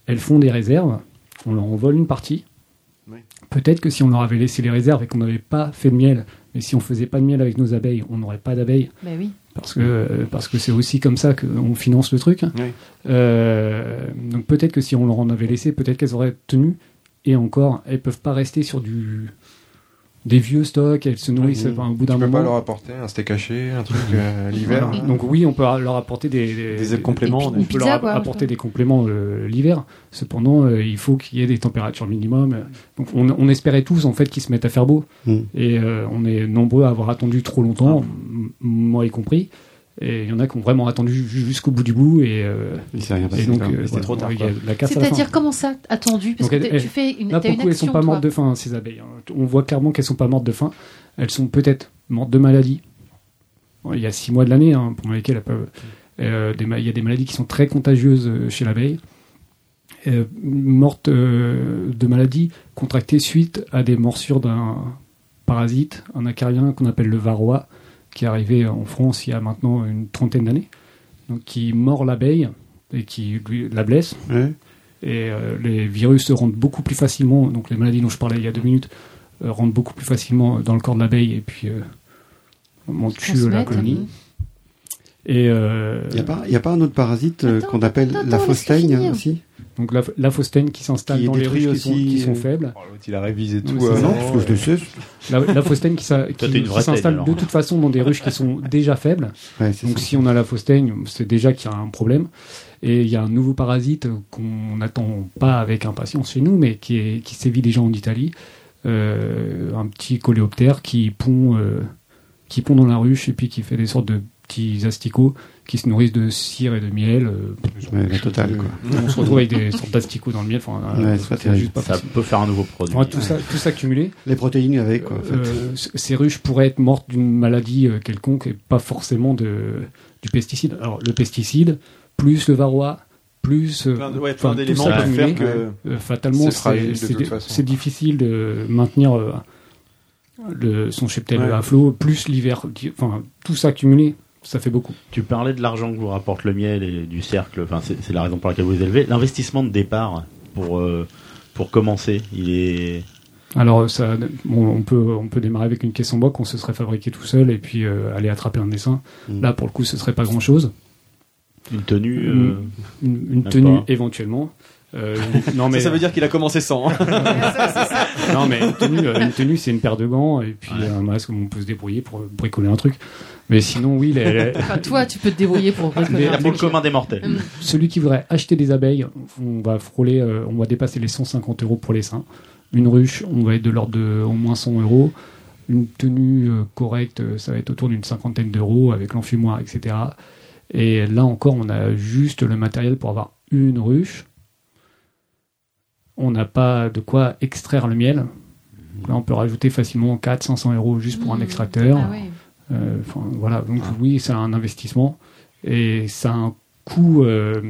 Elles font des réserves, on leur en vole une partie. Oui. Peut-être que si on leur avait laissé les réserves et qu'on n'avait pas fait de miel, mais si on faisait pas de miel avec nos abeilles, on n'aurait pas d'abeilles. Bah oui. Parce que euh, parce que c'est aussi comme ça qu'on finance le truc. Euh, donc peut-être que si on leur en avait laissé, peut-être qu'elles auraient tenu. Et encore, elles peuvent pas rester sur du des vieux stocks. Elles se nourrissent Mhm. enfin, au bout d'un Tu peux moment. pas leur apporter un steak haché, un truc euh, l'hiver Donc oui, on peut leur apporter des, des- Des compléments, On des- peut Une pizza, leur quoi, apporter des compléments euh, l'hiver. Cependant, euh, il faut qu'il y ait des températures minimum. Donc on, on espérait tous en fait qu'ils se mettent à faire beau. Mm. Et euh, on est nombreux à avoir attendu trop longtemps, m- moi y compris. Et il y en a qui ont vraiment attendu ju- jusqu'au bout du bout. Et, euh, il s'est rien et passé, donc, quoi. euh, C'était voilà, trop tard, il y a quoi. la casse à la fin. C'est-à-dire comment ça attendu Parce Donc, que elles- t'as- tu elles- fais une, là, t'as pour une le coup, elles action, sont pas toi. mortes de faim, ces abeilles. hein. On voit clairement qu'elles sont pas mortes de faim. Elles sont peut-être mortes de maladie. Bon, Il y a six mois de l'année, hein, pendant lesquels elles peuvent- euh, des ma- il y a des maladies qui sont très contagieuses euh, chez l'abeille. Euh, mortes euh, de maladie contractées suite à des morsures d'un parasite, un acarien qu'on appelle le varroa, qui est arrivé en France il y a maintenant une trentaine d'années, donc qui mord l'abeille et qui lui- la blesse. Ouais. Et euh, les virus se rendent beaucoup plus facilement, donc les maladies dont je parlais il y a deux minutes, euh, rentrent beaucoup plus facilement dans le corps de l'abeille et puis euh, on tue euh, la transmettent, colonie. Et euh, Il n'y a, pas un autre parasite euh, qu'on appelle la faustaigne aussi donc la, la faustaigne qui s'installe Qui est dans les ruches détruit qui sont, aussi, qui sont euh, faibles. Oh, l'autre, il a révisé tout, c'est euh, ça. non, parce que je le sais. La, la faustaigne qui, s'a- Toi, qui- t'es une qui vraie teigne, s'installe alors. de toute façon dans des ruches qui sont déjà faibles. Ouais, c'est Donc ça. si on a la faustaigne, c'est déjà qu'il y a un problème. Et il y a un nouveau parasite qu'on n'attend pas avec impatience chez nous, mais qui, est, qui sévit déjà en Italie. Euh, un petit coléoptère qui pond, euh, qui pond dans la ruche et puis qui fait des sortes de petits asticots qui se nourrissent de cire et de miel. euh, Ouais, la totale, quoi. On se retrouve avec des sortes d'asticots dans le miel. Enfin, Ouais, euh, c'est pas terrible. Ça peut faire un nouveau produit. Enfin, tout, ça, tout ça cumulé. Les protéines avec, quoi. en fait. Euh, c- ces ruches pourraient être mortes d'une maladie euh, quelconque et pas forcément de, du pesticide. Alors, le pesticide, plus le varroa, plus. euh, Plein de- ouais, enfin, plein tout d'éléments ça peuvent cumulé, faire que euh, fatalement, c'est c'est- fragile de c'est toute di- façon. c'est difficile de maintenir euh, le, son cheptel Ouais. à flot, plus l'hiver. di- Enfin, tout ça cumulé, ça fait beaucoup. Tu parlais de l'argent que vous rapporte le miel et du cercle, enfin, c'est c'est la raison pour laquelle vous vous élevez. L'investissement de départ pour, euh, pour commencer, il est. Alors, euh, ça, bon, on, peut, on peut démarrer avec une caisse en bois qu'on se serait fabriquée tout seul et puis euh, aller attraper un dessin. Mm. Là, pour le coup, ce serait pas grand chose. Une tenue. euh, Une, une- une même tenue pas. éventuellement. Euh, une- non, mais, ça, ça veut dire qu'il a commencé sans. hein. non, mais une tenue, euh, une tenue, c'est une paire de gants et puis un masque où on peut se débrouiller pour euh, bricoler un truc. Mais sinon, oui, les- les- Enfin, Bah, toi, tu peux te débrouiller pour. Mais- pour le commun des Mm. mortels. celui qui voudrait acheter des abeilles, on va frôler, euh, on va dépasser les 150 euros pour les seins. Une ruche, on va être de l'ordre de au moins 100 euros. Une tenue euh, correcte, euh, ça va être autour d'une cinquantaine d'euros avec l'enfumoir, etc. Et là encore, on a juste le matériel pour avoir une ruche. On n'a pas de quoi extraire le miel. Donc Là, on peut rajouter facilement 400-500 euros juste pour un extracteur. Ah ouais. Euh, enfin, voilà, donc Ah. oui, c'est un investissement et ça a un coût. euh,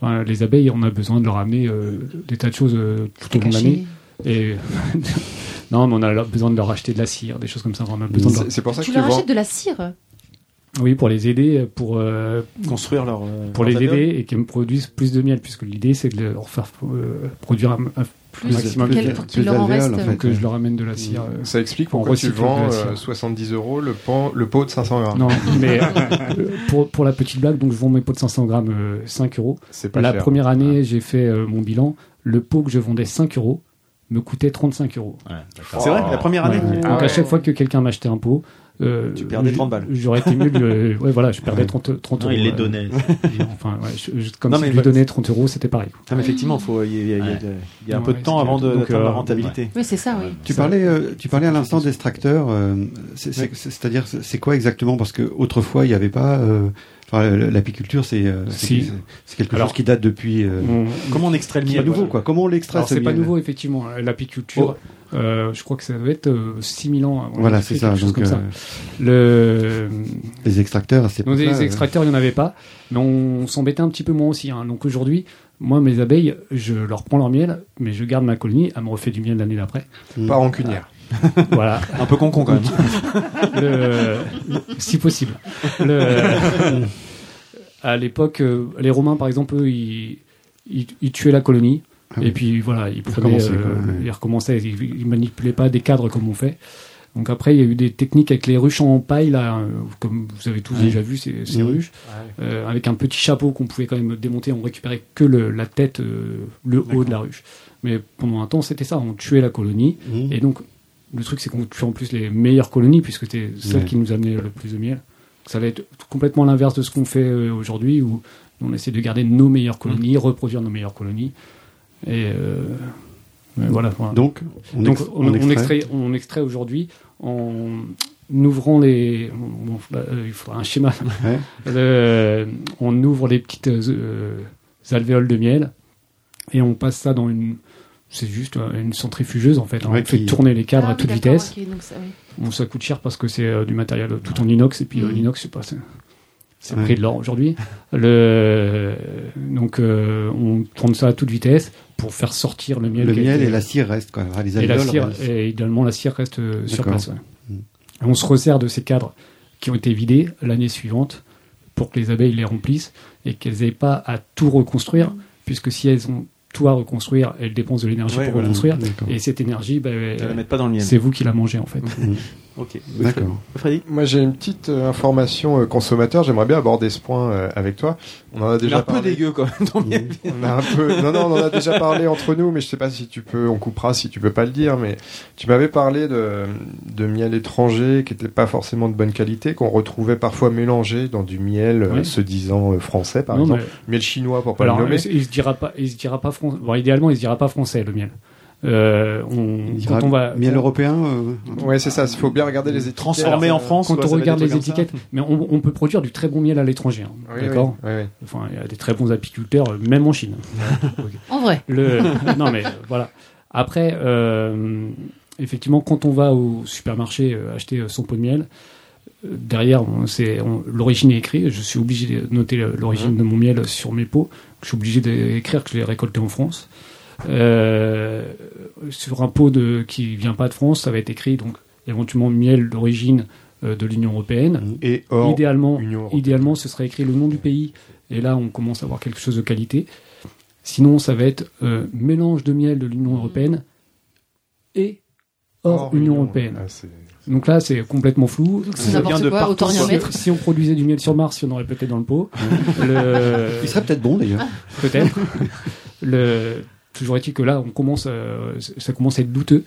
enfin, les abeilles, on a besoin de leur amener euh, des tas de choses euh, tout au long de caché. l'année. Et non, mais on a leur- besoin de leur acheter de la cire, des choses comme ça. On a besoin de leur- C'est- C'est pour ça que Tu tu leur vois. achètes de la cire Oui, pour les aider, euh, pour euh, Construire leur. pour leurs les aider abeilles. et qu'ils me produisent plus de miel, puisque l'idée c'est de leur faire euh, produire un, un Plus- maximum plus de- de- pour qu'il plus leur en d'alvéoles, reste. en fait. Donc, euh, je leur amène de la cire. euh, Ça explique on pourquoi tu recycle de la vends cire. euh, 70 euros le, pan, le pot de 500 euros. Non, mais euh, pour, pour la petite blague, donc je vends mes pots de 500 grammes euh, 5 euros. C'est pas la cher. première année, j'ai fait euh, mon bilan. Le pot que je vendais 5 euros me coûtait 35 euros. d'accord. C'est vrai, Oh. la première année Ouais. Ah Donc à ouais. chaque fois que quelqu'un m'achetait un pot, euh, Tu perdais j- 30 balles. J'aurais été mieux. de lui- euh, ouais, voilà, je perdais Ouais. 30, 30 Non, euros. il les euh, donnait. enfin, ouais, je- je- comme Non, si mais je lui voilà. donnais 30 euros, c'était pareil. Ah, mais effectivement, faut- il y a, il y a- il y a de- il y a un peu de temps avant de- Donc, d'atteindre euh, la rentabilité. Oui, c'est ça, oui. Tu parlais, euh, tu parlais à l'instant d'extracteur. euh, c'est- c'est- c'est- C'est-à-dire, c'est c'est quoi exactement Parce que autrefois, il n'y avait pas. euh, enfin, euh, l'apiculture, c'est euh, c'est- Si. c'est- c'est quelque Alors, chose qui date depuis. euh, on- Comment on extrait le qui est miel, nouveau, voilà. quoi. Comment on l'extrait Alors, ce c'est pas miel nouveau, effectivement. hein, L'apiculture, euh, je crois que ça doit être euh, 6000 ans avant. Voilà, l'industrie, c'est ça, quelque chose donc, comme ça. Le... Les extracteurs, c'est pas. Donc des extracteurs, il n'y en avait pas, mais on s'embêtait un petit peu moins aussi. hein. Donc aujourd'hui, moi, mes abeilles, je leur prends leur miel, mais je garde ma colonie, elle me refait du miel l'année d'après. Pas rancunière. Ah, voilà. Un peu concon quand même. si possible. Le- à l'époque, euh, les Romains, par exemple, eux, ils, ils, ils tuaient la colonie. Ah oui. Et puis voilà, ils prenaient, recommençaient, euh, quoi, ouais. ils recommençaient, ils, ils manipulaient pas des cadres comme on fait. Donc après, il y a eu des techniques avec les ruches en paille, là, euh, comme vous avez tous Ouais. déjà vu ces, ces Mhm. ruches, euh, avec un petit chapeau qu'on pouvait quand même démonter, on récupérait que le- la tête, euh, le haut de la ruche. Mais pendant un temps, c'était ça, on tuait la colonie, Mmh. Mhm. et donc le truc, c'est qu'on tuait en plus les meilleures colonies, puisque c'était celles Ouais. qui nous amenaient le plus de miel. Ça va être complètement l'inverse de ce qu'on fait euh, aujourd'hui, où Mmh. on essaie de garder nos meilleures colonies, reproduire nos meilleures colonies. Et euh, Euh, voilà, voilà. Donc, on, on Donc, ex- on, on on extrait. extrait. on extrait aujourd'hui en ouvrant les. bon, bon, bah, euh, il faudra un schéma. Le- Euh, on ouvre les petites euh, alvéoles de miel et on passe ça dans une. C'est juste euh, une centrifugeuse en fait. hein. Ouais, on fait qui- tourner les cadres Ah à oui, toute d'accord, vitesse. ok, donc ça, oui. Bon, ça coûte cher parce que c'est euh, du matériel tout en inox et puis euh, l'inox, je sais pas, c'est c'est le Ouais. prix de l'or aujourd'hui. Le... Donc euh, on tourne ça à toute vitesse pour faire sortir le miel. Le qui a miel été- et la cire restent, quoi. Enfin, les et la alvéoles cire, restent. et également la cire reste euh, sur D'accord. place. ouais. Et on se resserre de ces cadres qui ont été vidés l'année suivante pour que les abeilles les remplissent et qu'elles n'aient pas à tout reconstruire, puisque si elles ont tout à reconstruire, elles dépensent de l'énergie Ouais, pour voilà. reconstruire. D'accord. Et cette énergie, bah, Elles la euh, mettent pas dans le miel. c'est vous qui la mangez en fait. Ok. Freddy Moi j'ai une petite euh, information euh, consommateur, j'aimerais bien aborder ce point euh, avec toi. On en a déjà un peu parlé. dégueu quand même dans le miel. On a un peu- Non, non, on en a déjà parlé entre nous, mais je sais pas si tu peux, on coupera si tu peux pas le dire, mais tu m'avais parlé de, de miel étranger qui était pas forcément de bonne qualité, qu'on retrouvait parfois mélangé dans du miel euh, Oui. se disant euh, français par Non, exemple, miel chinois pour pas Alors, le nommer. il se dira pas, il se dira pas français. Bon, idéalement, il se dira pas français le miel. Euh, on, Il quand dira on va miel européen. euh, Ouais, c'est ça, il faut bien regarder les étiquettes. Alors, Quand on regarde les étiquettes, mais on, on peut produire du très bon miel à l'étranger. hein, Oui, D'accord. oui, oui, oui. Enfin, il y a des très bons apiculteurs, euh, même en Chine. En vrai. Le... Non mais euh, voilà. Après, euh, effectivement, quand on va au supermarché euh, acheter euh, son pot de miel, euh, derrière, on- c'est on- l'origine est écrite. Je suis obligé de noter euh, l'origine de mon miel sur mes pots. Je suis obligé d'écrire que je l'ai récolté en France. Euh, sur un pot de, qui vient pas de France, ça va être écrit donc éventuellement miel d'origine euh, de l'Union européenne. Et hors idéalement, Union européenne. idéalement, ce serait écrit le nom du pays. Et là, on commence à avoir quelque chose de qualité. Sinon, ça va être euh, mélange de miel de l'Union européenne et hors, Hors Union Union. européenne. Ah, c'est- Donc là, c'est complètement flou. c'est Ça n'importe vient de quoi, partout, autant rien si, mettre. si on produisait du miel sur Mars, il y en aurait peut-être dans le pot. Le- Il serait peut-être bon, d'ailleurs. Peut-être. Le... Toujours est-il que là, on commence, euh, ça commence à être douteux.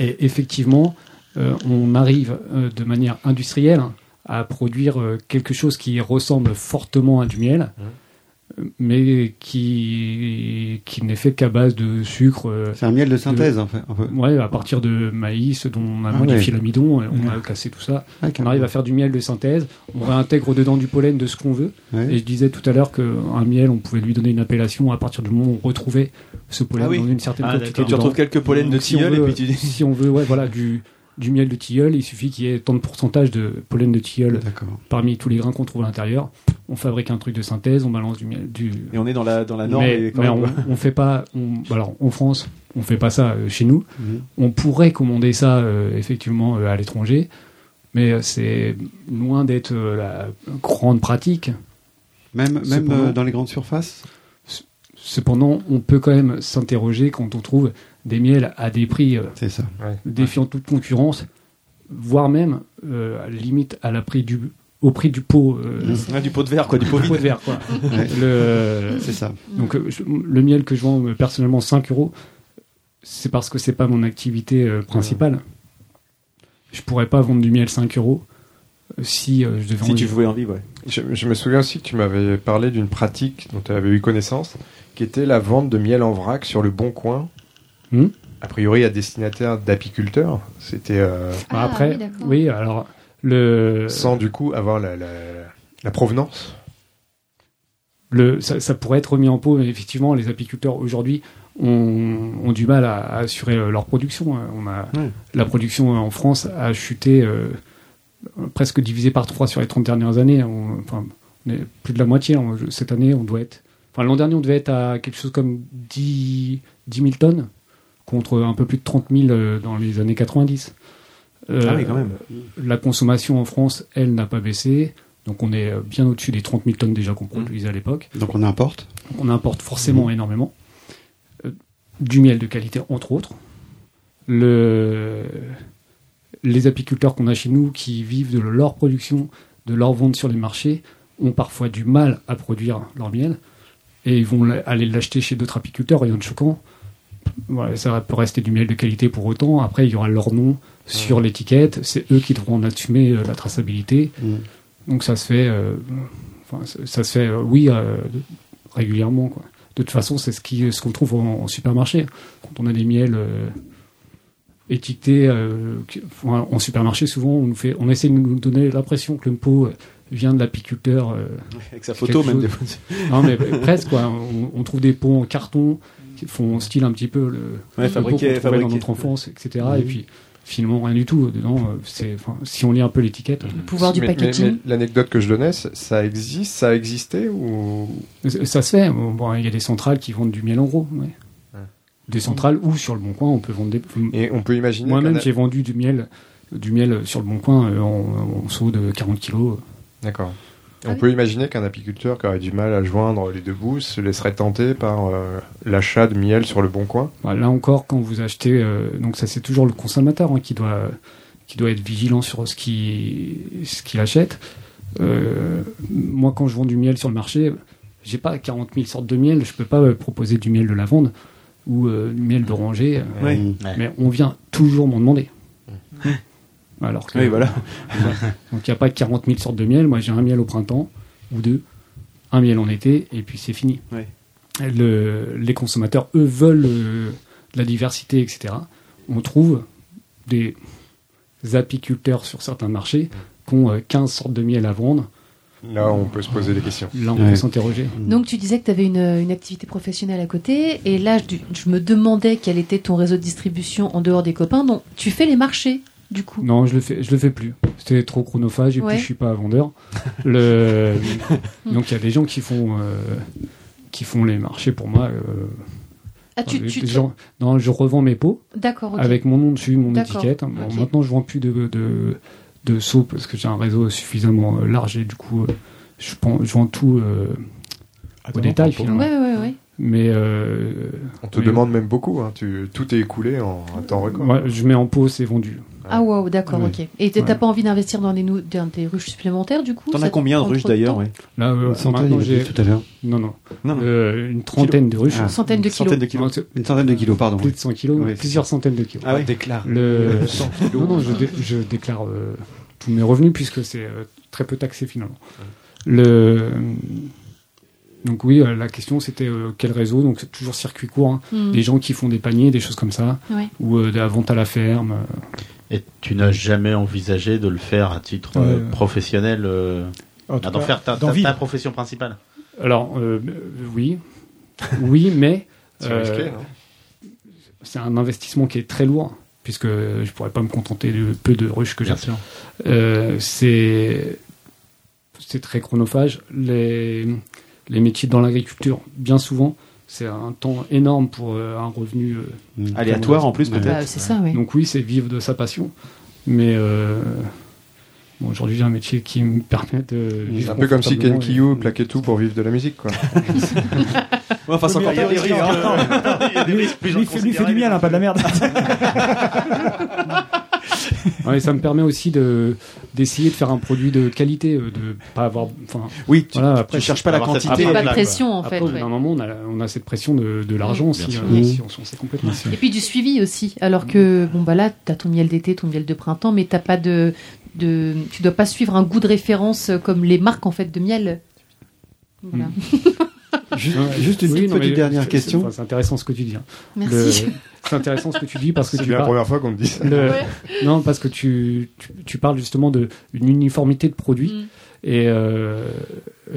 Et effectivement, euh, on arrive euh, de manière industrielle à produire euh, quelque chose qui ressemble fortement à du miel, euh, mais qui, qui n'est fait qu'à base de sucre. euh, C'est un miel de synthèse, en fait, un peu. Ouais, à partir de maïs dont on a Ah modifié ouais. l'amidon, euh, on Ouais. a cassé tout ça. Ah, on carrément. arrive à faire du miel de synthèse, on réintègre dedans du pollen de ce qu'on veut. Ouais. Et je disais tout à l'heure qu'un miel, on pouvait lui donner une appellation à partir du moment où on retrouvait ce pollen Ah oui. dans une certaine Ah, quantité. d'accord. Tu retrouves dedans. quelques pollens de si on tilleul et veut, puis tu dis- Si on veut, ouais, voilà, du, du miel de tilleul, il suffit qu'il y ait tant de pourcentage de pollen de tilleul parmi tous les grains qu'on trouve à l'intérieur. On fabrique un truc de synthèse, on balance du miel. Du... Et on est dans la, dans la norme. Mais, et quand mais même, on, quoi. on fait pas. on- alors en France, on fait pas ça euh, chez nous. Mhm. On pourrait commander ça euh, effectivement euh, à l'étranger, mais euh, c'est loin d'être euh, la grande pratique. Même, même Cependant- euh, dans les grandes surfaces Cependant, on peut quand même s'interroger quand on trouve des miels à des prix euh, défiant toute concurrence, voire même euh, à la limite à la prix du au prix du pot euh, Ouais, Mmh. Ah, du pot de verre, quoi, du pot vide. de verre quoi. Ouais. Le- C'est ça. Donc euh, je- le miel que je vends euh, personnellement 5 euros, c'est parce que c'est pas mon activité euh, principale. Je pourrais pas vendre du miel 5 euros euh, si euh, je devais. en vivre. Je, je me souviens aussi que tu m'avais parlé d'une pratique dont tu avais eu connaissance, qui était la vente de miel en vrac sur le Bon Coin. Hmm. A priori, à destinataire d'apiculteurs. C'était. euh, Bah, Ah, après, oui, alors le Sans du coup avoir la, la, la provenance. le, ça, ça pourrait être remis en pot, mais effectivement, les apiculteurs aujourd'hui ont, ont du mal à, à assurer euh, leur production. Euh, On a, Ouais. La production euh, en France a chuté euh, euh, presque divisé par trois sur les 30 dernières années. On- enfin, on est plus de la moitié. On- je- cette année, on doit être. Enfin, l'an dernier, on devait être à quelque chose comme 10, 10 000 tonnes contre un peu plus de 30 000 euh, dans les années 90. Euh, Ah oui, quand même. La consommation en France, elle, n'a pas baissé. Donc on est euh, bien au-dessus des 30 000 tonnes déjà qu'on produisait à l'époque. Donc on importe On importe forcément énormément. Euh, du miel de qualité, entre autres. Le... Les apiculteurs qu'on a chez nous, qui vivent de leur production, de leur vente sur les marchés, ont parfois du mal à produire leur miel. Et ils vont l'a- aller l'acheter chez d'autres apiculteurs, rien de choquant. Voilà, ça peut rester du miel de qualité pour autant. Après, il y aura leur nom sur l'étiquette. C'est eux qui devront en assumer euh, la traçabilité. Donc ça se fait, euh, enfin, ça, ça se fait, euh, oui, euh, régulièrement. Quoi. De toute façon, c'est ce qu'on ce qu'on trouve en, en supermarché. Quand on a des miels euh, étiquetés euh, qui- enfin, en supermarché, souvent, on, nous fait, on essaie de nous donner l'impression que le pot euh, vient de l'apiculteur. euh, Avec sa c'est photo, quelque même, chose. des fois. non, mais presque, quoi. On, on trouve des pots en carton qui font style un petit peu le, Ouais, le pot qu'on fabriqué- trouvait dans fabriqué. notre enfance, etc. Mhm. Et puis, finalement, rien du tout. Dedans, euh, c'est, enfin, si on lit un peu l'étiquette. Le pouvoir du packaging. L'anecdote que je donnais, c- ça existe, ça a existé ou euh, Ça ça se fait. Bon, bon, Il y a des centrales qui vendent du miel en gros. ouais. Des centrales ou sur le Bon Coin, on peut vendre des. Et on peut imaginer. Moi-même, qu'un- j'ai vendu du miel, du miel sur le Bon Coin euh, en, en seau de 40 kilos. D'accord. Ah On peut imaginer qu'un apiculteur qui aurait du mal à joindre les deux bouts se laisserait tenter par euh, l'achat de miel sur le bon coin. Bah, là encore, quand vous achetez, euh, donc ça c'est toujours le consommateur hein, qui doit qui doit être vigilant sur ce qui ce qu'il achète. Euh, moi, quand je vends du miel sur le marché, j'ai pas 40 000 sortes de miel. Je peux pas euh, proposer du miel de lavande ou euh, du miel d'oranger. euh, Ouais. Mais on vient toujours m'en demander. Alors que, Oui, voilà. Donc il n'y a pas 40 000 sortes de miel. Moi, j'ai un miel au printemps ou deux, un miel en été, et puis c'est fini. Ouais. Le- les consommateurs, eux, veulent euh, de la diversité, etc. On trouve des apiculteurs sur certains marchés qui ont euh, 15 sortes de miel à vendre. Là, on peut se poser des questions. Là, on Ouais. peut s'interroger. Donc tu disais que tu avais une, une activité professionnelle à côté, et là je, je me demandais quel était ton réseau de distribution en dehors des copains. Donc tu fais les marchés, du coup. Non, je le fais, je le fais plus. C'était trop chronophage et Ouais. puis je suis pas vendeur. Le... Donc il y a des gens qui font euh, qui font les marchés pour moi. euh, Ah, tu- des- tu- des gens- Non, je revends mes pots. D'accord, ok. Avec mon nom dessus, mon D'accord, étiquette. Bon, ok. Maintenant, je vends plus de de, de seaux parce que j'ai un réseau suffisamment euh, large et du coup, euh, je, prends- je vends tout euh, au détail finalement. Ouais, ouais, ouais. Mais euh, On te mais- demande même beaucoup. hein, tu- tout est écoulé en un temps record. Ouais, je mets en pot, c'est vendu. Ah wow, d'accord, Ouais. ok. Et t'as Ouais. pas envie d'investir dans, des nou- dans des ruches supplémentaires, du coup T'en Ça as te combien de prend ruches, trop de d'ailleurs, temps ouais Là, euh, Une centaine, maintenant, il y en a j'ai plus tout à l'heure. Non, non. Euh, une trentaine de ruches. Ah. Centaine de Une centaine kilos. de kilos. Non, c'est- Une centaine de kilos, pardon. Plus de 100 kilos, Oui, plusieurs centaines de kilos. Ah oui. Déclare. Le... 100 kilos. Non, non, je, dé- je déclare euh, tous mes revenus puisque c'est euh, très peu taxé finalement. Le... Donc oui, euh, la question c'était euh, quel réseau Donc c'est toujours circuit court, hein. Hmm. Mm. des gens qui font des paniers, des choses comme ça, Ouais. ou euh, de la vente à la ferme. euh. Et tu n'as jamais envisagé de le faire à titre euh, Euh, professionnel euh, Ah, en tout d'en cas, faire ta, ta- d'en ta vivre. profession principale Alors euh, euh, oui, oui, mais C'est euh, risqué, non c'est un investissement qui est très lourd puisque je pourrais pas me contenter de peu de ruches que j'ai. Bien sûr. Euh, c'est c'est très chronophage. Les les métiers dans l'agriculture, bien souvent, c'est un temps énorme pour euh, un revenu euh, Mm. Aléatoire, en plus, peut-être. Bah, c'est ça, oui. Donc oui, c'est vivre de sa passion, mais euh, bon, aujourd'hui j'ai un métier qui me permet de. C'est vivre un peu comme si Ken confortablement et- Kiyou plaquait tout pour vivre de la musique, quoi. Ouais, enfin, c'est Oui, mais encore attends, pire. attends, hein. attends. Lui, lui, fait- lui fait du miel, hein, pas de la merde. Ouais, et ça me permet aussi de d'essayer de faire un produit de qualité, euh, de pas avoir. Enfin, oui, tu, tu cherches pas la quantité. Pas de pression, en fait, Après, au bout ouais. d'un moment, on a, on a cette pression de, de l'argent Bien si, sûr. euh, Mmh. si on s'en sait complètement. Et puis du suivi aussi. Alors que, bon, bah là, t'as ton miel d'été, ton miel de printemps, mais t'as pas de, de. Tu dois pas suivre un goût de référence euh, comme les marques, en fait, de miel. Voilà. Juste, juste une Oui, petite, non, mais petite dernière c'est- question. C'est enfin, c'est intéressant ce que tu dis. hein. Merci. Le- C'est intéressant ce que tu dis parce que C'est tu bien la parles- première fois qu'on me dit ça. Le- Ouais. Non, parce que tu, tu, tu parles justement de une uniformité de produits. Et euh,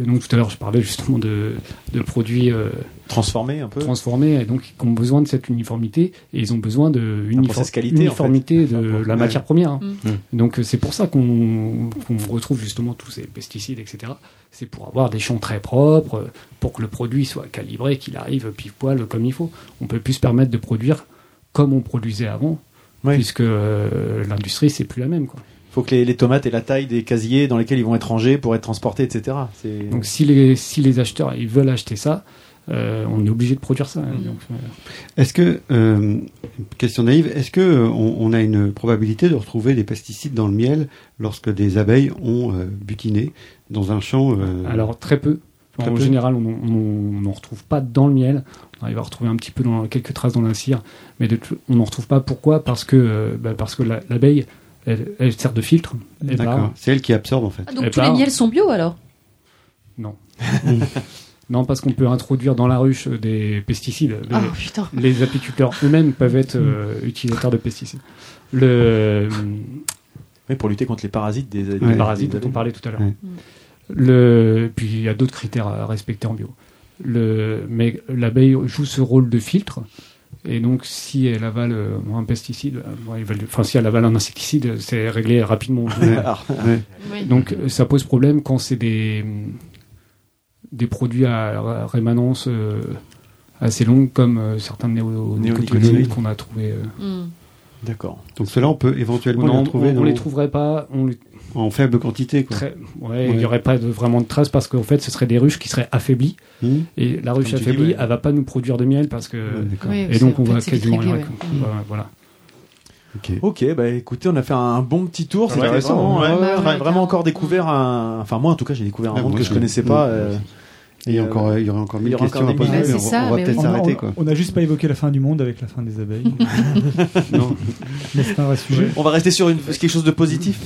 donc tout à l'heure, je parlais justement de, de produits euh, Transformés un peu. transformés et donc qui ont besoin de cette uniformité et ils ont besoin de unifor- process qualité, en fait. uniformité de la Ouais. matière première. hein. Mm. Donc euh, c'est pour ça qu'on qu'on retrouve justement tous ces pesticides, etc. C'est pour avoir des champs très propres, euh, pour que le produit soit calibré, qu'il arrive pile poil comme il faut. On peut plus se permettre de produire comme on produisait avant, puisque euh, l'industrie c'est plus la même. Quoi. Faut que les, les tomates aient la taille des casiers dans lesquels ils vont être rangés pour être transportés, etc. C'est- Donc si les, si les acheteurs ils veulent acheter ça, euh, on est obligé de produire ça. hein. Donc, euh, Est-ce que, euh, question naïve, est-ce que euh, on, on a une probabilité de retrouver des pesticides dans le miel lorsque des abeilles ont euh, butiné dans un champ euh, Alors très peu. Très en peu. général, on n'en retrouve pas dans le miel. On arrive à retrouver un petit peu dans quelques traces dans la cire, mais de tout- on n'en retrouve pas. Pourquoi Parce que euh, bah, parce que la- l'abeille, elle, elle sert de filtre. Eh ben D'accord. C'est elle qui absorbe en fait. Ah, donc tous les miels sont bio alors Non. Non, parce qu'on peut introduire dans la ruche euh, des pesticides. Les, Ah, putain. les apiculteurs eux-mêmes peuvent être euh, utilisateurs de pesticides. Le, Oui, pour lutter contre les parasites des, les des- parasites des- dont on parlait tout à l'heure. Mmh. Ouais. Le... Puis il y a d'autres critères à respecter en bio. Le... Mais l'abeille joue ce rôle de filtre. Et donc, si elle avale euh, un pesticide, euh, bon, elle va le- enfin, si elle avale un insecticide, euh, c'est réglé rapidement. Ouais. Ah, Ouais. Oui. Donc, euh, ça pose problème quand c'est des, des produits à ré- rémanence euh, assez longue, comme euh, certains néo- néonicotinoïdes Néonicotinoïdes. qu'on a trouvés. euh, Hmm. D'accord. Donc cela, on peut éventuellement Non, les retrouver. on- on dans- les trouverait pas. On les- En faible quantité, quoi. Très- ouais, il Ouais. n'y aurait pas de- vraiment de traces parce qu'en fait, ce seraient des ruches qui seraient affaiblies. Mmh. Et la ruche Comme tu dis, affaiblie, ouais. elle va pas nous produire de miel parce que. d'accord. Oui, et donc, c'est- on en va fait, c'est vite quasiment. réglé, rien- ouais. Voilà, voilà. Ok. bah écoutez, on a fait un bon petit Ah, bah, tour. C'était Intéressant, vraiment, ouais. hein. ouais, Ouais, ouais, vraiment encore découvert un. Enfin, moi en tout cas, j'ai découvert un Ah, monde moi que je aussi. connaissais pas. Oui, euh, Et il y a euh, encore, euh, il y aurait encore il y mille aura questions encore à des poser. Bah, milliers. mais on, va- on va peut-être s'arrêter, quoi. On n'a juste pas évoqué la fin du monde avec la fin des abeilles. Non. Mais c'est un vrai sujet. On va rester sur une- quelque chose de positif.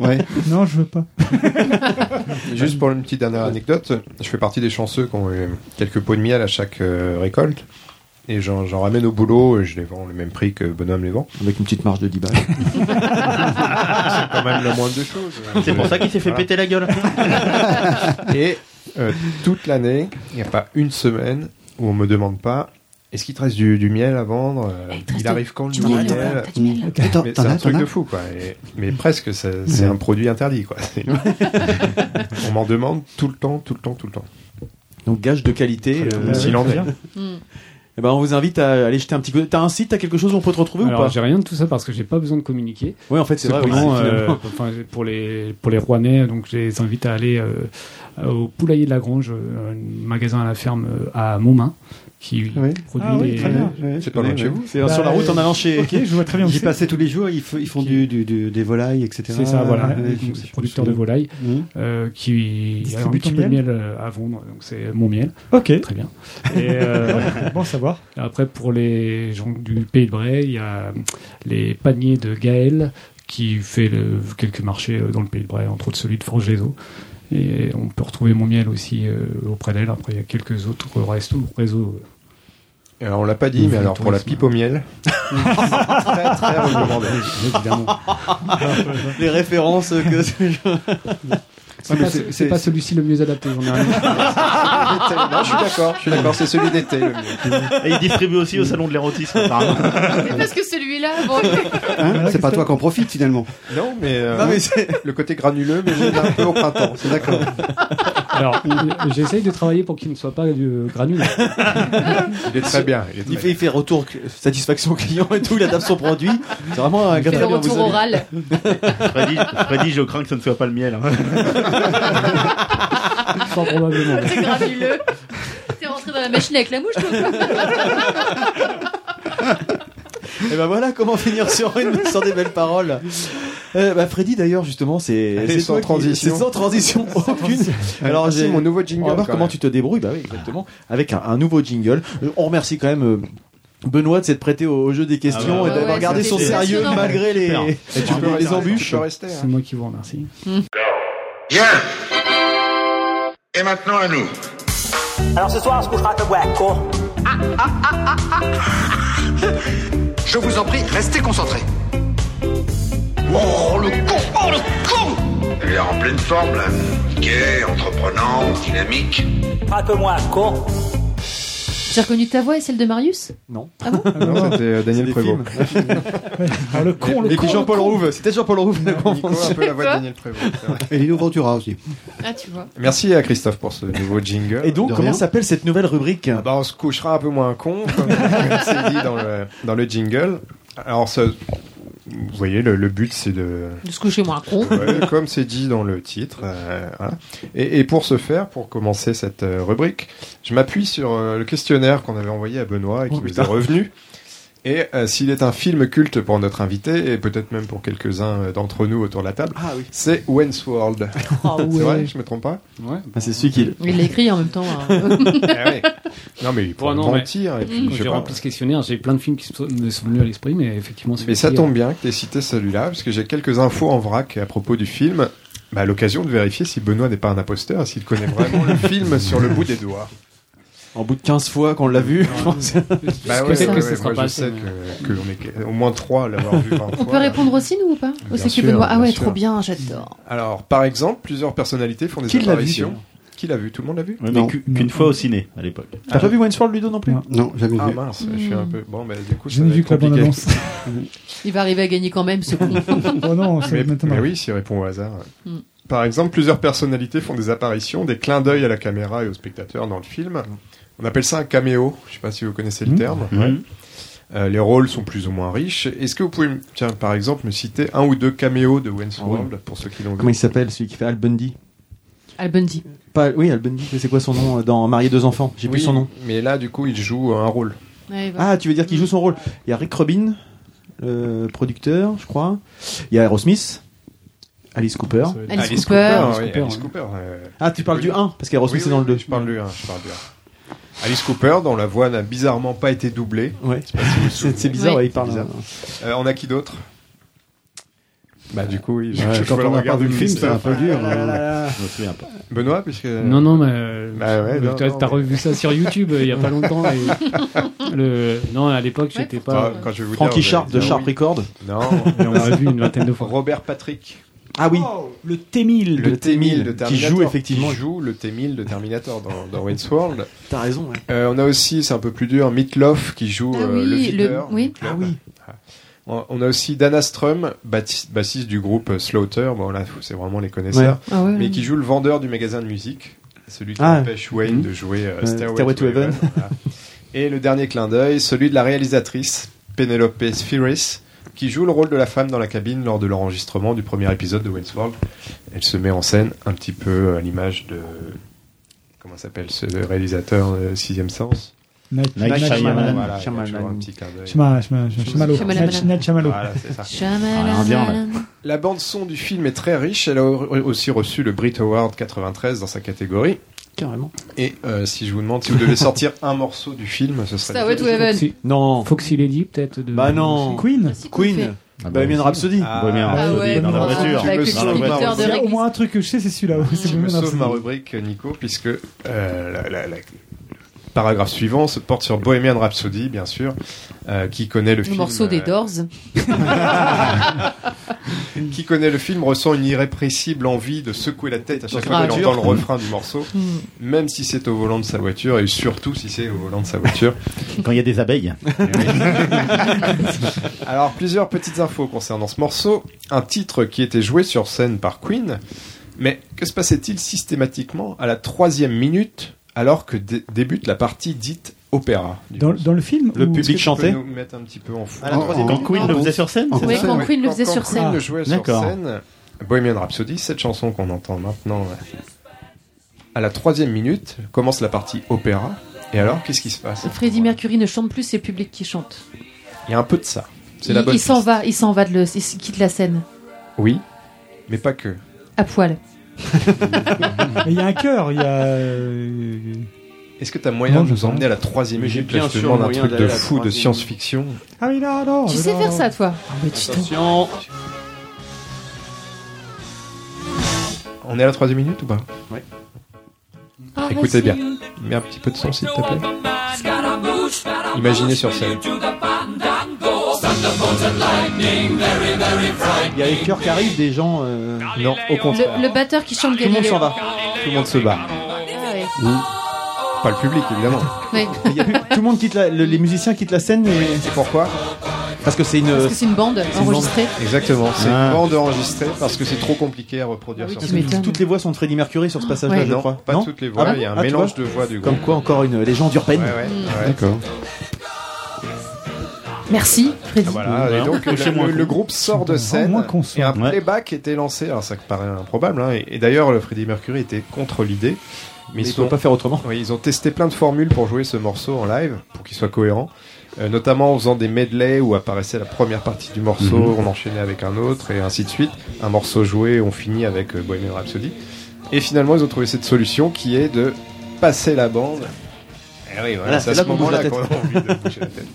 Ouais. Non, je veux pas. Juste pour une petite dernière anecdote, je fais partie des chanceux qui ont eu quelques pots de miel à chaque euh, récolte. Et j'en j'en ramène au boulot et je les vends le même prix que Bonhomme les vend. Avec une petite marge de 10 balles. C'est quand même la moindre des choses. C'est pour ça qu'il s'est fait Voilà. péter la gueule. Et euh, toute l'année, il n'y a pas une semaine où on me demande pas est-ce qu'il te reste du, du miel à vendre Euh, Eh, reste Il euh, arrive quand le du nouveau miel, miel t'as du miel. Mais Attends, C'est t'en as, un t'en truc as de fou, quoi. Et- mais presque, ça- c'est un produit interdit, quoi. on m'en demande tout le temps, tout le temps, tout le temps. Donc gage de qualité. euh, Euh, Très bien. S'il en est. Eh ben, on vous invite à aller jeter un petit coup. T'as un site, t'as quelque chose où on peut te retrouver Alors, ou pas j'ai rien de tout ça parce que j'ai pas besoin de communiquer. Ouais, en fait, c'est vrai, Cependant, oui, c'est euh, finalement. enfin, pour les pour les Rouennais, donc je les invite à aller euh, au Poulailler de la Grange, euh, un magasin à la ferme euh, à Montmain, qui produit Ah oui, des- très bien. C'est pas loin de chez vous. C'est Bah, sur la route en allant chez. Ok, je vois très bien. où J'y c'est. passais tous les jours, ils, f- ils font du, du- du- des volailles, etc. C'est ça, voilà. euh, Ouais, Donc, je- c'est je- producteur je- de volailles Mmh. euh, qui a un Distribue petit ton peu de miel. miel euh, à vendre. Donc c'est mon miel. Ok. Très bien. Et, euh, Bon à savoir. Après, pour les gens du Pays de Bray, il y a les paniers de Gaël qui fait le- quelques marchés euh, dans le Pays de Bray, entre autres celui de forges les Et on peut retrouver mon miel aussi euh, auprès d'elle. Après, il y a quelques autres restos, réseaux. Et Alors, Euh, on l'a pas dit, Nouveau mais alors pour la tourisme. pipe au miel, très très recommandé. Évidemment. Les références que. C'est pas, c'est pas celui-ci le mieux adapté, j'en ai rien. ah, Non, je suis d'accord, je suis d'accord, c'est celui d'été. le mieux. Et il distribue aussi au Hmm. salon de l'érotisme. Mais parce que celui-là, bon, Hein c'est pas toi qu'en profite finalement. Non, mais, euh, Non, mais le côté granuleux, mais j'ai un peu au printemps, c'est d'accord. Alors, j'essaye de travailler pour qu'il ne soit pas du granule. Il est très bien. Il est très Il fait, il fait retour, satisfaction client et tout, il adapte son produit. C'est vraiment un gars fait très le bien, retour vous savez. oral. Freddy, Freddy, je crains que ce ne soit pas le miel. hein. Fort probablement. C'est granuleux. T'es rentré dans la machine avec la mouche, toi. ou quoi Et ben voilà comment finir sur une sur des belles paroles. Euh, bah Freddy d'ailleurs justement c'est Allez, c'est sans toi qui- transition. c'est sans transition aucune. Alors Ah, si, j'ai mon nouveau jingle, On va voir quand comment même. tu te débrouilles bah oui exactement avec un, un nouveau jingle. Euh, On remercie quand même euh, Benoît de s'être prêté au, au jeu des questions Ah ouais. et d'avoir Ouais, gardé c'était son sérieux passionnant. malgré les Super. Et tu peux les rester, embûches. tu peux rester, hein. C'est moi qui vous remercie. Bien. Et maintenant à nous. Alors ce soir, on se couchera à Tobacco. Je vous en prie, restez concentrés. Oh le con Oh le con Il est en pleine forme là. Gay, entreprenant, dynamique. Pas que moi, con. J'ai reconnu ta voix et celle de Marius Non. Ah bon Non, c'était euh, Daniel Prévost. Ah, le con, le Et con. puis Jean-Paul Rouve, c'était Jean-Paul Rouve. la Nico, un peu la voix de Quoi Daniel Prévost. c'est vrai. Et Lino Ventura aussi. Ah, tu vois. Merci à Christophe pour ce nouveau jingle. Et donc De comment rien. s'appelle cette nouvelle rubrique Ah bah, on se couchera un peu moins con, comme, comme c'est dit dans le, dans le jingle. Alors, ça, vous voyez, le, le but, c'est de... De se coucher moins con. Ouais, comme c'est dit dans le titre. euh, voilà. et, et pour ce faire, pour commencer cette euh, rubrique, je m'appuie sur euh, le questionnaire qu'on avait envoyé à Benoît et qui Oh, nous putain. est revenu. Et euh, s'il est un film culte pour notre invité, et peut-être même pour quelques-uns euh, d'entre nous autour de la table, Ah oui. c'est Wayne's World. Ah C'est ouais. vrai, je me trompe pas Ouais. Ah, c'est celui qui Il l'a écrit en même temps. hein. Ah ouais. Non mais pour Bon, non, mais- mentir, et Quand puis, je sais J'ai pas. rempli ce questionnaire, j'ai plein de films qui sont- me sont venus à l'esprit, mais effectivement, Mais celui-ci, ça euh, tombe bien que tu aies cité celui-là, parce que j'ai quelques infos en vrac à propos du film. Bah, l'occasion de vérifier si Benoît n'est pas un imposteur et s'il connaît vraiment le film sur le bout des doigts. En bout de 15 fois qu'on l'a vu, je pense. Bah ouais, ouais, ouais, moi, je sais que, que on est au moins trois à l'avoir vu. vingt On fois. peut répondre aussi, nous, ou pas Au Bien CQ sûr, Benoît. Ah bien ouais, sûr. trop bien, j'adore. Alors, par exemple, plusieurs personnalités font des Qui l'a vu, apparitions. d'ailleurs Qui l'a vu Tout le monde l'a vu Ouais, mais qu'u- qu'une fois au ciné à l'époque. T'as pas vu Wainsford Ludo non plus Non, jamais Ah vu. mince, je suis un peu. Bon, bah, du coup, Hmm. Je ça n'ai va vu être que la compliqué. bande-annonce. Il va arriver à gagner quand même, ce con. Oh mais, mais oui, s'il répond au hasard. Mm. Par exemple, plusieurs personnalités font des apparitions, des clins d'œil à la caméra et aux spectateurs dans le film. On appelle ça un caméo. Je ne sais pas si vous connaissez le Mm. terme. Ah Ouais. Euh, les rôles sont plus ou moins riches. Est-ce que vous pouvez, me- tiens, par exemple, me citer un ou deux caméos de Wayne's Ah ouais. World pour ceux qui l'ont vu Comment il s'appelle celui qui fait Al Bundy Al Bundy. Pas- Oui, Al Bundy, mais c'est quoi son nom euh, dans Marié deux enfants J'ai plus Oui, son nom. Mais là, du coup, il joue un rôle. Ouais, voilà. Ah, tu veux dire qu'il joue son rôle Il y a Rick Rubin, euh, producteur, je crois. Il y a Aerosmith, Alice Cooper. Alice Alice Cooper. Cooper, Ah, oui, Alice Alice Cooper, Cooper, euh, Ah, tu parles oui. du 1, parce qu'Aerosmith Oui, c'est dans oui, le 2. oui, Je parle du 1, je parle du 1. Alice Cooper, dont la voix n'a bizarrement pas été doublée. Ouais. Je sais pas si vous vous C'est- c'est souvenez. bizarre, Ouais. ouais, il C'est parle- bizarre. Euh, on a qui d'autre Bah, du coup, oui. Ouais, quand vois on a regard pas vu du le film, ministère. c'est un peu dur, Ah là hein. là là là. Je me souviens pas. Benoît, puisque. Non, non, mais euh, Bah ouais, mais non, t'as non, t'as mais- revu ça sur YouTube euh, il y a pas longtemps. et le... Non, à l'époque, j'étais pas. Ah, Quand- quand je vais vous Frankie dire, vous Sharp allez de dire Sharp Ah oui. Record. Non. Et on l'a vu une vingtaine de fois. Robert Patrick. Ah oui. le T1000. Oh, Le T-1000 de Qui Terminator. joue effectivement. Qui joue le T-1000 de Terminator dans, dans Wayne's World. T'as raison, ouais. Euh, on a aussi, c'est un peu plus dur, Meatloaf qui joue Ah euh, oui, le le- videur. oui. Ah oui. On on a aussi Dana Strum, bati- bassiste du groupe euh, Slaughter. Bon, là, c'est vraiment les connaisseurs. Ouais. Ah ouais, mais ouais. qui joue le vendeur du magasin de musique. Celui qui Ah. empêche Wayne Mhm. de jouer euh, Euh, Stairway, Stairway to to Heaven. Heaven. Voilà. Et le dernier clin d'œil, celui de la réalisatrice Penelope Spheris, qui joue le rôle de la femme dans la cabine lors de l'enregistrement du premier épisode de Wayne's World. Elle se met en scène un petit peu à l'image de. Comment s'appelle ce réalisateur, euh, Sixième Sens Night- Night Night Shyamalan. Shyamalan. Voilà, il y a Shyamalan. toujours un petit clin d'œil. Chama- chama- Chamalo. Chamalo. Night- Night Chamalo. Voilà, c'est ça. Shyamalan. Indien, là. La bande son du film est très riche. Elle a au- aussi reçu le Brit Award 93 dans sa catégorie. Carrément. Et euh, si je vous demande si vous devez sortir un morceau du film, ce serait. Stairway to Heaven. Foxy, Non. Foxy Lady, peut-être. de- Bah non. Queen. Si, qu'on fait. Queen. Ah bah, Bohemian aussi. Rhapsody. Ah, Bohemian Ah Rhapsody ouais, dans la non, voiture. avec le Dans la voiture. conducteur de Il y a au Rex. moins un truc que je sais, c'est celui-là. C'est Je me Bohemian sauve Rhapsody. ma rubrique, Nico, puisque euh, la- la- la- le paragraphe suivant se porte sur Bohemian Rhapsody, bien sûr, euh, qui connaît le, Le film. morceau des euh, Doors. Qui connaît le film ressent une irrépressible envie de secouer la tête à chaque fois Grave. qu'il entend le refrain du morceau, Mm. même si c'est au volant de sa voiture et surtout si c'est au volant de sa voiture. Quand il y a des abeilles. Alors, plusieurs petites infos concernant ce morceau. Un titre qui était joué sur scène par Queen, mais que se passait-il systématiquement à la troisième minute alors que dé- débute la partie dite opéra du Dans, morceau dans le film Le ou- Est-ce que public tu chantait peux nous mettre un petit peu en fond À la En- troisième- en- Quand Queen en- le faisait sur scène en- c'est Oui, ça quand Ouais, Queen Ah, le faisait quand sur Queen le scène. jouait sur D'accord. scène. Bohemian Rhapsody, cette chanson qu'on entend maintenant. ouais. À la troisième minute commence la partie opéra. Et alors, qu'est-ce qui se passe Freddie Mercury ne chante plus, c'est le public qui chante. Il y a un peu de ça. C'est la Il bonne. il s'en piste. va, il s'en va, de le- il quitte la scène. Oui, mais pas que. À poil. Mais Il y a un cœur, il y a. euh, Est-ce que t'as moyen Non, de je nous sais emmener pas. à la troisième Mais j'ai minute bien là, je te sûr demande un moyen truc d'aller de à la fou de troisième science-fiction. Ah oui, là, non. Tu là, sais non. faire ça, toi Ah, mais tu t'en- Attention. On est à la troisième minute ou pas Ah, Écoutez bien. Mets un petit peu de son s'il te plaît. Imaginez sur scène. Il y a les cœurs qui arrivent des gens. euh, Non, au contraire. Le, le batteur qui chante Tout le monde Galileo. s'en va. Tout le monde se bat. Ah ouais. Pas le public évidemment. Ouais. Il y a plus- Tout le monde quitte la- le- les musiciens quittent la scène mais- Et pourquoi parce que c'est une. Parce que c'est une bande une enregistrée. Exactement. C'est Ah. une bande enregistrée parce que c'est trop compliqué à reproduire Ah oui, sur tu scène. m'étonnes. Putain. Toutes les voix sont de Freddie Mercury sur ce passage-là, Ouais. je Non, crois. pas Non toutes les voix. Ah bon Il y a un Ah, tu mélange vois de voix du groupe. Comme quoi, encore une légende urbaine. Ouais, ouais, ouais. D'accord. Merci, Freddy. Ah, Voilà, et donc Comme chez moi, le, le quoi. groupe sort Putain, de au scène moins qu'on sort. et un Ouais. playback était lancé. Alors ça paraît improbable, hein, et, et d'ailleurs le Freddie Mercury était contre l'idée, mais Mais ils ils ne sont pas faire autrement. Oui, ils ont testé plein de formules pour jouer ce morceau en live, pour qu'il soit cohérent. Euh, notamment en faisant des medley où apparaissait la première partie du morceau, Mhm. on enchaînait avec un autre, et ainsi de suite. Un morceau joué, on finit avec euh, Bohemian Rhapsody. Et finalement, ils ont trouvé cette solution qui est de passer la bande. Eh oui, voilà, Voilà, c'est à c'est là ce qu'on bouge moment-là la qu'on a envie de bouger la tête.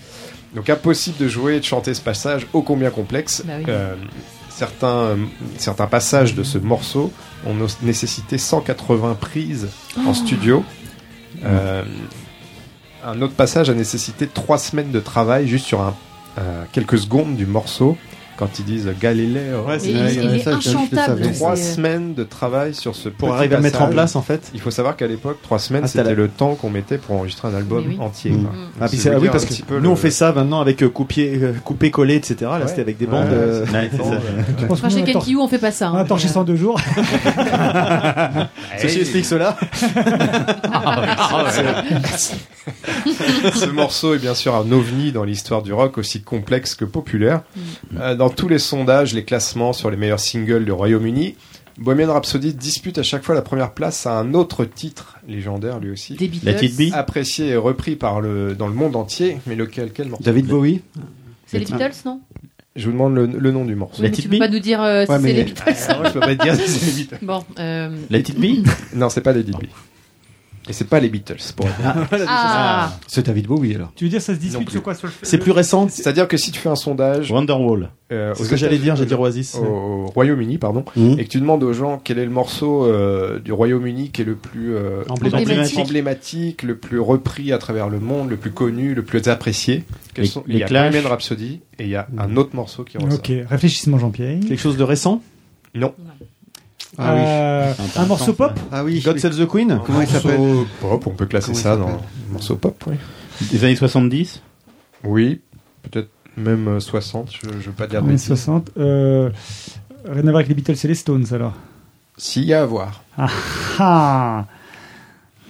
Donc impossible de jouer et de chanter ce passage ô combien complexe. Bah oui. Euh, certains, euh, certains passages de ce morceau ont nos- nécessité 180 prises Oh. en studio. Euh, un autre passage a nécessité trois semaines de travail juste sur un, euh, quelques secondes du morceau quand ils disent Galileo. Ouais, c'est Mais vrai, il- ouais, il est ça, je- je le inchantable, savais. Trois c'est- semaines de travail sur ce Pour petit arriver à le mettre passage. en place, en fait. Il faut savoir qu'à l'époque, trois semaines, Ah, t'as c'était la- le temps qu'on mettait pour enregistrer un album Mais oui. entier. Mm. quoi. Mm. Donc, Ah, puis ça c'est- veut ah oui, dire parce un que petit peu nous le- on fait ça maintenant avec euh, coupier- euh, coupé-collé, etc. Là, Ouais. c'était avec des Ouais, bandes. ouais, euh, c'est- Ouais, c'est ça. Je pense Enfin, qu'on chez a quel tort- Kiwi, on fait pas ça. On hein. a torché sans deux jours. Ceci explique cela. Ce morceau est bien sûr un ovni dans l'histoire du rock, aussi complexe que populaire. Euh, dans tous les sondages, les classements sur les meilleurs singles du Royaume-Uni, Bohemian Rhapsody dispute à chaque fois la première place à un autre titre légendaire lui aussi. Des Beatles. La Tite euh, Bee. Apprécié et repris par le, dans le monde entier, mais lequel quel morceau David Bowie C'est les Beatles, non Je vous demande le, le nom du morceau. Oui, mais Tu peux pas nous dire euh, si Ouais, c'est mais- les Beatles. Ah, moi, je peux pas te dire si c'est les Beatles. Bon. euh, Bee Non, c'est pas les Beatles. Et c'est pas les Beatles pour Ah. C'est David Bowie alors. Tu veux dire, ça se Non dispute plus. sur quoi sur le- C'est plus récent. C'est-à-dire que si tu fais un sondage. Wonderwall. euh, C'est aux ce que j'allais États-Unis, dire, j'allais dire Oasis. Au, au Royaume-Uni, pardon. Mmh. Et que tu demandes aux gens quel est le morceau euh, du Royaume-Uni qui est le plus euh, Emblématique. emblématique, emblématique, le plus repris à travers le monde, le plus connu, le plus apprécié. Quels Les- sont- les il y a Clash. Mmh. Bohemian Rhapsody et il y a un autre morceau qui ressort. Ok, réfléchissement Jean-Pierre. Quelque chose de récent Non. Ah oui. Euh, C'est intéressant, un morceau pop ça. Ah oui. God Save the Queen Comment il s'appelle Pop, on peut classer ça dans morceau pop, oui. Des années 70 Oui, peut-être même euh, 60, je ne veux pas dire de Années bêtises. 60. euh, rien à voir avec les Beatles et les Stones alors. S'il y a à voir. Ah ah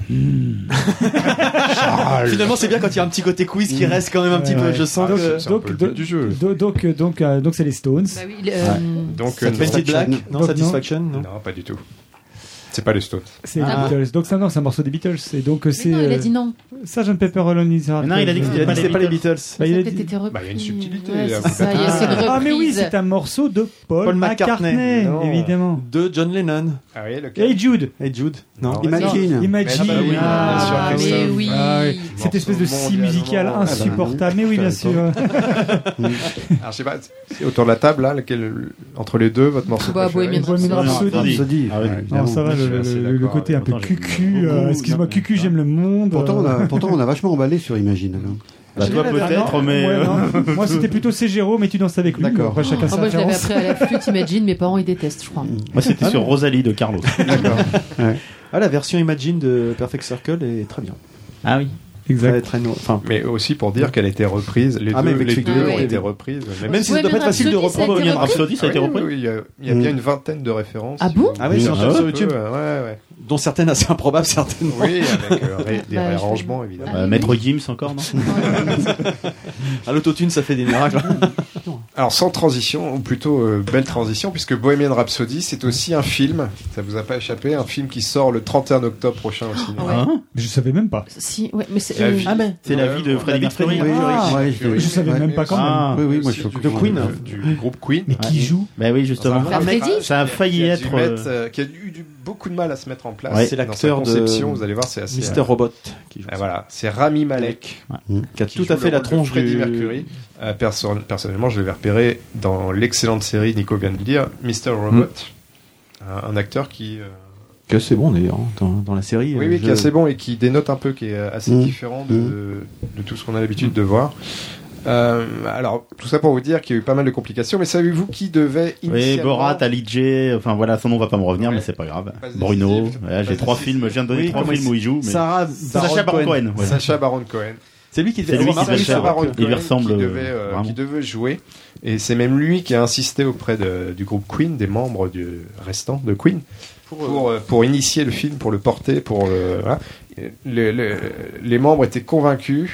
Hmm. Ah, Ah, Finalement, c'est bien quand il y a un petit côté quiz qui reste quand même un petit Ouais, peu. ouais. Je sens donc, que. donc, donc, do- donc, euh, donc, euh, donc c'est les Stones. le- euh, Donc, Satisfaction. Faded Black Non, Donc, Satisfaction, non, pas du tout. C'est pas les Stones. C'est les Beatles. Donc ça non, c'est un morceau des Beatles. Et donc euh, c'est. non, il a euh, dit non. Sgt. Pepper Alone is Heart. euh, non, il a dit que c'était pas les Beatles. Bah, Ça il a a peut-être dit- été repris. Bah, il y a une subtilité. Ouais, là, c'est ça, il y a- c'est une reprise. Ah mais oui, c'est un morceau de Paul, Paul McCartney, McCartney, non. évidemment. De John Lennon. Ah oui, lequel Hey Jude. Hey Jude. Non. Ah, Imagine. Imagine. Ah bah oui, Ah, bien sûr que mais ça. oui. Ah oui. Cette espèce de scie mondialement- musicale Ah bah, insupportable. Mais oui, bien sûr. hein. Alors, je sais pas, c'est autour de la table, là, lequel- entre les deux, votre morceau Bah, préféré Bohemian Bohemian Rhapsody. Rhapsody. Ah oui, Ouais, Non, ça va, je le, suis assez le- le d'accord côté un avec peu toi. cucu, euh, excuse-moi, cucu, j'aime le monde. Pourtant, on euh. a, pourtant, on a vachement emballé sur Imagine. alors. Bah, toi, peut-être, mais. Ouais, euh, non. Moi, c'était plutôt Ségéro, mais tu danses avec lui. D'accord. Après, chacun Ah, sa moi, je l'avais référence. appris à la flûte, imagine, mes parents, ils détestent, je crois. Moi, c'était Ah sur bon Rosalie de Carlos. Ah, la version Imagine de Perfect Circle est très bien. Ah oui. Exact. Très, très no- enfin, Mais aussi pour dire qu'elle a été reprise. Les Ah, mais deux, avec les les deux deux, ont oui. été reprises. Ah Même si ça Ouais, doit pas mais être facile de Rhapsody, ça a reprendre été Bohemian repris Rhapsody, ça a été Oui, repris. oui, il y a, il y a bien une vingtaine de références. Mm. Ah bon Mm. Ah oui, sur Un sur peu, YouTube. euh, ouais, ouais. Dont certaines assez improbables, certaines. Oui, avec euh, ré- des Bah, je- réarrangements, évidemment. Euh, Maître Gims encore, non À l'autotune, ça fait des miracles. Alors sans transition, ou plutôt euh, belle transition, puisque Bohemian Rhapsody, c'est aussi un film, ça vous a pas échappé, un film qui sort le 31 octobre prochain au cinéma. Ah ouais. Je savais même pas. Si, ouais, mais c'est. La euh, vie. Ah, mais- C'est la vie de Freddie Mercury. Mercury. Ah, ouais, je- je savais même pas quand même. Ah. Oui, oui, moi, je suis au De courant. Queen, hein. du, du groupe Queen. Mais qui joue Bah oui, justement. Dans un mec, métrage ça a qui failli qui a dû être. mettre, euh, euh, qui a eu du- beaucoup de mal à se mettre en place. Ouais. C'est Dans sa l'acteur de- conception, vous allez voir, c'est assez. Mr. Robot qui joue Ah, voilà, c'est Rami Malek. Qui a qui tout joue à le fait la rôle de tronche Freddie du. Mercury. Euh, perso- personnellement, je l'avais repéré dans l'excellente série, Nico vient de le dire, Mr. Robot. Hmm. Un, un acteur qui. euh, Que c'est bon d'ailleurs, hein, dans, dans la série. Oui, euh, oui, je- qui est assez bon et qui dénote un peu, qui est assez Mm. différent de, de tout ce qu'on a l'habitude de voir. Euh, alors, tout ça pour vous dire qu'il y a eu pas mal de complications, mais savez-vous qui devait Oui, initialement... Borat, Ali J, enfin voilà, son nom va pas me revenir, mais c'est pas grave. Bruno, voilà, j'ai trois films, je viens de donner Oui, trois comment films il- où il joue. mais- Sarah Sacha Baron Cohen. ouais. Sacha Baron Cohen. C'est lui qui C'est lui qui devait Sacha faire. Baron Il lui Cohen ressemble. qui euh, devait, euh, vraiment. qui devait jouer. Et c'est même lui qui a insisté auprès de- du groupe Queen, des membres du restant de Queen, pour, euh, pour initier le film, pour le porter, pour euh, voilà. Le- le- les membres étaient convaincus.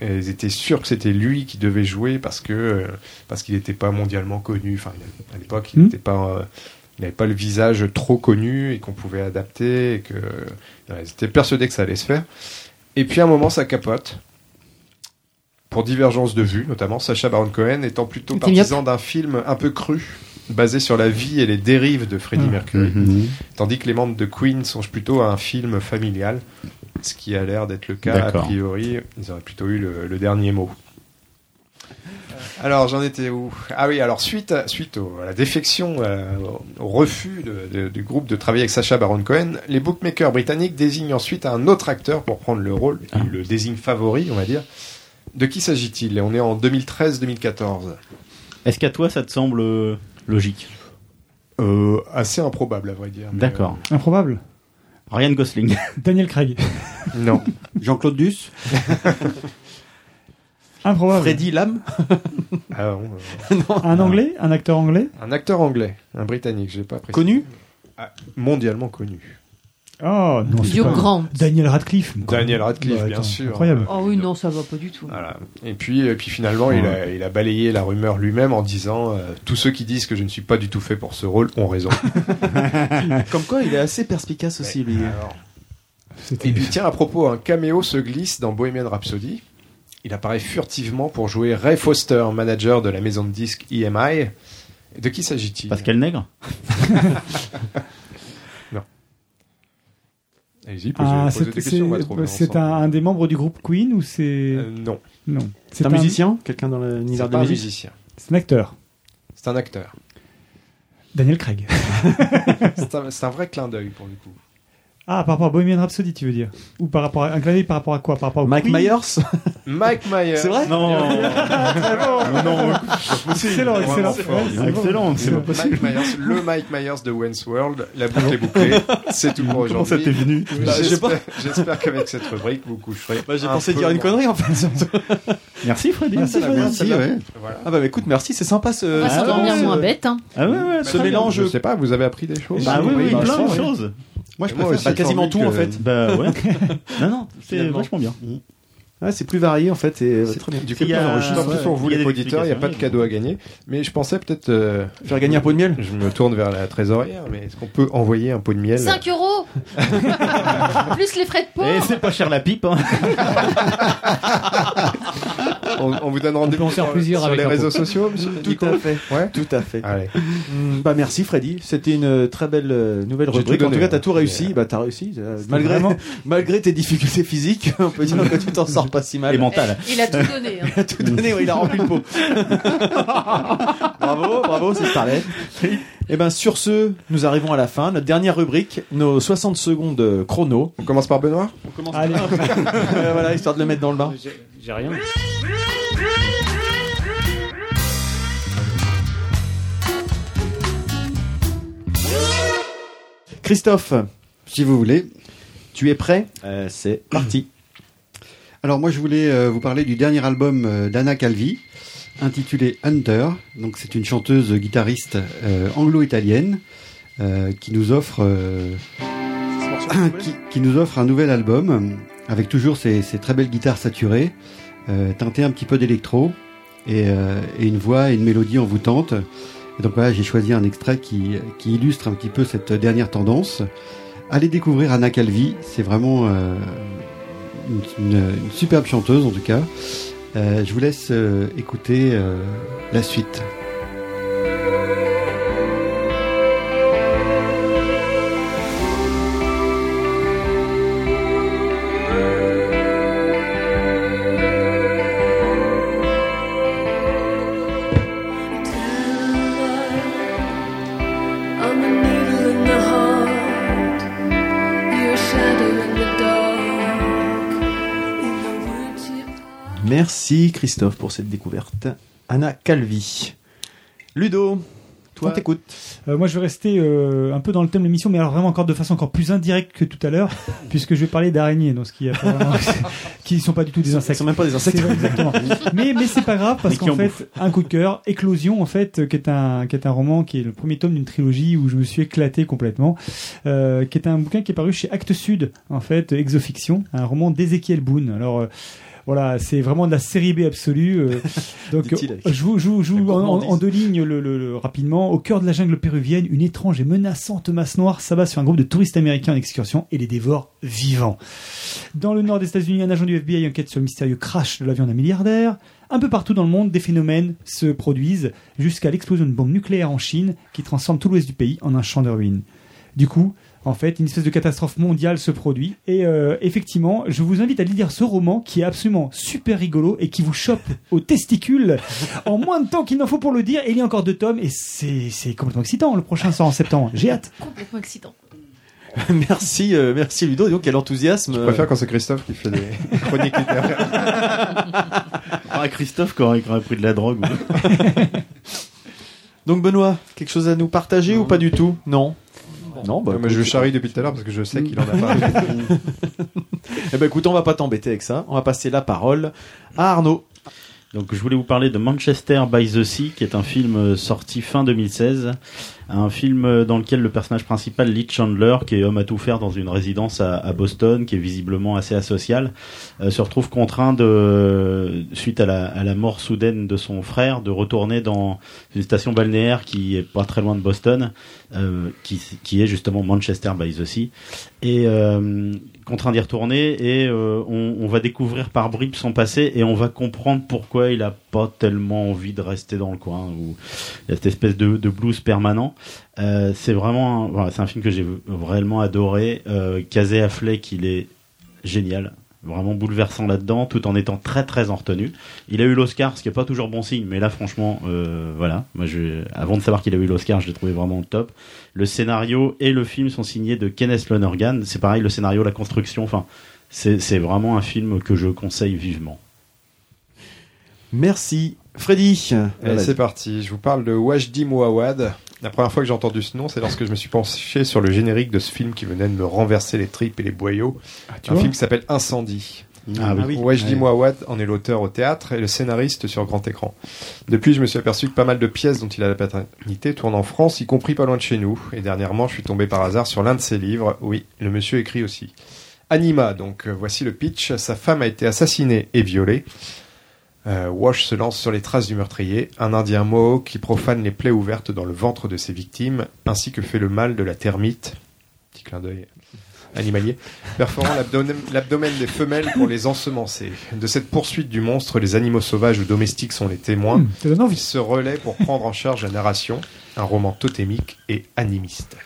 et Ils étaient sûrs que c'était lui qui devait jouer parce que euh, parce qu'il n'était pas mondialement connu. Enfin, il- à l'époque, il Hmm. n'était pas euh, il n'avait pas le visage trop connu et qu'on pouvait adapter et que non, ils étaient persuadés que ça allait se faire. Et puis à un moment, ça capote. Pour divergence de vue, notamment, Sacha Baron Cohen étant plutôt T'es myope. partisan d'un film un peu cru, basé sur la vie et les dérives de Freddie Mercury, Mhm. tandis que les membres de Queen songent plutôt à un film familial, ce qui a l'air d'être le cas a D'accord. priori. Ils auraient plutôt eu le, le dernier mot. Alors j'en étais où Ah oui, alors suite à, suite au- à la défection, euh, au refus de- de- du groupe de travailler avec Sacha Baron Cohen, les bookmakers britanniques désignent ensuite un autre acteur pour prendre le rôle, ils le désignent favori, on va dire. De qui s'agit-il On est en 2013-2014. Est-ce qu'à toi ça te semble euh, logique Assez improbable à vrai dire. mais, D'accord. Improbable. Ryan Gosling. Daniel Craig. euh, Non. Jean-Claude Duss. Improbable. Freddy Lam Ah, bon, Un Ah. anglais Un acteur anglais euh, Un acteur anglais, un britannique, j'ai pas précisé. Connu Ah, Mondialement connu. Oh non, c'est Hugh pas- Grant. Daniel Radcliffe. mon Daniel gars. Radcliffe, Bah, bien attends, sûr. Incroyable. Oh oui, non, ça va pas du tout. Voilà. Et puis, et puis finalement, il, a, il a balayé la rumeur lui-même en disant euh, Tous ceux qui disent que je ne suis pas du tout fait pour ce rôle ont raison. Comme quoi, il est assez perspicace aussi, lui. et puis tiens, à propos, un caméo se glisse dans Bohemian Rhapsody. Il apparaît furtivement pour jouer Ray Foster, manager de la maison de disques EMI. De qui s'agit-il Pascal Nègre Non. Allez-y, posez, Ah, posez c'est- des questions, on va trouver c'est- c'est ensemble. Euh, un, un des membres du groupe Queen ou c'est non. non C'est un, musicien Quelqu'un dans l'univers C'est de la pas un musique musicien. C'est un acteur. C'est un acteur. Daniel Craig. c'est un, c'est un vrai clin d'œil pour le coup. ah, par rapport à Bohemian Rhapsody, tu veux dire Ou par rapport à un clavier, par rapport à quoi Par rapport au Mike Queen Ah, Myers Mike Myers. C'est vrai Non. non, Excellent, excellent. Ouais, Ah, c'est bon. Mike Myers, le Mike Myers de Wayne's World, la boucle est bouclée, c'est tout pour aujourd'hui. Comment ça t'est venu Bah, je sais pas. J'espère j'espère qu'avec cette rubrique, vous coucherez. Bah, j'ai un pensé peu dire une moins. connerie en fait. Merci Freddy. Merci, Freddy. Merci, Freddy. ouais. Voilà. Ah bah écoute, merci, Ah, c'est sympa ce. On Ah, va s'endormir moins bête. Hein. Ah ouais, ouais, ce très bien. mélange. Je sais pas, vous avez appris des choses Bah oui, oui, bah, plein je de crois, choses. ouais. Moi, je Et moi préfère aussi, cette bah, quasiment tout formule en que- fait. euh, Bah ouais. non, non, c'est Finalement. vachement bien. Ouais, c'est plus varié en fait. Et... euh, Très bien. Du coup, Il y a- non, juste en plus ouais, pour vous, il y a les des auditeurs, il n'y a pas de cadeau à gagner. Mais je pensais peut-être. euh, Faire gagner un pot de miel Je me tourne vers la trésorière, mais est-ce qu'on peut envoyer un pot de miel 5 euros Plus les frais de port Et c'est pas cher la pipe. Hein. on, on vous donne rendez-vous faire sur, plaisir sur avec les un pot. réseaux sociaux, monsieur Tout à fait. Ah Ouais. Tout à fait. Allez. Mm, Bah merci Freddy, c'était une euh, très belle euh, nouvelle J'ai rubrique. tout en tout donné, cas, t'as hein. tout réussi. Bah t'as réussi euh, C'était malgré vraiment- malgré tes difficultés physiques. On peut dire que tu t'en sors pas si mal. Et mentale. Il a tout donné. hein. Il a tout donné, ouais, il a rempli le pot. bravo, bravo, c'est Starlet. Et ben sur ce, nous arrivons à la fin. Notre dernière rubrique, nos 60 secondes euh, chrono. On commence par Benoît Allez, Euh, voilà, histoire de le mettre dans le bain. J'ai rien. Christophe, Si vous voulez. tu es prêt Euh, C'est parti. Alors moi je voulais euh, vous parler du dernier album euh, d'Anna Calvi intitulé Hunter. Donc c'est une chanteuse guitariste euh, anglo-italienne euh, qui nous offre euh, qui, qui nous offre un nouvel album euh, avec toujours ses, ses très belles guitares saturées, euh, teintées un petit peu d'électro et, euh, et une voix et une mélodie envoûtante. Et donc voilà, j'ai choisi un extrait qui, qui illustre un petit peu cette dernière tendance. Allez découvrir Anna Calvi, c'est vraiment euh, une, une- une superbe chanteuse en tout cas. Euh, je vous laisse euh, écouter euh, la suite. I'm a needle in the heart. You're a shadow in the dark. In the wood you Merci Christophe pour cette découverte. Anna Calvi. Ludo, toi Ouais. t'écoutes. Euh, moi, je vais rester euh, un peu dans le thème de l'émission, mais alors vraiment encore de façon encore plus indirecte que tout à l'heure, puisque je vais parler d'araignées, donc ce qui, a pas vraiment- qui sont pas du tout des insectes. sont même pas des insectes. C'est vrai, exactement. mais mais c'est pas grave parce Mais qui qu'en en fait, bouffent. un coup de cœur, Éclosion en fait, euh, qui est un qui est un roman qui est le premier tome d'une trilogie où je me suis éclaté complètement, euh, qui est un bouquin qui est paru chez Actes Sud en fait, Exofiction, un roman d'Ezekiel Boone. Alors euh, voilà, c'est vraiment de la série B absolue. euh, donc, Dit-il euh, avec je vous, je vous- je vous- la en, gourmandise. en deux lignes le, le- le- rapidement. Au cœur de la jungle péruvienne, une étrange et menaçante masse noire s'abat sur un groupe de touristes américains en excursion et les dévore vivants. Dans le nord des États-Unis, un agent du FBI enquête sur le mystérieux crash de l'avion d'un milliardaire. Un peu partout dans le monde, des phénomènes se produisent jusqu'à l'explosion d'une bombe nucléaire en Chine qui transforme tout l'ouest du pays en un champ de ruines. Du coup, En fait, une espèce de catastrophe mondiale se produit. Et euh, effectivement, je vous invite à lire ce roman qui est absolument super rigolo et qui vous chope aux testicules en moins de temps qu'il n'en faut pour le dire. Et il y a encore deux tomes et c'est c'est complètement excitant. Le prochain sort en septembre. J'ai hâte. Complètement excitant. merci, euh, merci Ludo. Et donc, quel enthousiasme. Je préfère quand c'est Christophe qui fait des chroniques littéraires. Ah, Christophe, quand il aurait pris de la drogue. Donc, Benoît, quelque chose à nous partager ou pas du tout Non. Non, bah, mais je le charrie depuis tout à l'heure parce que je sais qu'il en a pas. Eh ben, écoute, on va pas t'embêter avec ça. On va passer la parole à Arnaud. Donc je voulais vous parler de Manchester by the Sea, qui est un film euh, sorti fin 2016, un film euh, dans lequel le personnage principal, Lee Chandler, qui est homme à tout faire dans une résidence à, à Boston, qui est visiblement assez asocial, euh, se retrouve contraint de, suite à la, à la mort soudaine de son frère, de retourner dans une station balnéaire qui est pas très loin de Boston, euh, qui, qui est justement Manchester by the Sea, et euh, contraint d'y retourner, et euh, on, on va découvrir par bribes son passé, et on va comprendre pourquoi il a pas tellement envie de rester dans le coin, où il y a cette espèce de, de blues permanent. Euh, c'est vraiment, un, voilà, c'est un film que j'ai vraiment adoré. Euh, Casey Affleck, il est génial vraiment bouleversant là-dedans, tout en étant très très en retenue. Il a eu l'Oscar, ce qui est pas toujours bon signe, mais là franchement, euh, voilà. Moi, je, avant de savoir qu'il a eu l'Oscar, je l'ai trouvé vraiment top. Le scénario et le film sont signés de Kenneth Lonergan. C'est pareil, le scénario, la construction, enfin, c'est c'est vraiment un film que je conseille vivement. Merci. Freddy. Allez, c'est parti. Je vous parle de Wajdi Mouawad. La première fois que j'ai entendu ce nom, c'est lorsque je me suis penché sur le générique de ce film qui venait de me renverser les tripes et les boyaux. Ah, tu un vois film qui s'appelle Incendie. Ah oui. Wajdi Ouais. Mouawad en est l'auteur au théâtre et le scénariste sur grand écran. Depuis, je me suis aperçu que pas mal de pièces dont il a la paternité tournent en France, y compris pas loin de chez nous. Et dernièrement, je suis tombé par hasard sur l'un de ses livres. Oui, le monsieur écrit aussi. Anima, donc euh, voici le pitch. Sa femme a été assassinée et violée. Euh, Wash se lance sur les traces du meurtrier, un indien mohawk qui profane les plaies ouvertes dans le ventre de ses victimes, ainsi que fait le mal de la termite, petit clin d'œil animalier, perforant l'abdomen- l'abdomen des femelles pour les ensemencer. De cette poursuite du monstre, les animaux sauvages ou domestiques sont les témoins. Mmh, ça donne envie. Ils se relaient pour prendre en charge la narration, un roman totémique et animiste.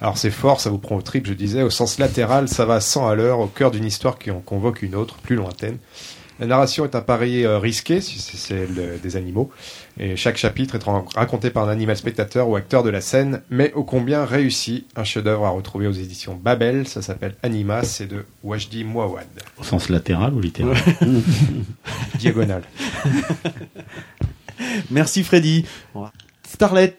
Alors c'est fort, ça vous prend au trip, je disais. Au sens latéral, ça va 100 à l'heure, au cœur d'une histoire qui en convoque une autre, plus lointaine. La narration est un pari euh, risqué, si c'est celle euh, des animaux, et chaque chapitre est ran- raconté par un animal spectateur ou acteur de la scène, mais ô combien réussi. Un chef-d'œuvre à retrouver aux éditions Babel, ça s'appelle Anima, c'est de Wajdi Mouawad. Au sens latéral ou littéral Diagonale. Merci Freddy. Starlet,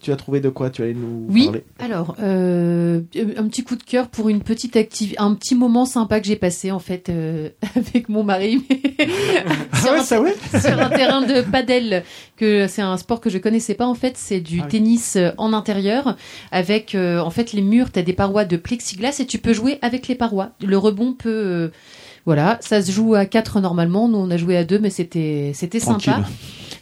tu as trouvé de quoi tu allais nous Oui. parler Alors, euh, un petit coup de cœur pour une petite activi- un petit moment sympa que j'ai passé en fait euh, avec mon mari sur, un, sur un terrain de padel que c'est un sport que je connaissais pas en fait. C'est du tennis euh, en intérieur avec euh, en fait les murs. T'as des parois de plexiglas et tu peux jouer avec les parois. Le rebond peut euh, voilà, ça se joue à quatre normalement. Nous, on a joué à deux, mais c'était c'était sympa. Tranquille.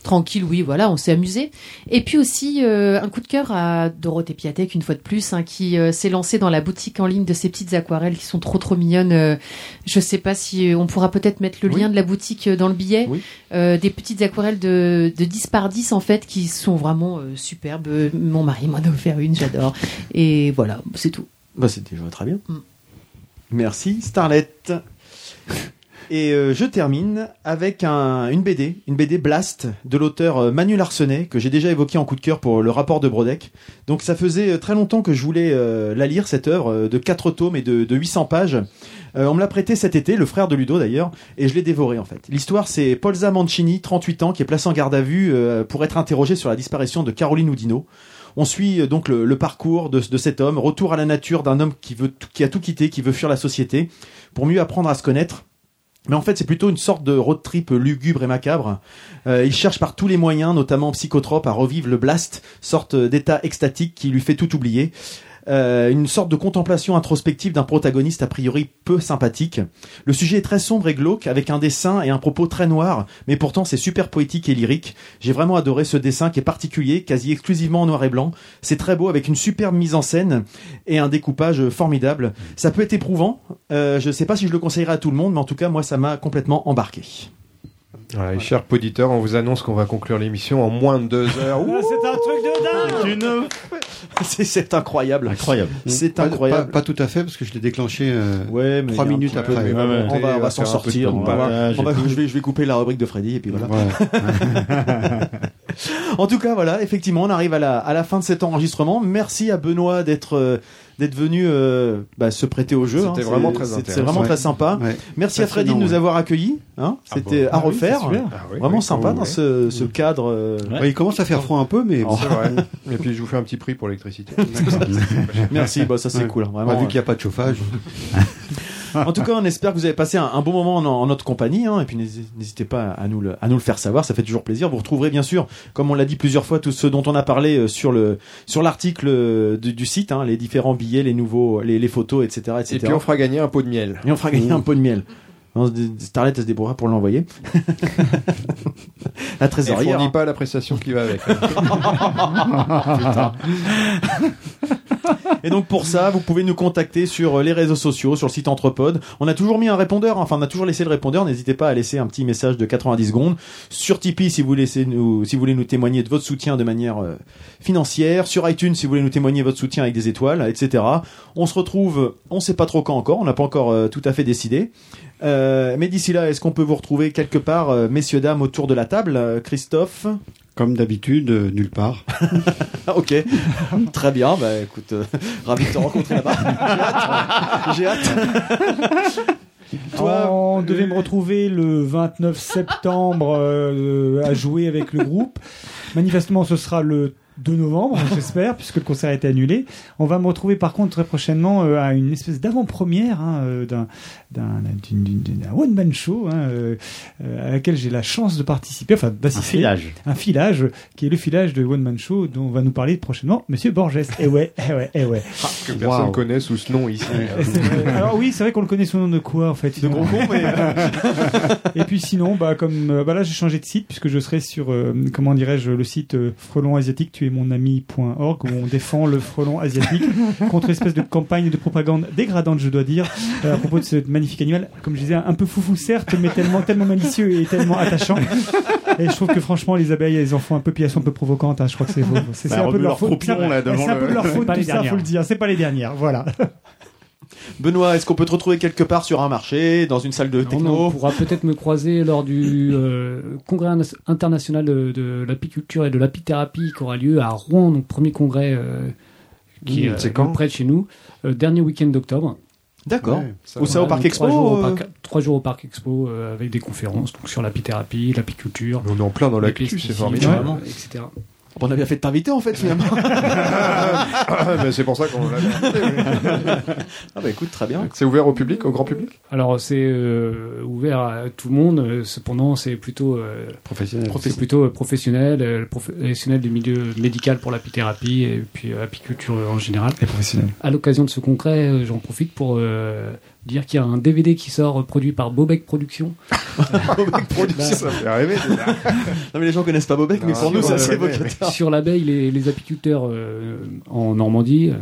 Tranquille, oui, voilà, on s'est amusé. Et puis aussi, euh, un coup de cœur à Dorothée Piatek, une fois de plus, hein, qui euh, s'est lancée dans la boutique en ligne de ses petites aquarelles qui sont trop, trop mignonnes. Euh, je sais pas si euh, on pourra peut-être mettre le lien de la boutique euh, dans le billet. Euh, des petites aquarelles de, de 10 par 10, en fait, qui sont vraiment euh, superbes. Mon mari m'en a offert une, j'adore. Et voilà, c'est tout. Bah, c'est déjà très bien. Merci Starlet. Et euh, je termine avec un- une BD, une BD Blast de l'auteur euh, Manu Larsenet que j'ai déjà évoqué en coup de cœur pour le rapport de Brodeck. Donc ça faisait euh, très longtemps que je voulais euh, la lire cette œuvre euh, de 4 tomes et de, de 800 pages. Euh, on me l'a prêté cet été, le frère de Ludo d'ailleurs, et je l'ai dévoré en fait. L'histoire c'est Polza Mancini, 38 ans, qui est placé en garde à vue euh, pour être interrogé sur la disparition de Caroline Oudinot. On suit euh, donc le, le parcours de, de cet homme, retour à la nature d'un homme qui, veut tout- qui a tout quitté, qui veut fuir la société, pour mieux apprendre à se connaître. Mais en fait, c'est plutôt une sorte de road trip lugubre et macabre. Euh, il cherche par tous les moyens, notamment psychotropes, à revivre le blast, sorte d'état extatique qui lui fait tout oublier. Euh, une sorte de contemplation introspective d'un protagoniste a priori peu sympathique. Le sujet est très sombre et glauque, avec un dessin et un propos très noir, mais pourtant c'est super poétique et lyrique. J'ai vraiment adoré ce dessin qui est particulier, quasi exclusivement en noir et blanc. C'est très beau, avec une superbe mise en scène et un découpage formidable. Ça peut être éprouvant, euh, je sais pas si je le conseillerais à tout le monde, mais en tout cas moi ça m'a complètement embarqué. Voilà, et Chers auditeurs, on vous annonce qu'on va conclure l'émission en moins de deux heures. Ouh, Ah, C'est un truc de dingue C'est- C'est incroyable. Incroyable. C'est Pas- incroyable. Pas, pas tout à fait, parce que je l'ai déclenché euh, mais trois il y a un minutes petit peu, après. mais bon, on va, on va s'en sortir. on va- on va- je, vais, je vais couper la rubrique de Freddy et puis voilà. en tout cas, voilà, effectivement, on arrive à la, à la fin de cet enregistrement. Merci à Benoît d'être euh, d'être venu euh, bah, se prêter au jeu. C'était hein. vraiment C'est- très c'est- C'est intéressant. vraiment Ouais. très sympa. Ouais. Merci à Freddy de Passionnant, nous ouais. avoir accueillis. hein. Ah C'était bon. à Ah oui, refaire. c'est super. Ah oui, vraiment oui, sympa oui. dans ce, ce cadre. euh, Ouais, il commence à faire froid un peu, mais bon. C'est vrai. Et puis je vous fais un petit prix pour l'électricité. Merci, bah, ça c'est Ouais. cool. hein, vraiment. Ouais, vu qu'il n'y a pas de chauffage. En tout cas, on espère que vous avez passé un, un bon moment en, en notre compagnie. hein, et puis n'hési- n'hésitez pas à nous, le, à nous le faire savoir, ça fait toujours plaisir. Vous retrouverez bien sûr, comme on l'a dit plusieurs fois, tout ce dont on a parlé euh, sur le sur l'article euh, du, du site, hein, les différents billets, les nouveaux, les, les photos, etc., etc. Et puis on fera gagner un pot de miel. Et on fera gagner Mmh. un pot de miel. On se dit- Starlet elle se débrouillera pour l'envoyer. La Et trésorière. on hein. dit pas l'appréciation qui va avec. hein, Putain. Et donc pour ça, vous pouvez nous contacter sur euh, les réseaux sociaux, sur le site Entrepod. On a toujours mis un répondeur, hein. enfin on a toujours laissé le répondeur. N'hésitez pas à laisser un petit message de 90 secondes sur Tipeee si vous laissez nous, si vous voulez nous témoigner de votre soutien de manière euh, financière, sur iTunes si vous voulez nous témoigner votre soutien avec des étoiles, etc. On se retrouve, euh, on sait pas trop quand encore, on n'a pas encore euh, tout à fait décidé. Euh, mais d'ici là, est-ce qu'on peut vous retrouver quelque part, euh, messieurs dames, autour de la table, euh, Christophe Comme d'habitude, euh, nulle part. ah, ok, très bien. Bah écoute, euh, ravi de te rencontrer là-bas. J'ai hâte. J'ai hâte. Oh, on devait me retrouver le 29 septembre euh, à jouer avec le groupe. Manifestement, ce sera le 2 novembre, j'espère, puisque le concert a été annulé. On va me retrouver par contre très prochainement euh, à une espèce d'avant-première hein, euh, d'un- d'un d'une- d'une- d'un one-man show hein, euh, euh, à laquelle j'ai la chance de participer, enfin d'assister. filage. Un filage, euh, qui est le filage de one-man show dont va nous parler prochainement Monsieur Borges. Eh ouais, eh ouais, eh ouais. que personne Wow. connaît sous ce nom ici. Alors oui, c'est vrai qu'on le connaît sous le nom de quoi en fait. De gros con, mais- Et puis sinon, bah comme euh, bah là j'ai changé de site puisque je serai sur euh, comment dirais-je le site euh, frelon asiatique tu es mon ami.org où on défend le frelon asiatique contre espèce de campagne de propagande dégradante je dois dire euh, à propos de ce magnifique animal comme je disais un peu foufou certes mais tellement tellement malicieux et tellement attachant. Et je trouve que franchement les abeilles et les enfants un peu puis elles sont un peu provocantes hein, je crois que c'est faux. c'est Bah, c'est un peu remue de leur leur faute. croupion, là, devant C'est un peu de le- leur C'est faute pas tout les ça faut dernières. le dire, c'est pas les dernières. Voilà. Benoît, est-ce qu'on peut te retrouver quelque part sur un marché, dans une salle de techno On pourra peut-être me croiser lors du euh, congrès in- international de, de l'apiculture et de l'apithérapie qui aura lieu à Rouen, donc premier congrès euh, qui Mmh, euh, c'est est quand près de chez nous, euh, dernier week-end d'octobre. D'accord. Ouais, ça Où va. ça, au Voilà, Parc donc Expo, trois jours, au euh parc, trois jours au Parc Expo euh, avec des conférences donc sur l'apithérapie, l'apiculture. On est en plein dans les l'actu, c'est pesticides, formidable. euh, Vraiment. etc. On a bien fait de t'inviter en fait finalement. Mais c'est pour ça qu'on l'a Ah bah écoute, très bien. C'est ouvert au public, au grand public Alors c'est euh, ouvert à tout le monde, euh, cependant c'est plutôt euh, Professionnel. C'est plutôt euh, professionnel, euh, professionnel du milieu médical pour l'apithérapie et puis euh, apiculture euh, en général. Et professionnel. À l'occasion de ce congrès, euh, j'en profite pour euh, dire qu'il y a un DVD qui sort euh, produit par Bobek Productions. Bobek Productions, ça fait rêver. déjà. Non mais les gens connaissent pas Bobek, mais pour nous ça c'est évocateur. Sur l'abeille, les, les apiculteurs euh, en Normandie. euh,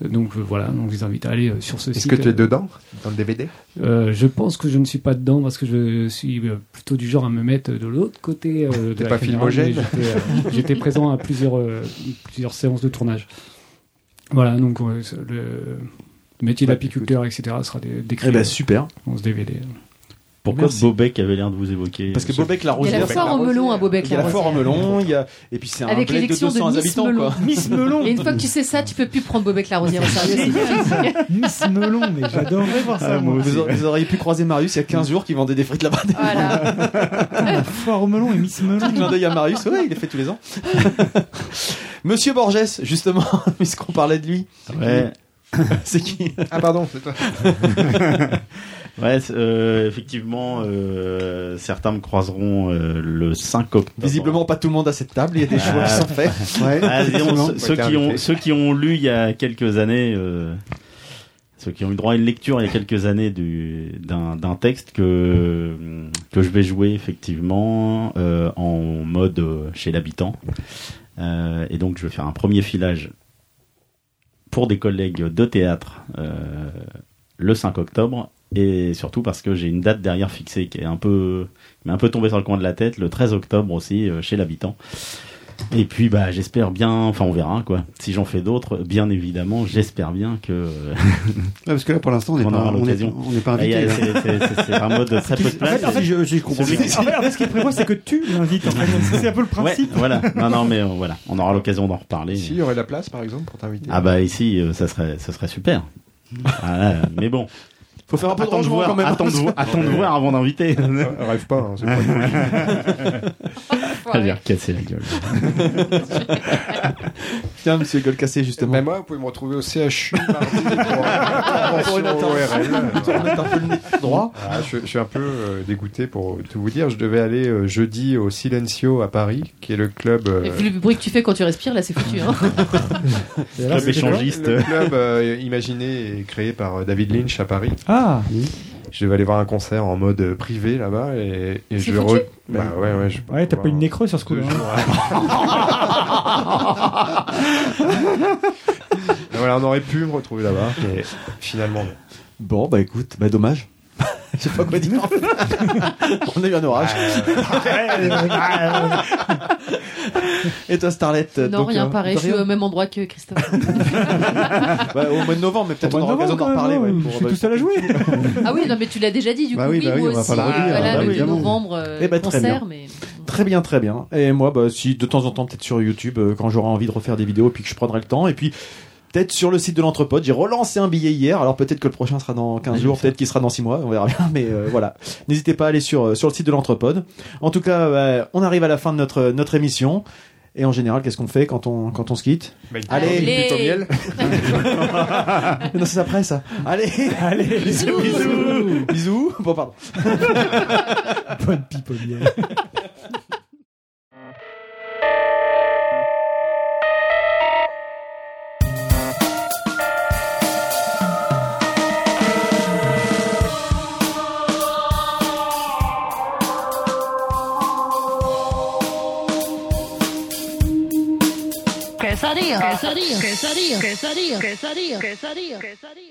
donc euh, voilà, donc je vous invite à aller euh, sur ce Est-ce site. que tu euh, es dedans, dans le DVD Euh, je pense que je ne suis pas dedans parce que je suis euh, plutôt du genre à me mettre de l'autre côté euh, de T'es la pas caméra, mais filmogène j'étais, euh, J'étais présent à plusieurs, euh, plusieurs séances de tournage. Voilà, donc euh, le métier d'apiculteur, etc. sera dé- décrit Bah, Eh ben, euh, super. dans ce DVD. Pourquoi Merci. Bobek avait l'air de vous évoquer Parce que euh, ce- Bobek la Il y a la rosière. foire au melon à Bobek Il y a la la foire au rosière. melon, il y a et puis c'est un Avec bled de l'élection de, 200 Miss habitants Melon. quoi. Et une fois que tu sais ça, tu peux plus prendre Bobek la Rosière au sérieux. Miss Melon, mais j'adorerais voir ça. Ah, moi. vous, aur- vous auriez pu croiser Marius il y a 15 jours qui vendait des frites là-bas. Foire au melon et Miss Melon. Clin d'œil à Marius, ouais, il est fait tous les ans. Monsieur Borges, justement, puisqu'on parlait de lui. Ouais. C'est qui Ah pardon, c'est toi. ouais, c'est- euh, effectivement, euh, certains me croiseront euh, le 5 octobre. Visiblement, pas tout le monde à cette table, il y a des choix qui sont faits. Ah, disons, ceux- ceux, qui ont, ceux qui ont lu il y a quelques années, euh, ceux qui ont eu droit à une lecture il y a quelques années du- d'un d'un texte que, que je vais jouer effectivement euh, en mode euh, chez l'habitant. Euh, et donc je vais faire un premier filage pour des collègues de théâtre euh, le 5 octobre et surtout parce que j'ai une date derrière fixée qui est un peu, qui m'est un peu tombée sur le coin de la tête, le 13 octobre aussi, euh, chez l'habitant. Et puis, bah, j'espère bien, enfin, on verra, quoi. Si j'en fais d'autres, bien évidemment, j'espère bien que. parce que là, pour l'instant, on n'est qu'on pas- aura on est- l'occasion. on n'est pas invité, Ah, il y a- là. c'est- c'est- C'est c'est un mode de très peu de place. Ah, En fait, en fait, je- je comprends Celui bien. qui- En fait, en fait, Ah, ce qu'il prévoit, c'est que tu l'invites. en fait. C'est un peu le Ouais, principe. voilà. Non, non, mais euh, voilà, on aura l'occasion d'en reparler. S'il y aurait de la place, par exemple, pour t'inviter. Ah bah ici, euh, ça serait, ça serait super. Ah là, mais bon. Faut faire un peu de attends de rangement voir, quand même. hein. Attends de, vo- attends de voir avant d'inviter. Rêve pas, hein, c'est pas Elle lui a recassé la gueule. Tiens, monsieur Golcassé, justement. Mais moi, vous pouvez me retrouver au CHU mardi pour, une intervention. Tu remettes un peu le nez droit. Ah, je, je suis un peu euh, dégoûté pour tout vous dire. Je devais aller euh, jeudi au Silencio à Paris, qui est le club. euh, Et vu le bruit que tu fais quand tu respires, là, c'est foutu. hein. le Club échangiste. Le club euh, imaginé et créé par euh, David Lynch à Paris. Ah Je devais aller voir un concert en mode euh, privé là-bas et, et C'est je foutu Bah ouais, ouais, je- Ouais, t'as pas eu Bah, le nez creux sur ce coup-là. hein. Ah, Et voilà, on aurait pu me retrouver là-bas, mais finalement. Bon, bah écoute, bah dommage. Je sais pas quoi dire. On a eu un orage. Euh, Et toi, Starlet Non, donc, rien euh, pareil, je suis rien au même endroit que Christophe. Ouais, Au mois de novembre, mais peut-être Au on mois aura de l'occasion d'en novembre, reparler. ouais, ouais, ouais, pour- je suis tout seul à jouer. ah oui, non, mais tu l'as déjà dit, du coup, Bah oui, oui, bah oui, moi on va aussi. pas le redire. voilà, Bah le oui. 10 novembre, euh, Eh ben, très bien. concert, mais. Très bien, très bien. Et moi, bah, si de temps en temps, peut-être sur YouTube, euh, quand j'aurai envie de refaire des vidéos, puis que je prendrai le temps, et puis peut-être sur le site de l'entrepôt, j'ai relancé un billet hier, alors peut-être que le prochain sera dans 15 jours, peut-être qu'il sera dans 6 mois, on verra bien, mais euh, voilà. N'hésitez pas à aller sur, euh, sur le site de l'entrepôt. En tout cas, euh, on arrive à la fin de notre, notre émission. Et en général, qu'est-ce qu'on fait quand on, quand on se quitte Allez, Non, c'est après ça. Allez, allez, Bisous. bisous, bisous. Bon, pardon. Bonne piponnière. Quesadilla, quesadilla, quesadilla, quesadilla, quesadilla, quesadilla, quesadilla.